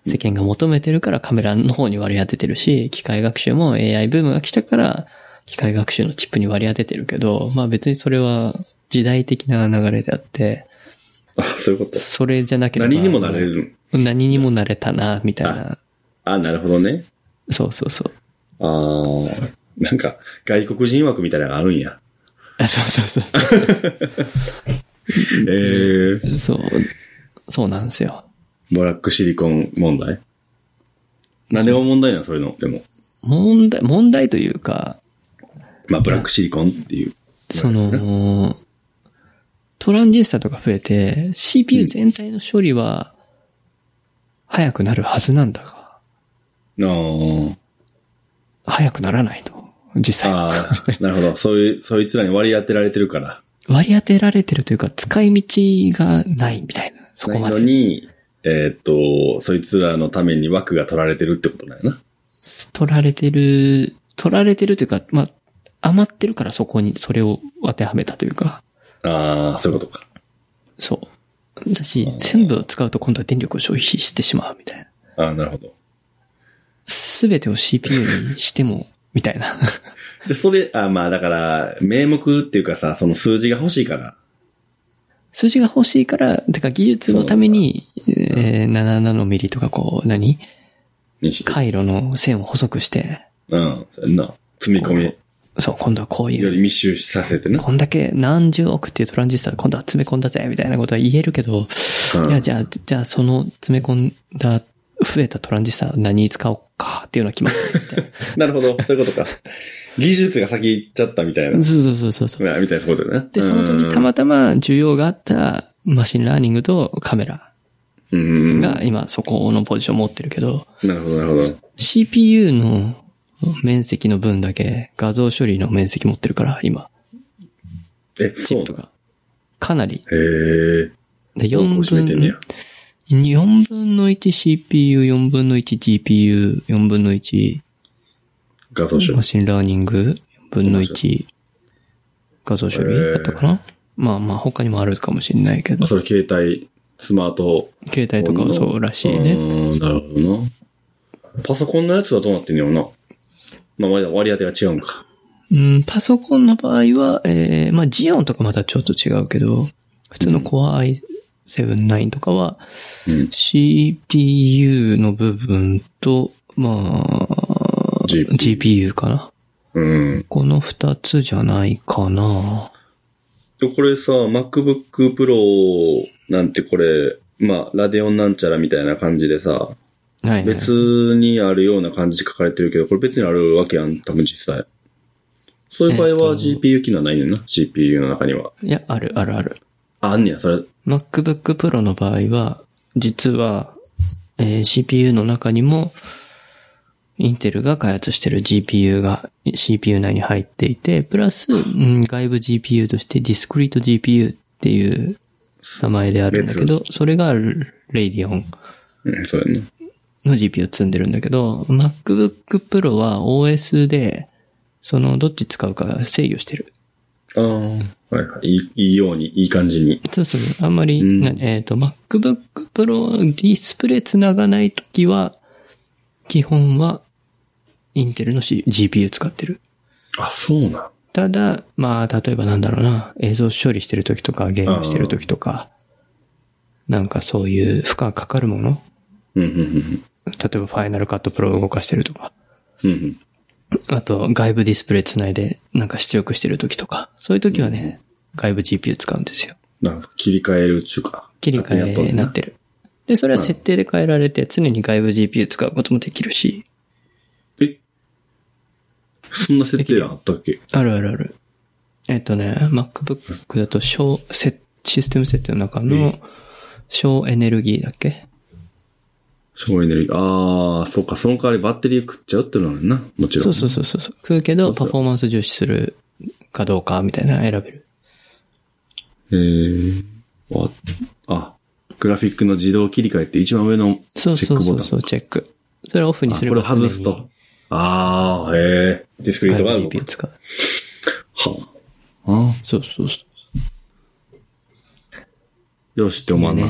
Speaker 2: 世間が求めてるからカメラの方に割り当ててるし、機械学習も AI ブームが来たから、機械学習のチップに割り当ててるけど、まあ別にそれは時代的な流れであって、
Speaker 1: あ、そういうこと。
Speaker 2: それじゃなければ。
Speaker 1: 何にもなれる。
Speaker 2: 何にもなれたな、みたいな。
Speaker 1: あ、なるほどね。
Speaker 2: そうそうそう。
Speaker 1: ああ、なんか、外国人枠みたいなのがあるんや。
Speaker 2: あ そうそうそう
Speaker 1: ええー、
Speaker 2: そう。そう。そうなんですよ。
Speaker 1: ブラックシリコン問題何でも問題なん、そういうの。でも。
Speaker 2: 問題、問題というか、
Speaker 1: まあ、ブラックシリコンっていう。
Speaker 2: その、トランジスタとか増えて、CPU 全体の処理は、早くなるはずなんだが、
Speaker 1: あ
Speaker 2: 早くならないと。実
Speaker 1: あ。
Speaker 2: 際。
Speaker 1: ああ、なるほど。そういう、そいつらに割り当てられてるから。
Speaker 2: 割り当てられてるというか、使い道がないみたいな。そこ
Speaker 1: ない
Speaker 2: ま
Speaker 1: の
Speaker 2: で。
Speaker 1: に、えーっと、そいつらのために枠が取られてるってことなんやな。
Speaker 2: 取られてる、取られてるというか、まあ、余ってるからそこにそれを当てはめたというか、
Speaker 1: ああ、そういうことか。
Speaker 2: そう。だし、全部を使うと今度は電力を消費してしまうみたいな。
Speaker 1: ああ、なるほど。
Speaker 2: すべてを CPU にして も、みたいな。
Speaker 1: じゃあ、それ、あまあ、だから、名目っていうかさ、その数字が欲しいから。
Speaker 2: 数字が欲しいから、てか技術のために、えー、7ナノミリとかこう、何
Speaker 1: にして。
Speaker 2: 回路の線を細くして、
Speaker 1: うん、そうやんな。積み込み
Speaker 2: そう、今度はこうい
Speaker 1: よ
Speaker 2: う、
Speaker 1: り密集させてな。
Speaker 2: こんだけ何十億っていうトランジスタ今度は詰め込んだぜ、みたいなことは言えるけど、
Speaker 1: うん
Speaker 2: いや、じゃあ、じゃあその詰め込んだ、増えたトランジスタ何に使おうかっていうのは決まってるみたい
Speaker 1: なるほど、そういうことか。 技術が先行っちゃったみたいな。
Speaker 2: な。そうそうそうそうそう。
Speaker 1: まあみたいなそうだよね。
Speaker 2: で、その時たまたま需要があったマシンラーニングとカメラ
Speaker 1: うんうん。なる
Speaker 2: が今そこのポジションを持ってるけど、
Speaker 1: ほど、なるほど。
Speaker 2: CPU の面積の分だけ画像処理の面積持ってるから、今、
Speaker 1: え、
Speaker 2: チ
Speaker 1: そ
Speaker 2: ッ
Speaker 1: う
Speaker 2: プが。かなり。
Speaker 1: へえ。
Speaker 2: で
Speaker 1: どうこう
Speaker 2: 4
Speaker 1: 占めてんね
Speaker 2: 分
Speaker 1: や、。
Speaker 2: 4分の 1CPU、4分の 1GPU、4分の1
Speaker 1: 画像処
Speaker 2: マ
Speaker 1: 理。
Speaker 2: シンラーニング、4分の1画像処理
Speaker 1: へー
Speaker 2: だったかなまあまあ他にもあるかもしれないけど
Speaker 1: あ、、それ携帯、スマート
Speaker 2: 携帯とかはそうらしいね。
Speaker 1: うーん、なるほどな。パソコンのやつはどうなってんのやろな。まあ、割割り当てが違うんか。
Speaker 2: うん、パソコンの場合は、えー、まあ、ジオンとかまたちょっと違うけど、普通の Core i7-9 とかは、
Speaker 1: うん
Speaker 2: CPU の部分と、まあ、
Speaker 1: G-
Speaker 2: GPU かな。
Speaker 1: うん。
Speaker 2: この二つじゃないかな。
Speaker 1: でこれさ、MacBook Pro なんてこれ、まあ、ラデオンなんちゃらみたいな感じでさ、
Speaker 2: ないね。
Speaker 1: 別にあるような感じで書かれてるけど、これ別にあるわけやん、多分実際。そういう場合は GPU 機能はないねんな、CPU の中には。
Speaker 2: いや、あるあるある。
Speaker 1: あ、あんねや、それ。
Speaker 2: MacBook Pro の場合は、実は、えー CPU の中にも、インテルが開発してる GPU が CPU 内に入っていて、プラス、うん外部 GPU としてディスクリート GPU っていう名前であるんだけど、それが Radeon
Speaker 1: うん、そうやね。
Speaker 2: の GPU を積んでるんだけど、MacBook Pro は OS で、そのどっち使うか制御してる。
Speaker 1: ああ、はいはい。いいいいように、いい感じに。
Speaker 2: そうそうそう。あんまり、
Speaker 1: ん
Speaker 2: なえっ、と、MacBook Pro ディスプレイ繋がないときは、基本は、インテルの、C、GPU 使ってる。
Speaker 1: あ、そうなん。
Speaker 2: ただ、まあ、例えばなんだろうな、映像処理してるときとか、ゲームしてるときとか、なんかそういう負荷かかるもの
Speaker 1: うん、うん、うん
Speaker 2: 例えば、ファイナルカットプロを動かしてるとか、
Speaker 1: うん。うんうん、
Speaker 2: あと、外部ディスプレイ繋いで、なんか出力してるときとか、そういうときはね、外部 GPU 使うんですよ。
Speaker 1: なんか切り替えるっちゅうか。
Speaker 2: 切り替えになってる。で、それは設定で変えられて、常に外部 GPU 使うこともできるし。
Speaker 1: えそんな設定欄あったっけ
Speaker 2: あるあるある。えっ、とね、MacBook だと小、せシステム設定の中の、小エネルギーだっけ
Speaker 1: 省エネルギー。ああ、そうか、その代わりバッテリー食っちゃうってのはあるな。もちろん。
Speaker 2: そうそうそうそう。食うけど、
Speaker 1: そ
Speaker 2: パ
Speaker 1: う
Speaker 2: フォーマンス重視するかどうかみたいなの選べる。
Speaker 1: えー、わあ、グラフィックの自動切り替えって一番上のチ
Speaker 2: そ
Speaker 1: ェ
Speaker 2: うそ
Speaker 1: ッ
Speaker 2: う
Speaker 1: ク
Speaker 2: そ
Speaker 1: ボ
Speaker 2: う
Speaker 1: タン。
Speaker 2: そう、チェック。それをオフに
Speaker 1: あ
Speaker 2: す
Speaker 1: こ
Speaker 2: れ
Speaker 1: れ
Speaker 2: ば、
Speaker 1: を外すと。。ああ、へえ。ディスクリー
Speaker 2: 外
Speaker 1: ト
Speaker 2: 部
Speaker 1: が動く
Speaker 2: GPU 使う。
Speaker 1: はあ。あ
Speaker 2: そうそうそ
Speaker 1: あ
Speaker 2: う。
Speaker 1: よしって思わんな。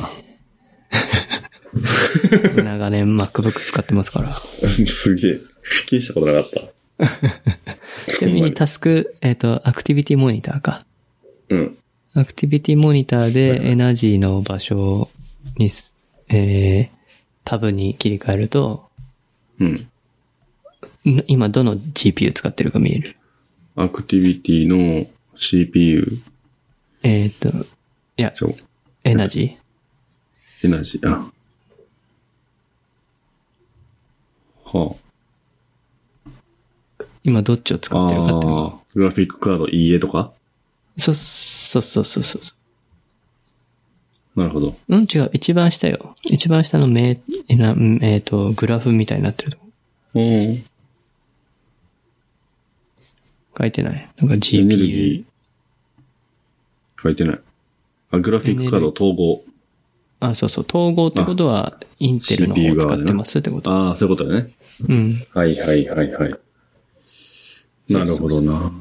Speaker 2: 長年 MacBook 使ってますから。
Speaker 1: すげえ。気にしたことなかった。
Speaker 2: ちなみにタスク、えっ、と、アクティビティモニターか。
Speaker 1: うん。
Speaker 2: アクティビティモニターでエナジーの場所にす、えー、タブに切り替えると、
Speaker 1: うん。
Speaker 2: ん今どの GPU 使ってるか見える。
Speaker 1: アクティビティの CPU、
Speaker 2: えっ、と、いや、
Speaker 1: そう、
Speaker 2: エナジ
Speaker 1: エナジー、あ。は
Speaker 2: ー。今どっちを使
Speaker 1: あ。
Speaker 2: ってるかって。
Speaker 1: ああ。グラフィックカード EA とか
Speaker 2: そ、そうそうそうそうそ
Speaker 1: なるほど。
Speaker 2: う。うん、違う。一番下よ。一番下の名、えなえっ、と、グラフみたいになってるとこ。
Speaker 1: うん。
Speaker 2: 書いてない。なんか
Speaker 1: エネル
Speaker 2: GPU。
Speaker 1: ギー。書いてない。あ、グラフィックカード統合。
Speaker 2: あ、そうそう、統合ってことは、インテルの方
Speaker 1: CPU
Speaker 2: を使
Speaker 1: 側で
Speaker 2: っ
Speaker 1: ね
Speaker 2: てますってこと。
Speaker 1: ああ、そういうことだね。
Speaker 2: うん。
Speaker 1: はいはいはいはい。なるほどな。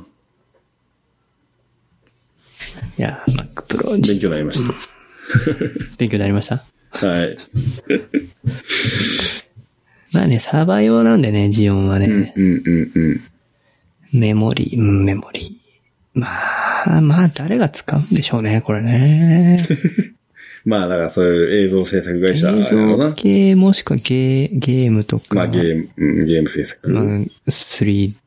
Speaker 2: いや、Mac Pro
Speaker 1: 勉強になりまし
Speaker 2: 勉強になりました
Speaker 1: た。はい。
Speaker 2: まあね、サーバー用なんでね、ジオンはね。
Speaker 1: うんうんうん。
Speaker 2: メモリー、うん、メモリー。まあ、まあ、誰が使うんでしょうね、こ れね。
Speaker 1: まあ、だからそういう映像制作会社
Speaker 2: 映
Speaker 1: なのか
Speaker 2: 像
Speaker 1: な。
Speaker 2: 系、もしくはゲー、ゲームとか、
Speaker 1: まあ、ゲーム、うん、ゲーム制
Speaker 2: う
Speaker 1: 作。
Speaker 2: ん、3、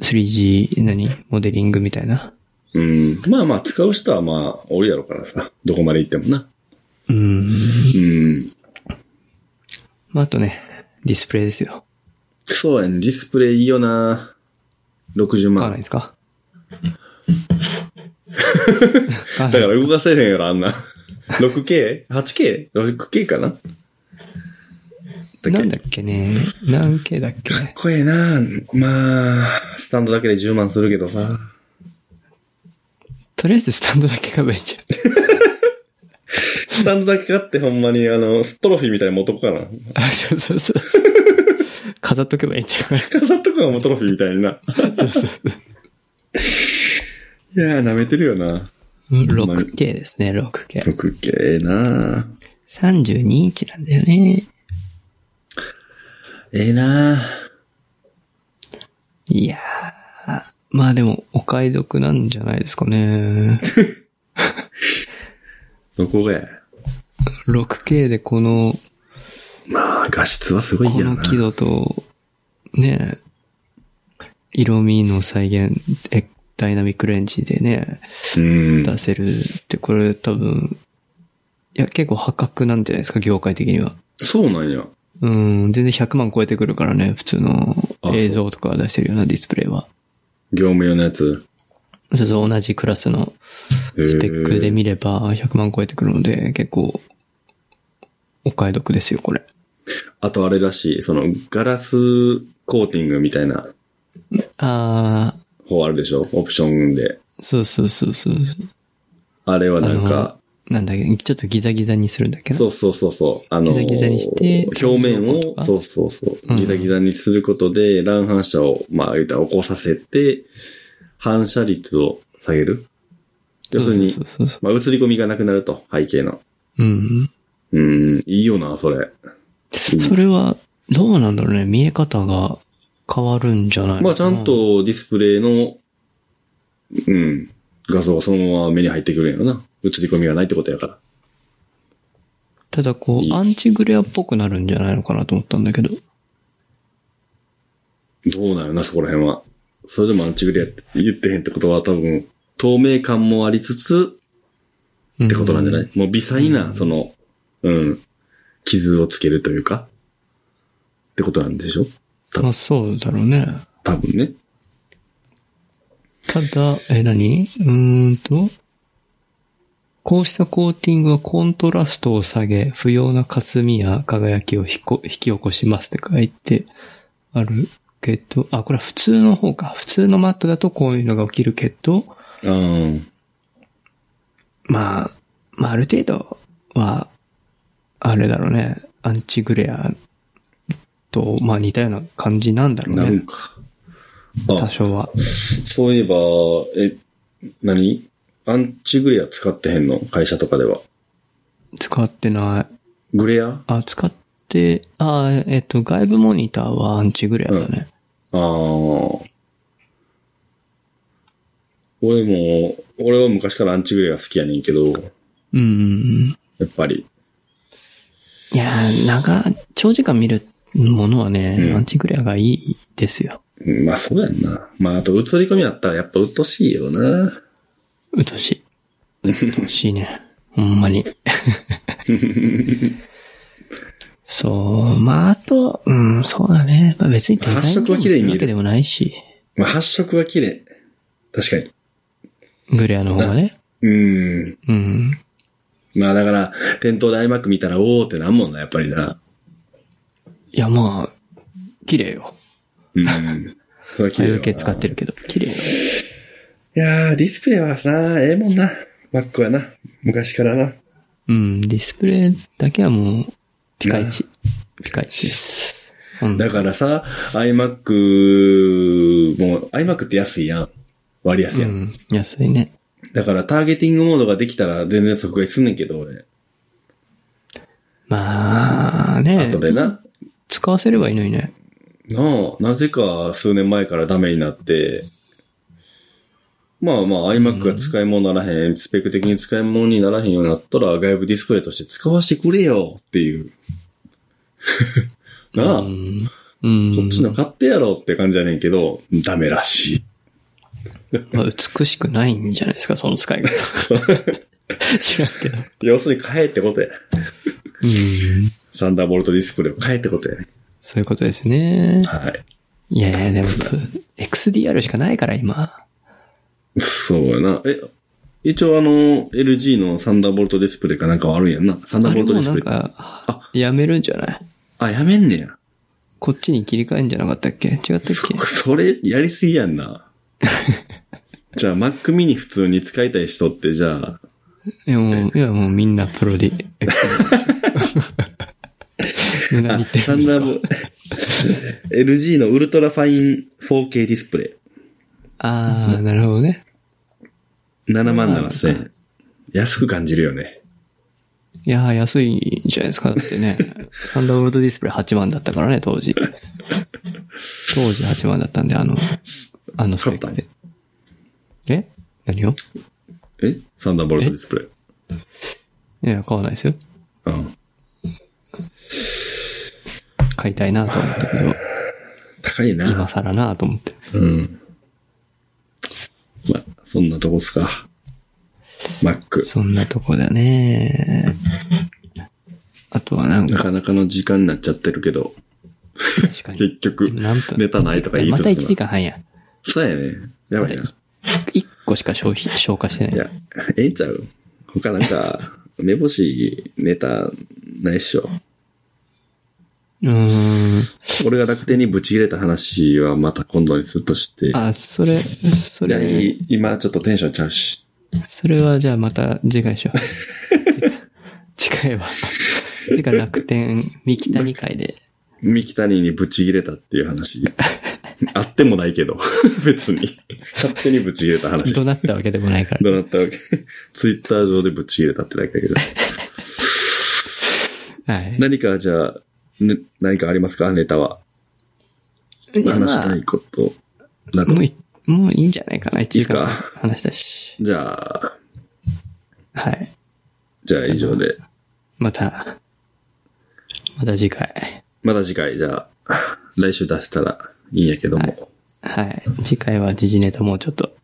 Speaker 2: 3G、何モデリングみたいな。
Speaker 1: うん。まあまあ、使う人はまあ、おるやろからさ。どこまで行ってもな。
Speaker 2: うん。
Speaker 1: うん。
Speaker 2: まあ、あとね、ディスプレイですよ。
Speaker 1: そうやね。ディスプレイいいよな。60
Speaker 2: 買わ
Speaker 1: 万
Speaker 2: ない。ですか買
Speaker 1: だ
Speaker 2: わな
Speaker 1: か
Speaker 2: い
Speaker 1: ら動かせへんやろ、あんな。6K?8K?6K かな
Speaker 2: なんだっけね。何系だっけ。
Speaker 1: こええなまあ、スタンドだけで10万するけどさ。
Speaker 2: とりあえずスタンドだけ買えばい いじゃん。
Speaker 1: スタンドだけ買ってほんまに、あの、トロフィーみたいなの持っとこうかな。
Speaker 2: あ、そうそ うそう。飾っとけばいいんちゃうか
Speaker 1: 飾っとこうかもうトロフィーみたいにな。
Speaker 2: な。そうそうそう。
Speaker 1: いやー、舐めてるよな。
Speaker 2: 6K ですね、6K。
Speaker 1: 6K ええな
Speaker 2: 32インチなんだよね。
Speaker 1: ええない
Speaker 2: やー。まあでも、お買い得なんじゃないです かね。
Speaker 1: どこがや
Speaker 2: 6K でこの、
Speaker 1: まあ、画質はすごい
Speaker 2: こ
Speaker 1: や
Speaker 2: の
Speaker 1: な。
Speaker 2: 輝度と、ね色味の再現、えダイナミックレンジでね、
Speaker 1: うん。
Speaker 2: 出せるって、これ多分、いや、結構破格なんじゃないですか、業界的には。
Speaker 1: そうなんや。
Speaker 2: うん、全然100万超えてくるからね、普通の
Speaker 1: あそう
Speaker 2: 映像とか出してるようなディスプレイは。
Speaker 1: 業務用のやつ。
Speaker 2: そうそう、同じクラスのスペックで見れば100万超えてくるので、結構、お買い得ですよ、これ。
Speaker 1: あとあれらしい、その、ガラスコーティングみたいな
Speaker 2: あ
Speaker 1: 方あるでしょオプションで。
Speaker 2: ー、そうそうそうそう。
Speaker 1: あれはなん
Speaker 2: あ
Speaker 1: か、
Speaker 2: の、なんだっけ、ちょっとギザギザにするんだけど。
Speaker 1: そうそうそうそう。あの、
Speaker 2: ギザギザにして
Speaker 1: 表面
Speaker 2: と
Speaker 1: を、
Speaker 2: か
Speaker 1: そうそうそうう。
Speaker 2: ん
Speaker 1: ギザギザにすることで、乱反射を、まあ、言うたら起こさせて、反射率を下げる。要するに
Speaker 2: そう、そうそうそ
Speaker 1: まあ、映り込みがなくなると、背景の。
Speaker 2: う。うん。
Speaker 1: うん、いいよな、それ。
Speaker 2: それは、どうなんだろうね、見え方が変わるんじゃない
Speaker 1: まあ、ちゃん。とディスプレイの、うん、画像がそのまま目に入ってくるんやろな。映り込みがないってことやから。
Speaker 2: ただこ、
Speaker 1: いうい
Speaker 2: アンチグレアっぽくなるんじゃないのかなと思ったんだけど。
Speaker 1: どうなるな、そこら辺は。それでもアンチグレアって言ってへんってことは多分、透明感もありつつ、
Speaker 2: っ
Speaker 1: ってことなんじゃない、もう微細な、その、うん、傷をつけるというか、ってことなんでしょ多
Speaker 2: ま
Speaker 1: 分
Speaker 2: あそうだろうね。
Speaker 1: 多分ね。
Speaker 2: ただ、え、何うーんと、こうしたコーティングはコントラストを下げ、不要な霞や輝きをひこ引き起こしますって書いてあるけど、あ、これは普通の方か。普通のマットだとこういうのが起きるけど、
Speaker 1: うん。
Speaker 2: まあ、まあある程度は、あれだろうね。アンチグレアと、まあ似たような感じなんだろ
Speaker 1: な
Speaker 2: う
Speaker 1: る
Speaker 2: ね。
Speaker 1: か。
Speaker 2: 多
Speaker 1: あ、
Speaker 2: 少は。
Speaker 1: そういえば、え、何アンチグレア使ってへんの会社とかでは。
Speaker 2: 使ってない。
Speaker 1: グレア
Speaker 2: あ、使って、あ、えっと、外部モニターはアンチグレアだね。
Speaker 1: ああ。俺も、俺は昔からアンチグレア好きやねんけど、
Speaker 2: うん。
Speaker 1: やっぱり。
Speaker 2: いやー、長、長時間見るものはね、
Speaker 1: うん
Speaker 2: アンチグレアがいいですよ。
Speaker 1: うんまあそうやんな。まああと映り込みだったらやっぱ鬱陶しいよな。
Speaker 2: うっとうしい。うっとうし いね。ほんまに。そう、まあ、あと、うん、そうだね。まあ、別にデザイン
Speaker 1: 発色は綺麗に見える
Speaker 2: わけでもないし、
Speaker 1: まあ発色は綺麗。確かに。
Speaker 2: グレアの方がね。
Speaker 1: うん。
Speaker 2: うん。
Speaker 1: まあだから、店頭で iMac 見たら、おーってなんもんな、やっぱりな。
Speaker 2: いや、まあ、綺麗よ。
Speaker 1: うん。 それは綺麗よな
Speaker 2: IOK 使ってるけど、綺麗よ。
Speaker 1: いやー、ディスプレイはな、ええもんな。Mac はな。昔からな。
Speaker 2: うん、ディスプレイだけはもう、ピカイチ。ピカイチです。うん
Speaker 1: だからさ、iMac も、iMac って安いやん。割安
Speaker 2: う
Speaker 1: やん。
Speaker 2: ん、安いね。
Speaker 1: だからターゲティングモードができたら全然即買いすんねんけど、俺。
Speaker 2: まあ
Speaker 1: あ
Speaker 2: ね
Speaker 1: と、でな。
Speaker 2: 使わせればいいのにね。
Speaker 1: なあ、なぜか数年前からダメになって、まあまあ iMac が使い物にならへん、スペック的に使い物にならへんようになったら外部ディスプレイとして使わせてくれよっていう。 なあ、
Speaker 2: うん。うん。
Speaker 1: こっちの買ってやろうって感じじゃねんけど、ダメらしい。
Speaker 2: まあ、美しくないんじゃないですか、その使い 方。知らんけど。
Speaker 1: 要するに買えってことや。
Speaker 2: うん。
Speaker 1: サンダーボルトディスプレイを買えってことやね。
Speaker 2: そういうことですね。
Speaker 1: はい。
Speaker 2: いやいや、でも、XDR しかないから、今。
Speaker 1: そうやな。え、一応あの、LG のサンダーボルトディスプレイかなんかはあるんやんな。サンダ
Speaker 2: あ
Speaker 1: ーボル
Speaker 2: れ
Speaker 1: トデ
Speaker 2: もう
Speaker 1: ィスプ
Speaker 2: なん
Speaker 1: レイ。
Speaker 2: か、やめるんじゃない
Speaker 1: あ、やめんねや。
Speaker 2: こっちに切り替えんじゃなかったっけ違ったっけ
Speaker 1: それ、やりすぎやん な。じゃあ、Mac mini 普通に使いたい人って、じゃあ、
Speaker 2: いや、もう、いや、もうみんなプロで。 無駄に言って
Speaker 1: サ
Speaker 2: るん
Speaker 1: ン
Speaker 2: です
Speaker 1: ダ
Speaker 2: か
Speaker 1: ーボ LG のウルトラファイン 4K ディスプレ
Speaker 2: ああ、なるほどね。
Speaker 1: イ。7万7000円。安く感じるよね。
Speaker 2: いやー、安いんじゃないですか。だってね。サンダーボルトディスプレイ8万だったからね、当時。当時8万だったんで、あの、あのスペックで。え何を
Speaker 1: えサンダーボルトディスプレイ。
Speaker 2: いや、買わないですよ。
Speaker 1: うん。
Speaker 2: 買いたいなと思 ったけど、
Speaker 1: 高いな。
Speaker 2: 今更なと思って。
Speaker 1: まあ、そんなとこっすか。Mac。
Speaker 2: そんなとこだね。あとはなん
Speaker 1: な
Speaker 2: か、
Speaker 1: かなかの時間になっちゃってるけど、
Speaker 2: 確かに。
Speaker 1: 結局、
Speaker 2: 何分
Speaker 1: ネタないとか言い
Speaker 2: ま
Speaker 1: つつ
Speaker 2: た
Speaker 1: な
Speaker 2: 1時間半や。
Speaker 1: そうやね。やばいな。
Speaker 2: 1個しか消 費、消化してないい。
Speaker 1: や、ええんちゃう他なんか、目星ネタないっしょ。
Speaker 2: うーん。
Speaker 1: 俺が楽天にブチ切れた話はまた今度にするとして。
Speaker 2: あ、それ、そ
Speaker 1: いや
Speaker 2: れ、
Speaker 1: いい今ちょっとテンションちゃうし。
Speaker 2: それはじゃあまた次回 しよう。次回は、次回楽天、三木谷会で。
Speaker 1: 三木谷にブチ切れたっていう 話。あってもないけど。 別に。勝手にブチ切れた話。
Speaker 2: 怒鳴ったわけでもないから。
Speaker 1: どうなったわけツイッター上でブチ切れたってだけだけど。
Speaker 2: はい。
Speaker 1: 何かじゃあ、ね、何かありますかネタは。
Speaker 2: まあ
Speaker 1: 話したいこと。など
Speaker 2: もうい、もういいんじゃないかな。1時間
Speaker 1: いいっ
Speaker 2: 話したし。
Speaker 1: じゃあ、
Speaker 2: はい。
Speaker 1: じゃあ以上で。
Speaker 2: また、また次回。
Speaker 1: また次回、じゃあ、 来週出せたらいいんやけども、
Speaker 2: はい。次回は時事ネタもうちょっと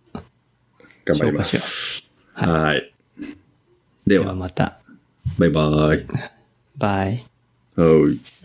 Speaker 1: 頑張り
Speaker 2: 紹
Speaker 1: ま
Speaker 2: 介しよ
Speaker 1: す。
Speaker 2: う。
Speaker 1: はい。で
Speaker 2: では
Speaker 1: は、
Speaker 2: また。
Speaker 1: バイバイ。
Speaker 2: バイ。
Speaker 1: はい。